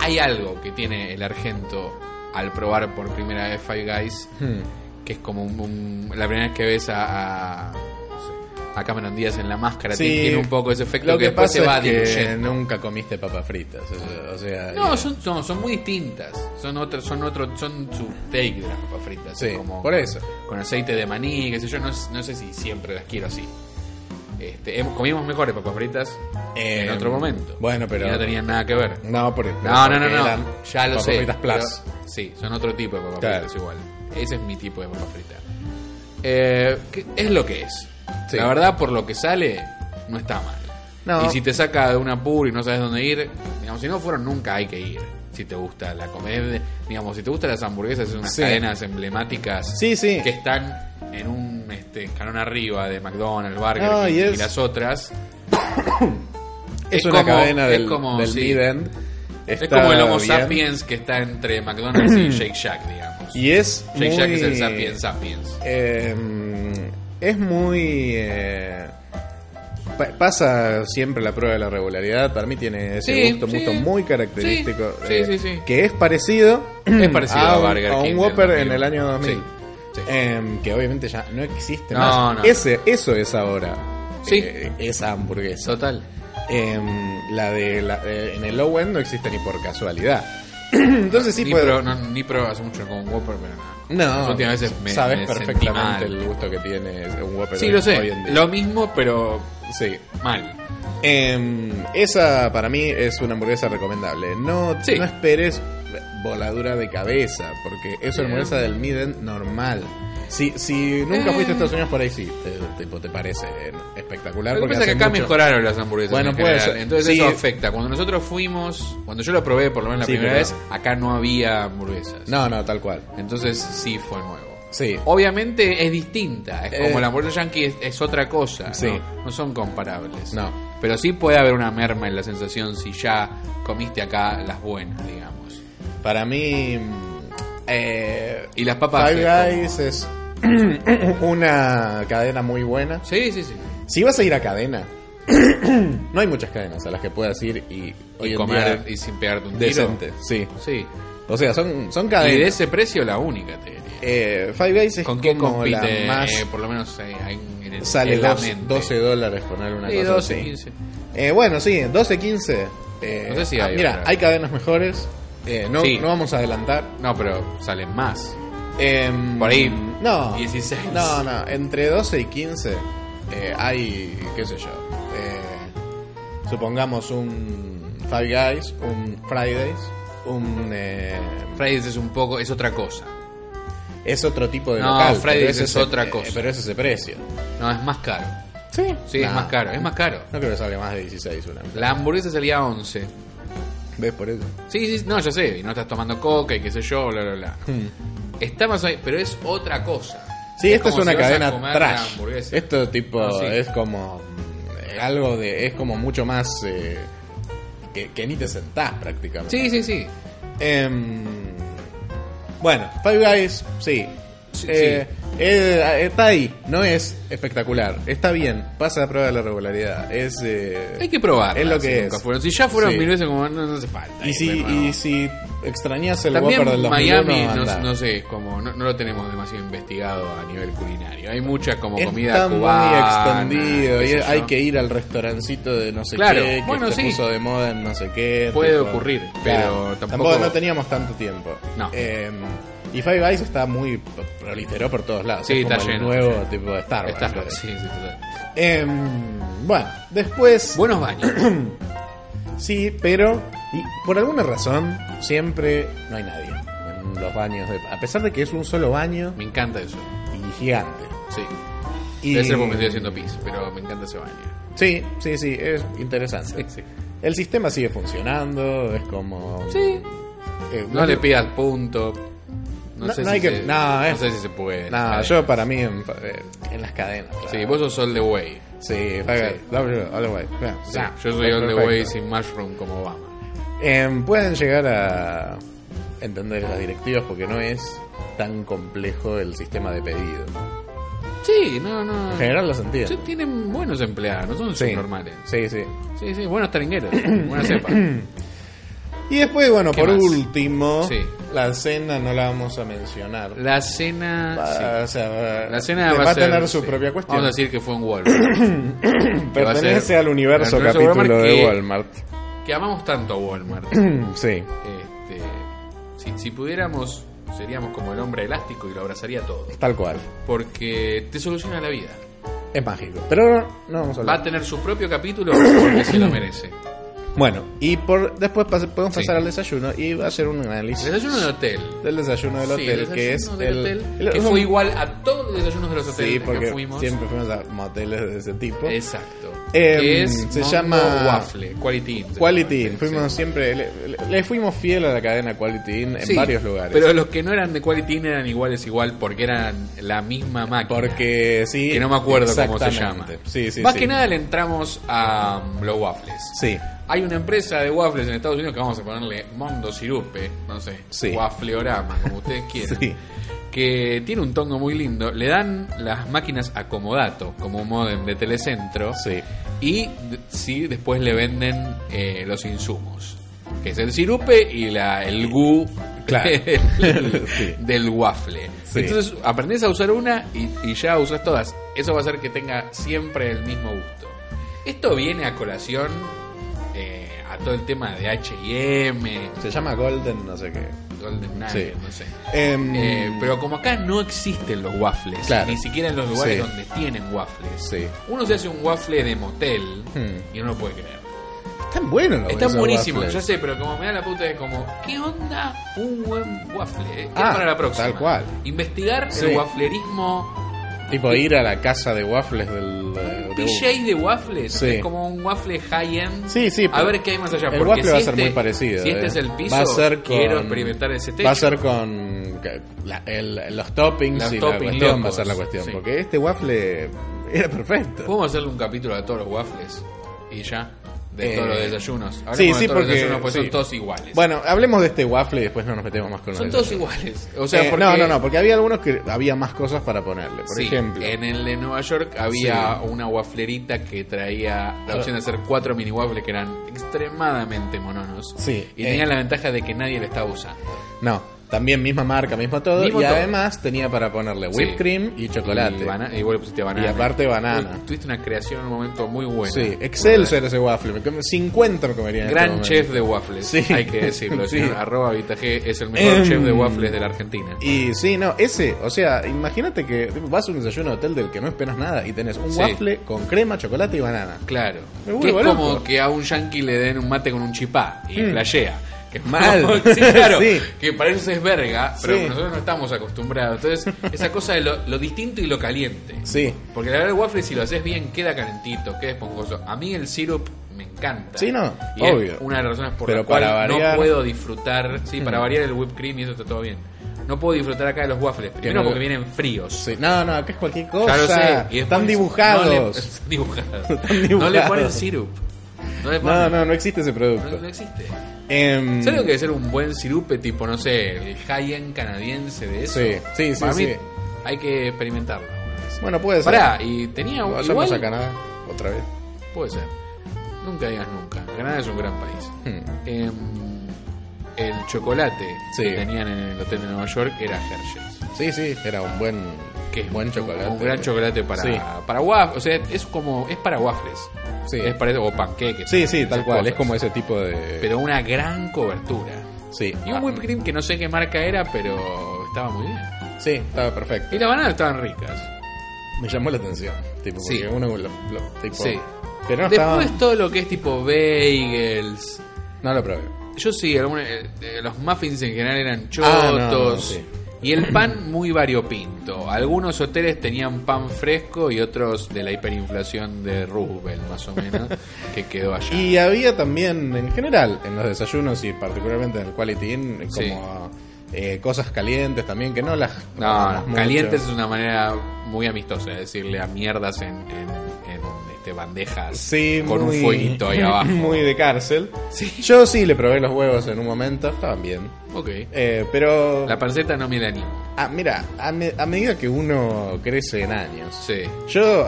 Speaker 2: Hay algo que tiene el Argento al probar por primera vez Five Guys,
Speaker 3: Hmm.
Speaker 2: que es como un- un- la primera vez que ves a, a, no sé, a Cameron Díaz en la máscara,
Speaker 3: Sí.
Speaker 2: tiene, tiene un poco ese efecto
Speaker 3: Lo
Speaker 2: que,
Speaker 3: que,
Speaker 2: después se va
Speaker 3: pasa es que
Speaker 2: diluyendo.
Speaker 3: nunca comiste papas fritas. o- O sea,
Speaker 2: No, son, no, son muy distintas. Son otro, son otro, son su take de las papas fritas.
Speaker 3: Sí, por eso.
Speaker 2: Con aceite de maní, qué sé yo, no, no sé si siempre las quiero así. Este, hemos- comimos mejores papas fritas en
Speaker 3: Eh,
Speaker 2: otro momento.
Speaker 3: bueno, pero-
Speaker 2: Y no tenían nada que ver.
Speaker 3: No, por-
Speaker 2: No, no, no,
Speaker 3: porque eran
Speaker 2: no. Ya lo
Speaker 3: papas
Speaker 2: sé.
Speaker 3: fritas plus.
Speaker 2: pero- sí, son otro tipo de papas
Speaker 3: Claro.
Speaker 2: fritas igual. Ese es mi tipo de papas fritas. Eh, que- es lo que es.
Speaker 3: Sí.
Speaker 2: La verdad, por lo que sale, no está mal.
Speaker 3: No.
Speaker 2: Y si te saca de un apuro y no sabes dónde ir, digamos, si no fueron, nunca hay que ir. Si te gusta la comedia, digamos, si te gustan las hamburguesas, es unas
Speaker 3: Sí.
Speaker 2: cadenas emblemáticas
Speaker 3: Sí, sí.
Speaker 2: que están en un este, escalón arriba de McDonald's, Burger
Speaker 3: No,
Speaker 2: King
Speaker 3: y
Speaker 2: y,
Speaker 3: es-
Speaker 2: las otras.
Speaker 3: Es,
Speaker 2: Es
Speaker 3: una
Speaker 2: como-
Speaker 3: cadena
Speaker 2: es
Speaker 3: del,
Speaker 2: como,
Speaker 3: del
Speaker 2: sí.
Speaker 3: mid-end.
Speaker 2: es
Speaker 3: Está
Speaker 2: como el Homo
Speaker 3: bien.
Speaker 2: sapiens que está entre McDonald's y Shake Shack, digamos.
Speaker 3: Y es
Speaker 2: Shake Shack
Speaker 3: muy-
Speaker 2: es el sapiens sapiens.
Speaker 3: Eh, es muy. eh, pa- pasa siempre la prueba de la regularidad. Para mí tiene ese
Speaker 2: Sí,
Speaker 3: gusto,
Speaker 2: sí.
Speaker 3: gusto muy característico.
Speaker 2: Sí,
Speaker 3: eh,
Speaker 2: sí, sí.
Speaker 3: Que es parecido,
Speaker 2: Es parecido
Speaker 3: a,
Speaker 2: a,
Speaker 3: Mm. Ah, un-
Speaker 2: Burger
Speaker 3: a un
Speaker 2: King del
Speaker 3: Whopper
Speaker 2: 2000.
Speaker 3: en el año 2000.
Speaker 2: Sí, sí.
Speaker 3: Eh, que obviamente ya no existe
Speaker 2: No,
Speaker 3: más.
Speaker 2: no.
Speaker 3: Ese, eso es ahora.
Speaker 2: Sí.
Speaker 3: eh, esa hamburguesa.
Speaker 2: Total.
Speaker 3: Eh, la de la- eh, en el low end no existe ni por casualidad. Entonces sí
Speaker 2: ni,
Speaker 3: puede-
Speaker 2: pro, no, ni pro hace mucho con Whopper, pero nada. Las
Speaker 3: No,
Speaker 2: últimas veces me,
Speaker 3: sabes
Speaker 2: me sentí mal.
Speaker 3: perfectamente el gusto que tiene un Whopper.
Speaker 2: Sí,
Speaker 3: hoy-
Speaker 2: lo
Speaker 3: hoy
Speaker 2: sé.
Speaker 3: en día.
Speaker 2: Lo mismo, pero
Speaker 3: Sí.
Speaker 2: mal.
Speaker 3: Em, esa para mí es una hamburguesa recomendable. No,
Speaker 2: Sí.
Speaker 3: no esperes voladura de cabeza, porque es una
Speaker 2: Bien.
Speaker 3: hamburguesa del Miden normal. Si, si nunca fuiste a Estados Unidos por ahí, sí, te, tipo, te parece eh, espectacular.
Speaker 2: Lo que
Speaker 3: porque
Speaker 2: pasa es que
Speaker 3: hace
Speaker 2: acá
Speaker 3: mucho-
Speaker 2: mejoraron las hamburguesas.
Speaker 3: Bueno,
Speaker 2: en
Speaker 3: puede
Speaker 2: general.
Speaker 3: ser.
Speaker 2: Entonces
Speaker 3: Sí.
Speaker 2: eso afecta. Cuando nosotros fuimos, cuando yo lo probé por lo menos la
Speaker 3: Sí,
Speaker 2: primera
Speaker 3: pero-
Speaker 2: vez, acá no había hamburguesas.
Speaker 3: No, no, tal cual.
Speaker 2: Entonces sí fue nuevo.
Speaker 3: Sí.
Speaker 2: Obviamente es distinta. Es
Speaker 3: Eh.
Speaker 2: como la hamburguesa yankee es, es otra cosa.
Speaker 3: Sí.
Speaker 2: ¿no? No son comparables.
Speaker 3: No.
Speaker 2: Pero sí puede haber una merma en la sensación si ya comiste acá las buenas, digamos.
Speaker 3: Para mí. mm, Eh,
Speaker 2: Y las papas.
Speaker 3: Five
Speaker 2: es como-
Speaker 3: Guys es una cadena muy buena.
Speaker 2: Sí, sí, sí.
Speaker 3: Si vas a ir a cadena, no hay muchas cadenas a las que puedas ir y, hoy
Speaker 2: Y
Speaker 3: en
Speaker 2: comer
Speaker 3: día
Speaker 2: y sin pegarte un
Speaker 3: decente. Sí.
Speaker 2: tiro. Sí.
Speaker 3: O sea, son, son
Speaker 2: Y de
Speaker 3: cadenas.
Speaker 2: ese precio la única, te diría.
Speaker 3: Eh, Five Guys es
Speaker 2: ¿Con qué
Speaker 3: como
Speaker 2: compite?
Speaker 3: la más.
Speaker 2: Eh, por lo menos eh, ahí en el
Speaker 3: sale
Speaker 2: en la
Speaker 3: 12,
Speaker 2: mente.
Speaker 3: 12 dólares poner una
Speaker 2: Sí,
Speaker 3: cosa
Speaker 2: 12,
Speaker 3: así.
Speaker 2: 15.
Speaker 3: Eh, bueno, sí, 12, 15. eh,
Speaker 2: No sé si
Speaker 3: ah,
Speaker 2: hay
Speaker 3: mira,
Speaker 2: otra.
Speaker 3: hay cadenas mejores. eh, no,
Speaker 2: Sí.
Speaker 3: no vamos a adelantar.
Speaker 2: No, pero salen más.
Speaker 3: Em,
Speaker 2: Por ahí,
Speaker 3: No.
Speaker 2: 16.
Speaker 3: No, no. Entre 12 y 15 eh, hay, qué sé yo. eh, supongamos un Five Guys, un Fridays, un... eh,
Speaker 2: Fridays es un poco, es otra cosa.
Speaker 3: es otro tipo de
Speaker 2: No,
Speaker 3: local. pero
Speaker 2: Fridays
Speaker 3: ese
Speaker 2: es
Speaker 3: el-
Speaker 2: otra
Speaker 3: eh,
Speaker 2: cosa.
Speaker 3: pero es ese precio.
Speaker 2: No, es más caro.
Speaker 3: Sí.
Speaker 2: Sí, es
Speaker 3: Nah,
Speaker 2: más caro, es más caro.
Speaker 3: No creo que salga más de 16 una.
Speaker 2: La hamburguesa salía 11.
Speaker 3: ¿Ves por eso?
Speaker 2: Sí, sí, no, ya sé, y no estás tomando coca y qué sé yo, bla, bla, bla. Está más ahí, pero es otra cosa.
Speaker 3: Hmm. Sí, esta es
Speaker 2: como
Speaker 3: una
Speaker 2: si vas a
Speaker 3: cadena
Speaker 2: comer la
Speaker 3: trash.
Speaker 2: hamburguesa.
Speaker 3: Esto tipo
Speaker 2: No, sí.
Speaker 3: es como mm, algo de es como mucho más eh, que, que ni te sentás prácticamente.
Speaker 2: Sí, sí, sí.
Speaker 3: Em, bueno, Five Guys, sí.
Speaker 2: Sí,
Speaker 3: Eh, Eh, está ahí, no es espectacular, está bien, pasa la prueba de la regularidad. Es, eh,
Speaker 2: Hay que probar.
Speaker 3: Es lo que
Speaker 2: si
Speaker 3: es.
Speaker 2: nunca fueron. Si ya fueron
Speaker 3: Sí.
Speaker 2: mil veces, como no, no hace falta. ir
Speaker 3: Y
Speaker 2: de
Speaker 3: si,
Speaker 2: nuevo.
Speaker 3: y si extrañas el
Speaker 2: También
Speaker 3: Whopper del 2001,
Speaker 2: Miami, no,
Speaker 3: anda.
Speaker 2: no sé, es como no, no lo tenemos demasiado investigado a nivel culinario. Hay mucha como comida
Speaker 3: Está
Speaker 2: cubana.
Speaker 3: muy extendido
Speaker 2: qué
Speaker 3: y
Speaker 2: sé yo.
Speaker 3: hay que ir al restaurancito de no sé
Speaker 2: Claro,
Speaker 3: qué, que
Speaker 2: bueno,
Speaker 3: se
Speaker 2: sí.
Speaker 3: puso de moda en no sé qué.
Speaker 2: Puede ocurrir, pero tampoco-
Speaker 3: no teníamos tanto tiempo.
Speaker 2: No.
Speaker 3: Eh, y Five Eyes está muy proliferó por todos lados.
Speaker 2: Sí,
Speaker 3: es como
Speaker 2: está
Speaker 3: el
Speaker 2: lleno,
Speaker 3: nuevo
Speaker 2: está lleno.
Speaker 3: tipo de Starbucks.
Speaker 2: Está-
Speaker 3: ¿verdad?
Speaker 2: sí, sí, total.
Speaker 3: Eh, bueno, después
Speaker 2: Buenos baños.
Speaker 3: sí, pero y por alguna razón siempre no hay nadie en los baños. de- a pesar de que es un solo baño
Speaker 2: me encanta eso.
Speaker 3: y gigante.
Speaker 2: Sí.
Speaker 3: Y,
Speaker 2: Debe ser porque estoy haciendo pis, pero me encanta ese baño.
Speaker 3: Sí, sí, sí, es interesante.
Speaker 2: Sí.
Speaker 3: El sistema sigue funcionando, es como.
Speaker 2: Sí.
Speaker 3: eh,
Speaker 2: No le pidas punto. No,
Speaker 3: No-
Speaker 2: sé,
Speaker 3: no
Speaker 2: si
Speaker 3: hay que-
Speaker 2: se,
Speaker 3: no, eh.
Speaker 2: sé si se puede.
Speaker 3: No,
Speaker 2: ¿sabes?
Speaker 3: yo para mí en, eh, en las cadenas. claro.
Speaker 2: Sí, vos sos All the Way.
Speaker 3: Sí, Five Guys, W, All the Way. Claro,
Speaker 2: Sí,
Speaker 3: ya,
Speaker 2: yo soy All the
Speaker 3: perfecto.
Speaker 2: Way sin Mushroom como Obama.
Speaker 3: Em, Pueden llegar a entender las directivas porque no es tan complejo el sistema de pedido.
Speaker 2: Sí, no, no.
Speaker 3: En general lo sentido.
Speaker 2: Sí, tienen buenos empleados, no son normales.
Speaker 3: Sí, sí.
Speaker 2: Sí, sí, buenos taringueros, buena cepa.
Speaker 3: Y después, bueno,
Speaker 2: ¿Qué
Speaker 3: por
Speaker 2: más?
Speaker 3: último,
Speaker 2: Sí.
Speaker 3: la cena no la vamos a mencionar.
Speaker 2: La cena.
Speaker 3: Va-
Speaker 2: sí.
Speaker 3: o sea, va-
Speaker 2: La cena
Speaker 3: va,
Speaker 2: va,
Speaker 3: a
Speaker 2: ser-
Speaker 3: tener su
Speaker 2: sí.
Speaker 3: propia cuestión.
Speaker 2: Vamos a decir que fue un Walmart. que va a
Speaker 3: Pertenece
Speaker 2: ser-
Speaker 3: al universo
Speaker 2: al universo
Speaker 3: capítulo
Speaker 2: Walmart
Speaker 3: de
Speaker 2: que-
Speaker 3: Walmart. Mm,
Speaker 2: que amamos tanto a Walmart.
Speaker 3: Sí.
Speaker 2: este, si, si pudiéramos, seríamos como el hombre elástico y lo abrazaría todo.
Speaker 3: Tal cual.
Speaker 2: Porque te soluciona la vida.
Speaker 3: Es mágico. Pero no vamos
Speaker 2: Va
Speaker 3: a hablar.
Speaker 2: a tener su propio capítulo porque se lo merece.
Speaker 3: Bueno, y por después pas- podemos
Speaker 2: Sí.
Speaker 3: pasar al desayuno y va a ser un análisis
Speaker 2: El desayuno del hotel.
Speaker 3: del desayuno del
Speaker 2: Sí,
Speaker 3: hotel,
Speaker 2: el
Speaker 3: que es
Speaker 2: desayuno del
Speaker 3: el,
Speaker 2: hotel,
Speaker 3: el-
Speaker 2: que
Speaker 3: es
Speaker 2: fue
Speaker 3: un-
Speaker 2: igual a todos los desayunos de los hoteles
Speaker 3: Sí, porque
Speaker 2: que fuimos.
Speaker 3: siempre fuimos a moteles de ese tipo.
Speaker 2: Exacto.
Speaker 3: Em,
Speaker 2: Que es
Speaker 3: se
Speaker 2: Mondo
Speaker 3: llama-
Speaker 2: Waffle, Quality Inn.
Speaker 3: Quality
Speaker 2: Sí.
Speaker 3: Inn, fuimos siempre, le, le- le fuimos fiel a la cadena Quality Inn en
Speaker 2: Sí,
Speaker 3: varios lugares.
Speaker 2: Pero los que no eran de Quality Inn eran iguales igual porque eran la misma máquina.
Speaker 3: porque sí.
Speaker 2: que no me acuerdo cómo se llama.
Speaker 3: exactamente. Sí, sí,
Speaker 2: Más
Speaker 3: sí.
Speaker 2: que nada le entramos a um, los waffles.
Speaker 3: Sí.
Speaker 2: Hay una empresa de waffles en Estados Unidos que vamos a ponerle Mondo Sirupe, no sé,
Speaker 3: Sí.
Speaker 2: waffleorama, como ustedes quieran.
Speaker 3: Sí.
Speaker 2: Que tiene un tongo muy lindo. Le dan las máquinas acomodato, como un modem de telecentro.
Speaker 3: Sí.
Speaker 2: Y d- sí, después le venden eh, los insumos. Que es el sirupe y la, el gu
Speaker 3: Claro.
Speaker 2: del,
Speaker 3: Sí.
Speaker 2: del waffle.
Speaker 3: Sí.
Speaker 2: Entonces aprendés a usar una y, y ya usas todas. Eso va a hacer que tenga siempre el mismo gusto. Esto viene a colación eh, a todo el tema de HM,
Speaker 3: Se llama Golden, no sé qué.
Speaker 2: Golden Nugget,
Speaker 3: Sí.
Speaker 2: no sé.
Speaker 3: Em,
Speaker 2: Eh, pero como acá no existen los waffles,
Speaker 3: Claro.
Speaker 2: ni siquiera en los lugares
Speaker 3: Sí.
Speaker 2: donde tienen waffles.
Speaker 3: Sí.
Speaker 2: Uno se hace un waffle de motel
Speaker 3: Hmm.
Speaker 2: y no lo puede creer.
Speaker 3: Están buenos los
Speaker 2: Están
Speaker 3: esos
Speaker 2: buenísimos,
Speaker 3: waffles.
Speaker 2: ya sé, pero como me da la puta es como, ¿qué onda un buen waffle? Eh, Es
Speaker 3: Ah,
Speaker 2: para la próxima.
Speaker 3: tal cual.
Speaker 2: Investigar
Speaker 3: Sí.
Speaker 2: el wafflerismo.
Speaker 3: Tipo ir a la casa de waffles del... de-
Speaker 2: PJ de waffles
Speaker 3: Sí.
Speaker 2: es como un waffle high-end.
Speaker 3: Sí, sí,
Speaker 2: A
Speaker 3: pero
Speaker 2: ver qué hay más allá.
Speaker 3: El
Speaker 2: porque
Speaker 3: waffle
Speaker 2: si
Speaker 3: va a ser
Speaker 2: este-
Speaker 3: muy parecido.
Speaker 2: Si este
Speaker 3: eh.
Speaker 2: es el piso,
Speaker 3: Va a ser con-
Speaker 2: quiero experimentar ese techo.
Speaker 3: Va a ser con que- la- el- los toppings
Speaker 2: Los
Speaker 3: y la
Speaker 2: toppings
Speaker 3: cuestión va a
Speaker 2: locos,
Speaker 3: ser la cuestión.
Speaker 2: sí.
Speaker 3: Porque este waffle era perfecto.
Speaker 2: Podemos hacerle un capítulo a todos los waffles y ya. De
Speaker 3: Eh,
Speaker 2: todos los desayunos. Hablemos
Speaker 3: sí,
Speaker 2: de todos
Speaker 3: sí,
Speaker 2: los
Speaker 3: porque-
Speaker 2: desayunos, pues
Speaker 3: sí.
Speaker 2: son todos iguales.
Speaker 3: Bueno, hablemos de este waffle y después no nos metemos más con los
Speaker 2: son
Speaker 3: detalles.
Speaker 2: todos iguales. O sea,
Speaker 3: Eh,
Speaker 2: porque-
Speaker 3: No, no, no, porque había algunos que había más cosas para ponerle. Por
Speaker 2: Sí,
Speaker 3: ejemplo,
Speaker 2: en el de Nueva York había una wafflerita que traía
Speaker 3: Ah.
Speaker 2: la opción de hacer cuatro mini waffles que eran extremadamente mononos.
Speaker 3: Sí,
Speaker 2: Y
Speaker 3: eh.
Speaker 2: tenían la ventaja de que nadie la estaba usando.
Speaker 3: no, también misma marca, mismo todo.
Speaker 2: Mismo
Speaker 3: y
Speaker 2: todo.
Speaker 3: además tenía para ponerle whipped
Speaker 2: Sí.
Speaker 3: cream y chocolate.
Speaker 2: Y, bana- y vos le pusiste banana.
Speaker 3: Y aparte banana.
Speaker 2: Vos Tuviste una creación en un momento muy bueno.
Speaker 3: Sí, Excelsior ese waffle. Me com- 50 me comería en
Speaker 2: Gran
Speaker 3: este
Speaker 2: chef
Speaker 3: momento.
Speaker 2: de waffles,
Speaker 3: Sí.
Speaker 2: hay que decirlo. el
Speaker 3: Sí.
Speaker 2: señor Arroba Vitaje es el mejor
Speaker 3: Em.
Speaker 2: chef de waffles de la Argentina.
Speaker 3: Y sí, no, ese, o sea, imagínate que tipo, vas a un desayuno de hotel del que no esperas nada y tenés un
Speaker 2: Sí.
Speaker 3: waffle con crema, chocolate y banana.
Speaker 2: Claro.
Speaker 3: Me
Speaker 2: Que es
Speaker 3: vuelvo
Speaker 2: como
Speaker 3: loco.
Speaker 2: que a un yankee le den un mate con un chipá y flashea. Que es
Speaker 3: Mal.
Speaker 2: como- sí, claro.
Speaker 3: Mm. Sí.
Speaker 2: Que para ellos es verga, pero
Speaker 3: Sí.
Speaker 2: nosotros no estamos acostumbrados. Entonces, esa cosa de lo, lo distinto y lo caliente.
Speaker 3: Sí.
Speaker 2: Porque la verdad, el waffle, si lo haces bien, queda calentito, queda esponjoso. A mí el syrup me encanta.
Speaker 3: Sí, no,
Speaker 2: Y es
Speaker 3: obvio.
Speaker 2: una de las razones por
Speaker 3: Pero
Speaker 2: la cual
Speaker 3: para variar- Mm.
Speaker 2: no puedo disfrutar. Sí, para variar el whipped cream y eso está todo bien. No puedo disfrutar acá de los waffles. Primero
Speaker 3: no-
Speaker 2: porque vienen fríos.
Speaker 3: Sí, No, no, acá es cualquier
Speaker 2: Ya
Speaker 3: cosa.
Speaker 2: lo sé. Y después,
Speaker 3: Están dibujados.
Speaker 2: no le- están dibujados.
Speaker 3: Están
Speaker 2: No le
Speaker 3: dibujados.
Speaker 2: ponen sirup. No le
Speaker 3: No,
Speaker 2: ponen.
Speaker 3: no, no existe ese producto.
Speaker 2: No- no existe.
Speaker 3: Em,
Speaker 2: ¿Sabes lo que debe ser un buen sirupe tipo, no sé, el high-end canadiense de eso?
Speaker 3: Sí, sí, sí,
Speaker 2: Para mí,
Speaker 3: sí.
Speaker 2: Hay que experimentarlo.
Speaker 3: Bueno, puede ser.
Speaker 2: Pará, y tenía un.
Speaker 3: Vayamos
Speaker 2: igual-
Speaker 3: a Canadá otra vez.
Speaker 2: Puede ser. Nunca digas nunca. Canadá es un gran país.
Speaker 3: Hmm.
Speaker 2: Em, el chocolate
Speaker 3: Sí.
Speaker 2: que tenían en el hotel de Nueva York era Hershey's.
Speaker 3: Sí, sí, era un buen,
Speaker 2: Que es
Speaker 3: buen
Speaker 2: un-
Speaker 3: chocolate.
Speaker 2: Un gran chocolate para,
Speaker 3: Sí.
Speaker 2: para waffles. O sea, es como. Es para waffles.
Speaker 3: Sí.
Speaker 2: Es para, o panqueques.
Speaker 3: Sí, sí,
Speaker 2: esas
Speaker 3: tal cual.
Speaker 2: cosas.
Speaker 3: Es como ese tipo de.
Speaker 2: Pero una gran cobertura.
Speaker 3: sí.
Speaker 2: Y un
Speaker 3: Ah,
Speaker 2: whipped cream que no sé qué marca era, pero estaba muy bien.
Speaker 3: Ah, Sí, estaba perfecto.
Speaker 2: Y las bananas estaban ricas.
Speaker 3: Me llamó la atención. Tipo,
Speaker 2: Sí.
Speaker 3: porque uno lo- lo- tipo-
Speaker 2: Sí.
Speaker 3: Pero no estaba.
Speaker 2: Después todo lo que es tipo bagels.
Speaker 3: No lo probé.
Speaker 2: Yo sí, alguna- eh, eh, los muffins en general eran chotos.
Speaker 3: Ah, no, no, sí.
Speaker 2: Y el pan muy variopinto. Algunos hoteles tenían pan fresco y otros de la hiperinflación de Roosevelt, más o menos, que quedó allá.
Speaker 3: Y había también, en general, en los desayunos y particularmente en el Quality Inn,
Speaker 2: Sí.
Speaker 3: como eh, cosas calientes también, que no las.
Speaker 2: No,
Speaker 3: las
Speaker 2: no,
Speaker 3: mucho.
Speaker 2: calientes es una manera muy amistosa de decirle a mierdas en, en- en, este, bandejas
Speaker 3: Sí,
Speaker 2: con
Speaker 3: muy-
Speaker 2: un fueguito ahí abajo.
Speaker 3: Muy de cárcel.
Speaker 2: Sí.
Speaker 3: Yo sí le probé los huevos en un momento, estaban bien.
Speaker 2: Ok.
Speaker 3: Eh, pero.
Speaker 2: La panceta no me la animo.
Speaker 3: Ah, mira, a, me- a medida que uno crece en años,
Speaker 2: Sí.
Speaker 3: yo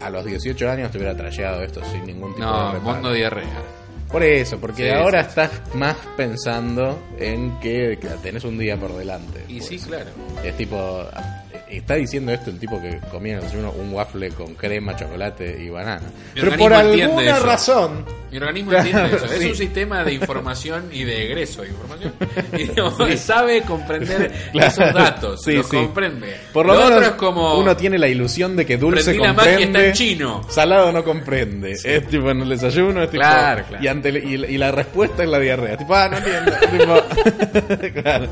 Speaker 3: a los 18 años te hubiera trayado esto sin ningún tipo de
Speaker 2: No,
Speaker 3: reparo.
Speaker 2: mondo diarrea.
Speaker 3: Por eso, porque
Speaker 2: Sí,
Speaker 3: ahora
Speaker 2: sí,
Speaker 3: estás más pensando en que, que la tenés un día por delante.
Speaker 2: Y
Speaker 3: pues.
Speaker 2: sí, claro.
Speaker 3: Es tipo, está diciendo esto el tipo que comía en el desayuno un waffle con crema, chocolate y banana. Pero por
Speaker 2: organismo entiende
Speaker 3: alguna
Speaker 2: eso.
Speaker 3: razón,
Speaker 2: Mi organismo entiende
Speaker 3: Claro,
Speaker 2: eso.
Speaker 3: sí.
Speaker 2: Es un sistema de información y de egreso de información. Y digamos, sabe comprender
Speaker 3: Claro.
Speaker 2: esos datos.
Speaker 3: Sí,
Speaker 2: los
Speaker 3: sí.
Speaker 2: comprende.
Speaker 3: por lo, menos
Speaker 2: otro es como.
Speaker 3: uno tiene la ilusión de que dulce
Speaker 2: Prendí la
Speaker 3: comprende,
Speaker 2: magia, está en chino.
Speaker 3: salado no comprende. Es tipo en el desayuno, es tipo,
Speaker 2: Claro, claro.
Speaker 3: Y, ante- y la- y la respuesta es la diarrea. Tipo, ah, no entiendo. tipo, claro.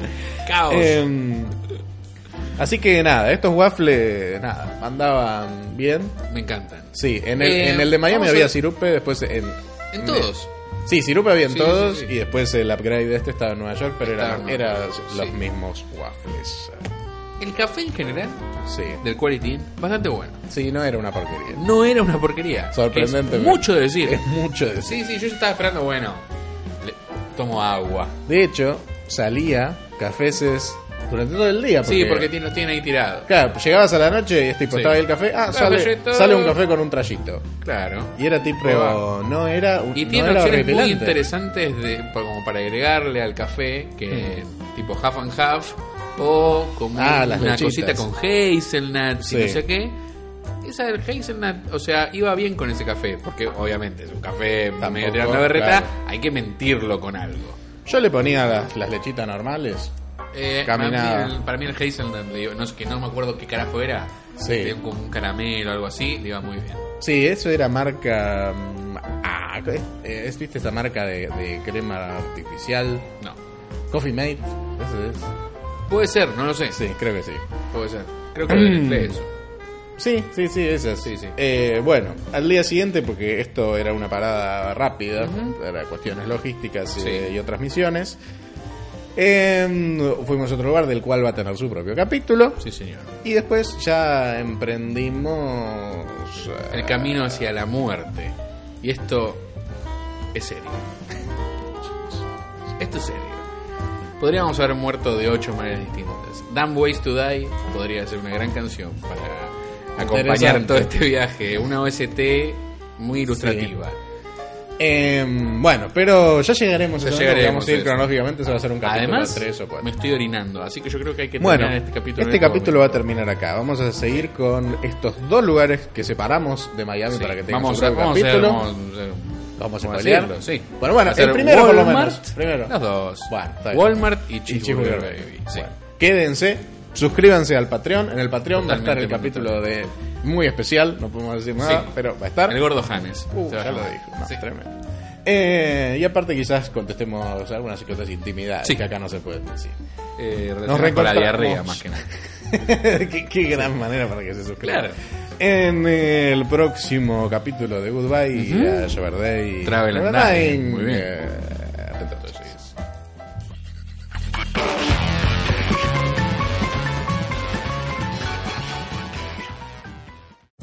Speaker 2: Caos.
Speaker 3: Em, así que nada, estos waffles, nada, andaban bien.
Speaker 2: Me encantan.
Speaker 3: Sí, en el,
Speaker 2: Eh,
Speaker 3: en el de Miami
Speaker 2: vamos
Speaker 3: había
Speaker 2: a-
Speaker 3: sirupe, después en...
Speaker 2: En todos.
Speaker 3: Sí, sirupe había en
Speaker 2: Sí,
Speaker 3: todos
Speaker 2: sí, sí.
Speaker 3: y después el upgrade de este estaba en Nueva York, pero
Speaker 2: Estaba
Speaker 3: eran
Speaker 2: en Nueva
Speaker 3: era
Speaker 2: York,
Speaker 3: los
Speaker 2: sí.
Speaker 3: mismos waffles.
Speaker 2: El café en general
Speaker 3: Sí.
Speaker 2: del Quality Inn, bastante bueno.
Speaker 3: Sí, no era una porquería.
Speaker 2: No era una porquería.
Speaker 3: Sorprendente.
Speaker 2: Es mucho decir.
Speaker 3: Es mucho
Speaker 2: Sí,
Speaker 3: decir.
Speaker 2: sí, yo estaba esperando, bueno. le- tomo agua.
Speaker 3: De hecho, salía cafeses durante todo el día.
Speaker 2: Sí, porque tiene- los tiene ahí tirados.
Speaker 3: Claro, llegabas a la noche y es tipo,
Speaker 2: Sí.
Speaker 3: estaba ahí el café. Ah,
Speaker 2: Ah,
Speaker 3: sale,
Speaker 2: galleta.
Speaker 3: sale un café con un trayito.
Speaker 2: Claro.
Speaker 3: Y era tipo,
Speaker 2: Prueba.
Speaker 3: no era un
Speaker 2: Y
Speaker 3: no
Speaker 2: tiene
Speaker 3: era
Speaker 2: opciones muy
Speaker 3: horripilante.
Speaker 2: interesantes de, pa- como para agregarle al café, que tipo half and half, o como
Speaker 3: Mm. Ah, las
Speaker 2: una
Speaker 3: lechitas.
Speaker 2: cosita con hazelnut,
Speaker 3: Sí.
Speaker 2: y no sé qué. Esa del hazelnut, o sea, iba bien con ese café, porque obviamente es un café
Speaker 3: Tampoco,
Speaker 2: medio tirando a berreta,
Speaker 3: claro.
Speaker 2: hay que mentirlo con algo.
Speaker 3: Yo le ponía las, las lechitas normales.
Speaker 2: Eh,
Speaker 3: Caminaba.
Speaker 2: Para mí el, para mí el hazelnut, le iba- no, sé, que no me acuerdo qué carajo era,
Speaker 3: Sí.
Speaker 2: tenía como un caramelo o algo así, le iba muy bien.
Speaker 3: Sí, eso era marca. mm, Ah, ¿qué? Eh, es, ¿Viste esa marca de, de crema artificial?
Speaker 2: No.
Speaker 3: Coffee Mate. Eso es.
Speaker 2: Puede ser, no lo sé.
Speaker 3: Sí, creo que sí.
Speaker 2: Puede ser. Creo que lo mezclé eso.
Speaker 3: Sí, sí, sí, esa sí,
Speaker 2: Sí,
Speaker 3: sí. Eh,
Speaker 2: sí.
Speaker 3: bueno, al día siguiente, porque esto era una parada rápida, para cuestiones logísticas eh,
Speaker 2: Sí.
Speaker 3: y otras misiones. em, fuimos a otro lugar del cual va a tener su propio capítulo.
Speaker 2: Sí, señor.
Speaker 3: Y después ya emprendimos. eh,
Speaker 2: El camino hacia la muerte. Y esto es serio. Esto es serio. Podríamos haber muerto de ocho maneras distintas. Damn Ways to Die podría ser una gran canción para acompañar
Speaker 3: Interesante.
Speaker 2: todo este viaje. Una OST muy ilustrativa.
Speaker 3: em, bueno, pero ya llegaremos a
Speaker 2: Ya
Speaker 3: eso,
Speaker 2: llegaremos,
Speaker 3: Vamos a ir
Speaker 2: sí.
Speaker 3: cronológicamente, se va a hacer un capítulo
Speaker 2: Además,
Speaker 3: 3 o 4.
Speaker 2: me estoy orinando, así que yo creo que hay que terminar
Speaker 3: Bueno,
Speaker 2: este capítulo. en
Speaker 3: este
Speaker 2: este
Speaker 3: capítulo va a
Speaker 2: momento.
Speaker 3: terminar acá. Vamos a seguir con estos dos lugares que separamos de Miami
Speaker 2: Sí,
Speaker 3: para que
Speaker 2: vamos,
Speaker 3: tengamos otro
Speaker 2: a, vamos, a hacer-
Speaker 3: capítulo.
Speaker 2: vamos a hacer-
Speaker 3: Vamos a
Speaker 2: vamos a
Speaker 3: spoilear.
Speaker 2: hacerlo, sí.
Speaker 3: Bueno, bueno,
Speaker 2: Hacer
Speaker 3: el primero por lo
Speaker 2: Walmart,
Speaker 3: menos. Primero.
Speaker 2: Los dos.
Speaker 3: Bueno, está bien.
Speaker 2: Walmart y
Speaker 3: Y
Speaker 2: Cheeseburger Baby. sí.
Speaker 3: Bueno, quédense, suscríbanse al Patreon. En el Patreon va a estar el
Speaker 2: Totalmente
Speaker 3: capítulo de muy especial, no podemos decir nada,
Speaker 2: Sí.
Speaker 3: pero va a estar.
Speaker 2: El gordo Janes.
Speaker 3: Uh,
Speaker 2: Se va a
Speaker 3: ya lo
Speaker 2: llamar.
Speaker 3: dije, no,
Speaker 2: Sí.
Speaker 3: tremendo. Eh, y aparte quizás contestemos algunas que otras intimidades
Speaker 2: Sí.
Speaker 3: que acá no se pueden decir.
Speaker 2: Eh, relacionado
Speaker 3: Nos
Speaker 2: con la
Speaker 3: reencontramos.
Speaker 2: diarrea, más que nada.
Speaker 3: qué, qué gran manera para que se suscriban.
Speaker 2: Claro.
Speaker 3: En el próximo capítulo de Goodbye, a Shover Day.
Speaker 2: Travel and
Speaker 3: Goodbye.
Speaker 2: Dine. Muy bien.
Speaker 3: Eh, entonces.